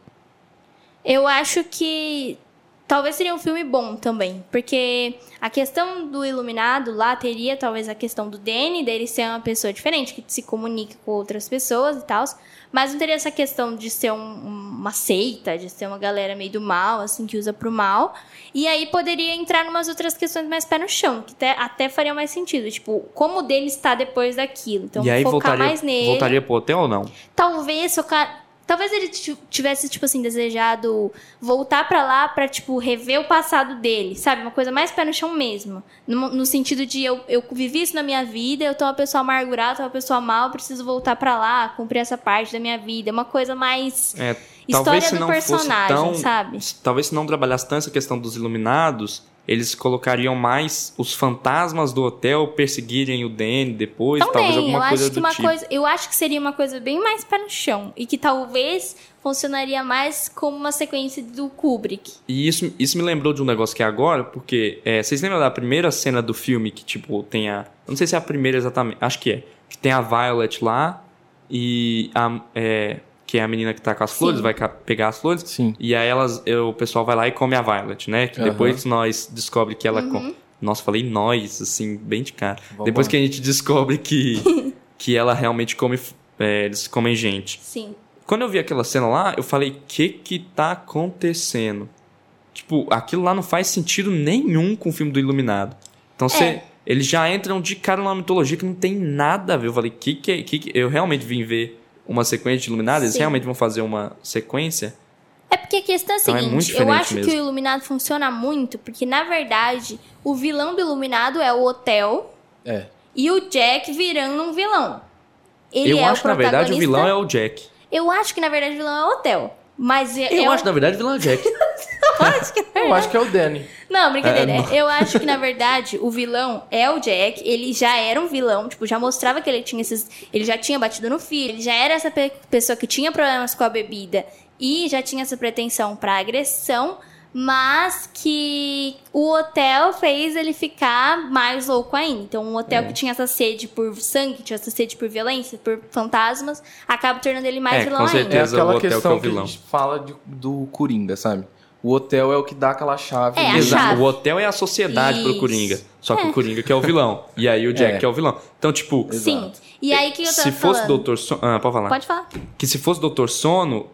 Speaker 4: Eu acho que talvez seria um filme bom também, porque a questão do iluminado lá teria talvez a questão do Danny, dele ser uma pessoa diferente, que se comunica com outras pessoas e tal, mas não teria essa questão de ser um- uma seita, de ser uma galera meio do mal, assim, que usa pro mal. E aí poderia entrar numas outras questões mais pé no chão, que até, até faria mais sentido, tipo, como o Danny está depois daquilo. Então,
Speaker 5: e aí
Speaker 4: focar
Speaker 5: voltaria,
Speaker 4: mais nele.
Speaker 5: voltaria pro hotel ou não?
Speaker 4: Talvez focar. Talvez ele ti- tivesse, tipo assim, desejado voltar pra lá pra, tipo, rever o passado dele, sabe? Uma coisa mais pé no chão mesmo. No, no sentido de eu, eu vivi isso na minha vida, eu tô uma pessoa amargurada, tô uma pessoa mal, preciso voltar pra lá, cumprir essa parte da minha vida. Uma coisa mais.
Speaker 5: É,
Speaker 4: história
Speaker 5: talvez se
Speaker 4: do
Speaker 5: não
Speaker 4: personagem,
Speaker 5: fosse tão,
Speaker 4: sabe?
Speaker 5: Talvez se não trabalhasse tanto essa questão dos iluminados, eles colocariam mais os fantasmas do hotel perseguirem o Danny depois, talvez
Speaker 4: Também, eu
Speaker 5: alguma coisa
Speaker 4: acho
Speaker 5: do
Speaker 4: que uma
Speaker 5: tipo.
Speaker 4: coisa. Eu acho que seria uma coisa bem mais pé no chão. E que talvez funcionaria mais como uma sequência do Kubrick.
Speaker 5: E isso, isso me lembrou de um negócio que é agora, porque é, vocês lembram da primeira cena do filme que, tipo, tem a. eu Não sei se é a primeira exatamente, acho que é. Que tem a Violet lá e a. é, que é a menina que tá com as flores, vai ca- pegar as flores.
Speaker 2: Sim.
Speaker 5: E aí elas, eu- o pessoal vai lá e come a Violet, né? Que
Speaker 2: Aham.
Speaker 5: depois nós descobre que ela come. Nossa, falei nós, assim, bem de cara.
Speaker 2: Vamos
Speaker 5: depois
Speaker 2: lá.
Speaker 5: que a gente descobre que, *laughs* que ela realmente come. f- é, eles comem gente.
Speaker 4: Sim.
Speaker 5: Quando eu vi aquela cena lá, eu falei, que que tá acontecendo? Tipo, aquilo lá não faz sentido nenhum com o filme do Iluminado.
Speaker 4: É.
Speaker 5: Então você. Eles já entram de cara numa mitologia que não tem nada a ver. Eu falei, que que, é- que, que- Eu realmente vim ver uma sequência de Iluminado? Eles
Speaker 4: Sim.
Speaker 5: realmente vão fazer uma sequência?
Speaker 4: É porque a questão é a
Speaker 5: Então é
Speaker 4: seguinte,
Speaker 5: muito
Speaker 4: eu
Speaker 5: diferente
Speaker 4: acho
Speaker 5: mesmo.
Speaker 4: que o Iluminado funciona muito, porque na verdade o vilão do Iluminado é o hotel
Speaker 2: É.
Speaker 4: e o Jack virando um vilão. Ele
Speaker 5: eu
Speaker 4: é
Speaker 5: acho
Speaker 4: o
Speaker 5: que, na
Speaker 4: protagonista.
Speaker 5: verdade, o vilão é o Jack.
Speaker 4: Eu acho que na verdade o vilão é o hotel. Mas eu,
Speaker 5: Eu, acho, na verdade, o vilão é o Jack.
Speaker 2: Eu acho que é o Danny.
Speaker 4: Não,
Speaker 5: É,
Speaker 4: brincadeira. É, Eu acho que, na verdade, o vilão é o Jack. Ele já era um vilão, tipo, já mostrava que ele tinha esses. Ele já tinha batido no filho, ele já era essa pe- pessoa que tinha problemas com a bebida e já tinha essa pretensão pra agressão, mas que o hotel fez ele ficar mais louco ainda. Então, um
Speaker 5: É.
Speaker 4: hotel que tinha essa sede por sangue, tinha essa sede por violência, por fantasmas, acaba tornando ele mais
Speaker 5: É,
Speaker 4: vilão
Speaker 5: com
Speaker 4: ainda.
Speaker 2: É
Speaker 5: Certeza, o
Speaker 2: aquela
Speaker 5: hotel que é o
Speaker 2: questão que, a
Speaker 5: vilão.
Speaker 2: gente fala de- do Coringa, sabe? O hotel é o que dá aquela chave.
Speaker 4: É, a
Speaker 2: Exato.
Speaker 4: chave.
Speaker 5: O hotel é a sociedade pro
Speaker 4: Isso.
Speaker 5: Coringa. Só que o Coringa que é o vilão. E aí o Jack
Speaker 2: É.
Speaker 5: que é o vilão. Então, tipo.
Speaker 4: Sim. E aí, o que eu tava
Speaker 5: Se fosse
Speaker 4: falando?
Speaker 5: Doutor Son... Ah, pode falar.
Speaker 4: Pode falar.
Speaker 5: que se fosse Doutor Sono,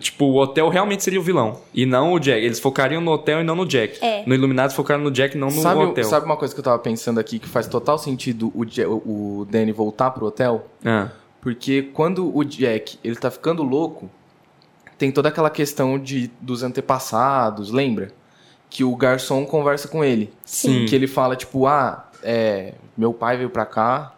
Speaker 5: tipo, o hotel realmente seria o vilão. E não o Jack. Eles focariam no hotel e não no Jack.
Speaker 4: É.
Speaker 5: No Iluminado focaram no Jack e não no
Speaker 2: sabe,
Speaker 5: hotel.
Speaker 2: sabe uma coisa que eu tava pensando aqui que faz total sentido o, Ja- o Danny voltar pro hotel?
Speaker 5: Ah,
Speaker 2: Porque quando o Jack ele tá ficando louco, tem toda aquela questão de, dos antepassados, lembra? Que o garçom conversa com ele.
Speaker 5: Sim.
Speaker 2: Que ele fala, tipo, ah, é, meu pai veio pra cá,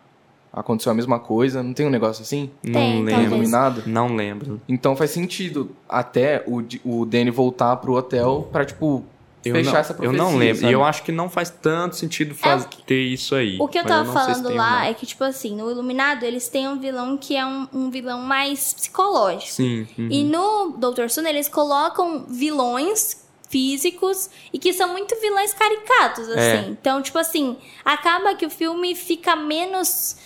Speaker 2: aconteceu a mesma coisa, não tem um negócio assim?
Speaker 5: não
Speaker 4: Tem,
Speaker 5: lembro.
Speaker 4: talvez.
Speaker 2: Iluminado?
Speaker 5: Não lembro.
Speaker 2: Então faz sentido até o, D- o Danny voltar pro hotel pra, tipo,
Speaker 5: Eu
Speaker 2: fechar
Speaker 5: não,
Speaker 2: essa profecia.
Speaker 5: Eu não lembro.
Speaker 2: sabe?
Speaker 5: E eu acho que não faz tanto sentido faz-
Speaker 4: É o que-
Speaker 5: ter isso aí.
Speaker 4: O que eu
Speaker 5: Mas
Speaker 4: tava
Speaker 5: não sei se
Speaker 4: falando
Speaker 5: tem ou
Speaker 4: lá
Speaker 5: não.
Speaker 4: é que, tipo assim, no Iluminado eles têm um vilão que é um, um vilão mais psicológico.
Speaker 5: Sim. uhum.
Speaker 4: E no Doutor Sono eles colocam vilões físicos e que são muito vilões caricatos, assim.
Speaker 5: É.
Speaker 4: Então, tipo assim, acaba que o filme fica menos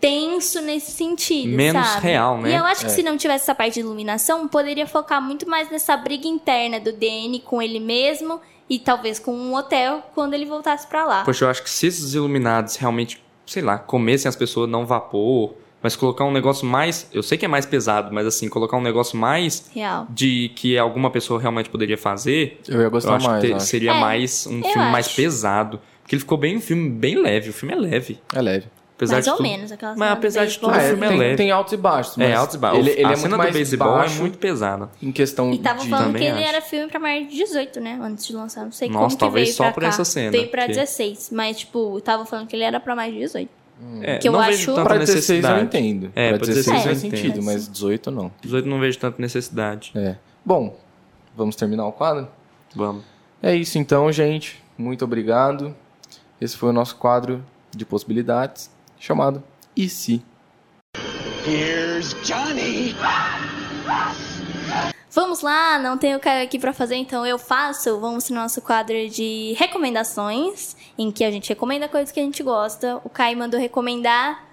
Speaker 4: tenso nesse sentido,
Speaker 5: Menos
Speaker 4: sabe?
Speaker 5: real, né?
Speaker 4: E eu acho que se não tivesse essa parte de iluminação, poderia focar muito mais nessa briga interna do DN com ele mesmo e talvez com um hotel quando ele voltasse pra lá.
Speaker 5: Poxa, eu acho que se esses iluminados realmente, sei lá, comessem as pessoas, não vapor, Mas colocar um negócio mais. Eu sei que é mais pesado, mas assim, colocar um negócio mais
Speaker 4: Real.
Speaker 5: de que alguma pessoa realmente poderia fazer.
Speaker 2: Eu ia gostar
Speaker 5: eu acho
Speaker 2: mais.
Speaker 5: que te-
Speaker 2: eu acho.
Speaker 5: seria
Speaker 4: É,
Speaker 5: mais um
Speaker 4: eu
Speaker 5: filme mais
Speaker 4: acho.
Speaker 5: pesado. Porque ele ficou bem um filme bem leve. O filme é leve.
Speaker 2: É leve.
Speaker 5: Apesar
Speaker 4: Mais
Speaker 5: de
Speaker 4: ou
Speaker 5: tudo.
Speaker 4: menos. Aquela
Speaker 5: Mas
Speaker 4: cena do
Speaker 5: apesar de tudo,
Speaker 4: beisebol.
Speaker 5: o filme
Speaker 2: Ah,
Speaker 5: é
Speaker 2: tem,
Speaker 5: leve.
Speaker 2: tem altos e baixos. Mas
Speaker 5: É, alto e baixo.
Speaker 2: Ele, ele
Speaker 5: a
Speaker 2: é
Speaker 5: cena
Speaker 2: muito
Speaker 5: do
Speaker 2: mais
Speaker 5: beisebol é
Speaker 2: baixo
Speaker 5: muito pesada.
Speaker 2: em questão
Speaker 4: E tava
Speaker 2: de...
Speaker 4: falando
Speaker 5: Também
Speaker 4: que ele
Speaker 5: acho.
Speaker 4: era filme pra maior de 18, né? Antes de lançar. Não sei
Speaker 5: Nossa,
Speaker 4: como que
Speaker 5: talvez
Speaker 4: veio
Speaker 5: só
Speaker 4: pra
Speaker 5: por
Speaker 4: cá.
Speaker 5: essa cena,
Speaker 4: Veio pra
Speaker 5: porque-
Speaker 4: 16. Mas, tipo, tava falando que ele era pra mais de 18.
Speaker 5: É,
Speaker 4: Hum. Que eu
Speaker 5: não vejo
Speaker 4: acho-
Speaker 5: tanta
Speaker 2: Pra 16 eu
Speaker 5: necessidade.
Speaker 2: entendo.
Speaker 5: É,
Speaker 2: pra
Speaker 5: pra
Speaker 2: 16
Speaker 4: 16 eu
Speaker 2: faz
Speaker 5: entendo.
Speaker 2: sentido, mas 18 não.
Speaker 5: 18 não vejo tanta necessidade.
Speaker 2: É. Bom, vamos terminar o quadro?
Speaker 5: Vamos.
Speaker 2: É isso então, gente. Muito obrigado. Esse foi o nosso quadro de possibilidades, chamado E Se.
Speaker 4: Vamos lá, não tenho cara aqui pra fazer, então eu faço. Vamos no nosso quadro de recomendações, em que a gente recomenda coisas que a gente gosta. O Kai mandou recomendar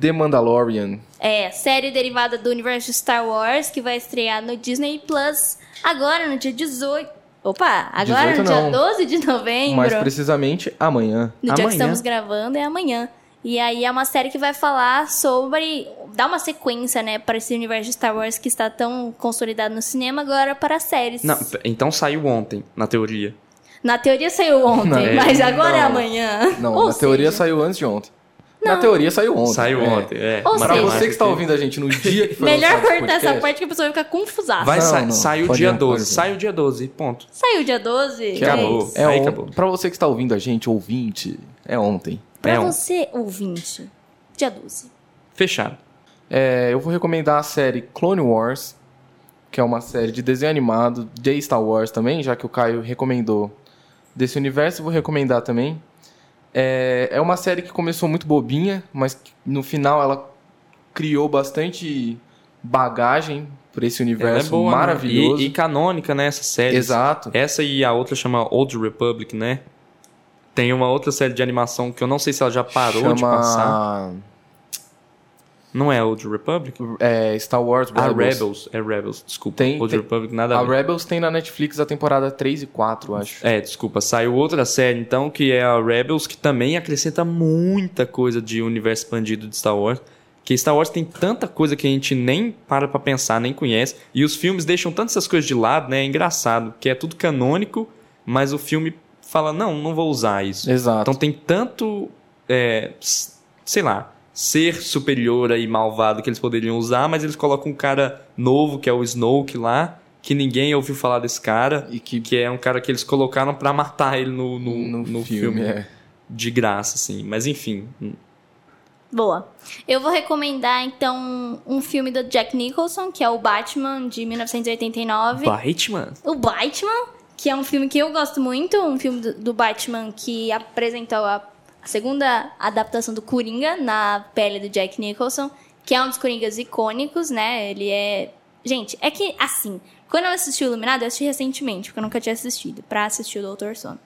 Speaker 2: The Mandalorian.
Speaker 4: é, série derivada do universo Star Wars, que vai estrear no Disney Plus agora no dia 18. Opa, agora
Speaker 2: 18
Speaker 4: no
Speaker 2: não.
Speaker 4: dia 12 de novembro.
Speaker 2: Mais precisamente, amanhã.
Speaker 4: No dia
Speaker 5: Amanhã.
Speaker 4: que estamos gravando é amanhã. E aí é uma série que vai falar sobre. dar uma sequência, né, para esse universo de Star Wars que está tão consolidado no cinema agora para as séries.
Speaker 5: Não, p- então saiu ontem, na teoria.
Speaker 4: Na teoria saiu ontem,
Speaker 2: Não, é,
Speaker 4: mas agora é
Speaker 2: não.
Speaker 4: amanhã.
Speaker 2: Não,
Speaker 4: Ou
Speaker 2: na teoria
Speaker 4: seja,
Speaker 2: saiu antes de ontem. Na teoria saiu ontem.
Speaker 5: Saiu
Speaker 2: é.
Speaker 5: ontem, é.
Speaker 4: Ou
Speaker 2: Pra
Speaker 4: seja-
Speaker 2: você que está ouvindo a gente no dia que foi
Speaker 4: Melhor
Speaker 2: lançado esse
Speaker 4: cortar essa
Speaker 2: podcast,
Speaker 4: parte que a pessoa fica confusa.
Speaker 5: Vai
Speaker 2: Não,
Speaker 5: sa
Speaker 2: não,
Speaker 5: Sai o
Speaker 2: pode
Speaker 5: dia
Speaker 2: não,
Speaker 5: 12.
Speaker 2: pode não.
Speaker 5: Sai o dia 12, ponto.
Speaker 4: Saiu dia 12?
Speaker 5: Que acabou.
Speaker 4: gente.
Speaker 2: É
Speaker 5: Aí
Speaker 2: on...
Speaker 5: acabou.
Speaker 2: Pra você que está ouvindo a gente, ouvinte, é ontem.
Speaker 4: Pra
Speaker 5: É um.
Speaker 4: você, ouvinte, dia 12.
Speaker 5: Fechado.
Speaker 2: É, eu vou recomendar a série Clone Wars, que é uma série de desenho animado de Star Wars também, já que o Caio recomendou desse universo, eu vou recomendar também. É, é uma série que começou muito bobinha, mas que no final ela criou bastante bagagem para esse
Speaker 5: Ela é
Speaker 2: universo
Speaker 5: boa. né?
Speaker 2: maravilhoso.
Speaker 5: E, e canônica, né? Essa série.
Speaker 2: Exato.
Speaker 5: Essa e a outra chama Old Republic, né? Tem uma outra série de animação que eu não sei se ela já parou de passar.
Speaker 2: Chama
Speaker 5: Não é Old Republic?
Speaker 2: é, Star Wars
Speaker 5: A
Speaker 2: Rebels.
Speaker 5: Rebels. É Rebels, desculpa.
Speaker 2: Tem-
Speaker 5: Old
Speaker 2: tem-
Speaker 5: Republic, nada a
Speaker 2: A
Speaker 5: ver.
Speaker 2: Rebels tem na Netflix a temporada 3 e 4, acho.
Speaker 5: É, desculpa, saiu outra série então, que é a Rebels, que também acrescenta muita coisa de universo expandido de Star Wars. Que Star Wars tem tanta coisa que a gente nem para pra pensar, nem conhece. E os filmes deixam tantas essas coisas de lado, né? É engraçado, que é tudo canônico, mas o filme fala, não, não vou usar isso.
Speaker 2: Exato.
Speaker 5: Então tem tanto, é, s- sei lá, ser superior e malvado que eles poderiam usar, mas eles colocam um cara novo, que é o Snoke lá, que ninguém ouviu falar desse cara
Speaker 2: e que
Speaker 5: que é um cara que eles colocaram pra matar ele no, no,
Speaker 2: no,
Speaker 5: no
Speaker 2: filme,
Speaker 5: filme,
Speaker 2: é.
Speaker 5: de graça, assim. Mas enfim,
Speaker 4: Boa. Eu vou recomendar, então, um filme do Jack Nicholson, que é o Batman, de 1989.
Speaker 5: Batman.
Speaker 4: O Batman, que é um filme que eu gosto muito, um filme do, do Batman que apresentou a, a segunda adaptação do Coringa na pele do Jack Nicholson, que é um dos Coringas icônicos, né? Ele é. Gente, é que assim, quando eu assisti o Iluminado, eu assisti recentemente, porque eu nunca tinha assistido, pra assistir o Doutor Sono.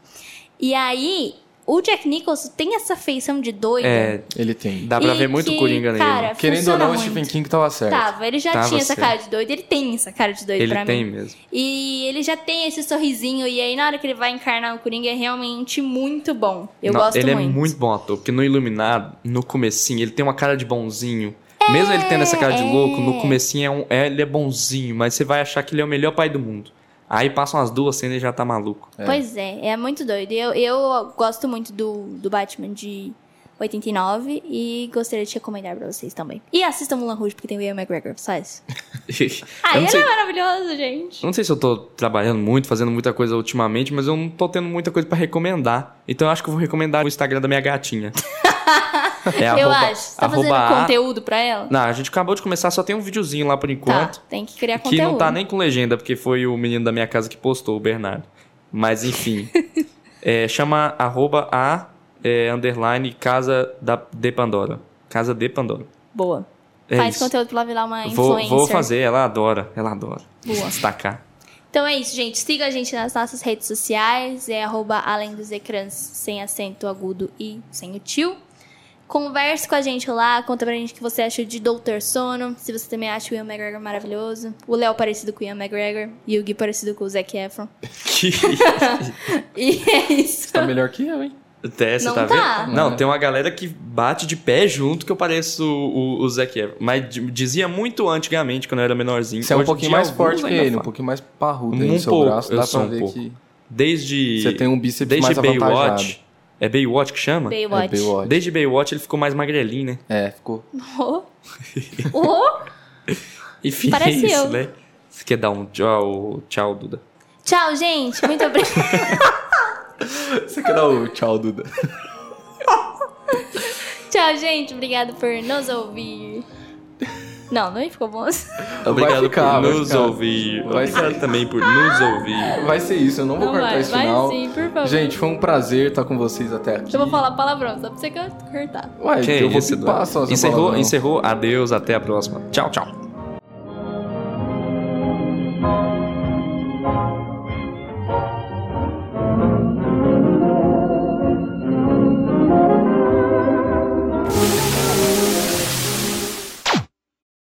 Speaker 4: E aí, o Jack Nicholson tem essa feição de doido.
Speaker 5: É,
Speaker 2: Ele tem.
Speaker 5: dá pra
Speaker 4: e
Speaker 5: ver muito
Speaker 4: que,
Speaker 5: Coringa nele.
Speaker 4: cara,
Speaker 2: Querendo ou
Speaker 4: funciona
Speaker 2: não, o
Speaker 4: muito. Tá.
Speaker 2: Stephen King tava certo.
Speaker 4: Tava, ele já
Speaker 5: Tava
Speaker 4: tinha essa
Speaker 5: certo.
Speaker 4: cara de doido, ele tem essa cara de doido
Speaker 5: ele
Speaker 4: pra mim.
Speaker 5: tem mesmo.
Speaker 4: E ele já tem esse sorrisinho, e aí na hora que ele vai encarnar o Coringa é realmente muito bom. Eu
Speaker 5: Não,
Speaker 4: gosto
Speaker 5: ele
Speaker 4: muito.
Speaker 5: é muito bom ator, porque no Iluminado, no comecinho, ele tem uma cara de bonzinho. Mesmo ele tendo essa cara de
Speaker 4: é.
Speaker 5: louco, no comecinho é um, é, ele é bonzinho, mas você vai achar que ele é o melhor pai do mundo. Aí passam as duas cenas e já tá maluco.
Speaker 4: Pois é, é muito doido. Eu, eu gosto muito do, do Batman de 89 e gostaria de recomendar pra vocês também. E assistam Mulan Rouge, porque tem o Ian McGregor, só
Speaker 5: *laughs*
Speaker 4: isso. Ah,
Speaker 5: eu não
Speaker 4: ele
Speaker 5: sei,
Speaker 4: é maravilhoso, gente.
Speaker 5: Eu Não sei se eu tô trabalhando muito, fazendo muita coisa ultimamente, mas eu não tô tendo muita coisa pra recomendar. Então eu acho que eu vou recomendar o Instagram da
Speaker 4: *laughs*
Speaker 5: minha gatinha. é
Speaker 4: eu acho. Você tá fazendo
Speaker 5: a-
Speaker 4: conteúdo pra ela?
Speaker 5: Não, a gente acabou de começar, só tem um videozinho lá por
Speaker 4: Tá,
Speaker 5: enquanto.
Speaker 4: tem que criar
Speaker 5: que
Speaker 4: conteúdo.
Speaker 5: não tá nem com legenda, porque foi o menino da minha casa que postou, o Bernardo. Mas
Speaker 4: *laughs*
Speaker 5: enfim. É, chama arroba a é, underline casa da, de Pandora. Casa de Pandora.
Speaker 4: Boa.
Speaker 5: É
Speaker 4: Faz
Speaker 5: isso.
Speaker 4: conteúdo pra virar uma
Speaker 5: Vou,
Speaker 4: influencer.
Speaker 5: vou fazer, ela adora, ela adora. Tá
Speaker 4: Boa.
Speaker 5: *laughs* Destacar.
Speaker 4: Então é isso, gente. Siga a gente nas nossas redes sociais. É arroba além dos ecrãs, sem acento agudo e sem o tio. Converse com a gente lá, conta pra gente o que você acha de Doutor Sono, se você também acha o Ian McGregor maravilhoso, o Léo parecido com o Ian McGregor e o Gui parecido com o Zac Efron. *laughs* E é isso.
Speaker 2: Tá melhor que eu, hein?
Speaker 5: Até, você
Speaker 4: Não
Speaker 5: tá,
Speaker 4: tá.
Speaker 5: vendo? Não, tem uma galera que bate de pé junto que eu pareço o, o, o Zac Efron. Mas d- dizia muito antigamente, quando eu era menorzinho.
Speaker 2: Você é um
Speaker 5: Hoje em
Speaker 2: pouquinho
Speaker 5: dia,
Speaker 2: mais
Speaker 5: alguns
Speaker 2: forte que
Speaker 5: ainda
Speaker 2: ele, um
Speaker 5: falam.
Speaker 2: pouquinho mais parrudo
Speaker 5: Um
Speaker 2: aí no seu
Speaker 5: pouco,
Speaker 2: braço.
Speaker 5: eu
Speaker 2: Dá pra
Speaker 5: sou um
Speaker 2: ver
Speaker 5: pouco.
Speaker 2: que
Speaker 5: Desde...
Speaker 2: você tem um bíceps
Speaker 5: Desde
Speaker 2: mais avantajado.
Speaker 5: Baywatch... É Baywatch que chama?
Speaker 2: É,
Speaker 4: Baywatch.
Speaker 2: Baywatch.
Speaker 5: Desde Baywatch ele ficou mais magrelinho, né?
Speaker 2: É, ficou...
Speaker 4: Oh. Oh.
Speaker 5: Enfim,
Speaker 4: Parece
Speaker 5: é isso,
Speaker 4: eu.
Speaker 5: né? Você quer dar um tchau, tchau, Duda?
Speaker 4: Tchau, gente. Muito obrigada.
Speaker 2: Você quer dar o tchau, Duda?
Speaker 4: *laughs* Tchau, gente. Obrigada por nos ouvir. Não, não ficou bom.
Speaker 5: Obrigado
Speaker 2: ficar,
Speaker 5: por
Speaker 2: vai
Speaker 5: nos
Speaker 2: ficar.
Speaker 5: ouvir.
Speaker 2: Vai
Speaker 5: Obrigado também por nos ouvir.
Speaker 2: Vai ser isso, eu não vou
Speaker 4: Não
Speaker 2: cortar
Speaker 4: vai,
Speaker 2: esse
Speaker 4: vai
Speaker 2: final.
Speaker 4: sim, por favor. Tá
Speaker 2: Gente, foi um prazer estar com vocês até aqui.
Speaker 4: Eu vou falar palavrão, só pra você cortar.
Speaker 2: Ué,
Speaker 5: Que
Speaker 2: eu vou
Speaker 5: isso,
Speaker 2: pipar
Speaker 5: Eduardo?
Speaker 2: só essa
Speaker 5: encerrou,
Speaker 2: palavra, não.
Speaker 5: encerrou. Adeus, até a próxima. Tchau, tchau.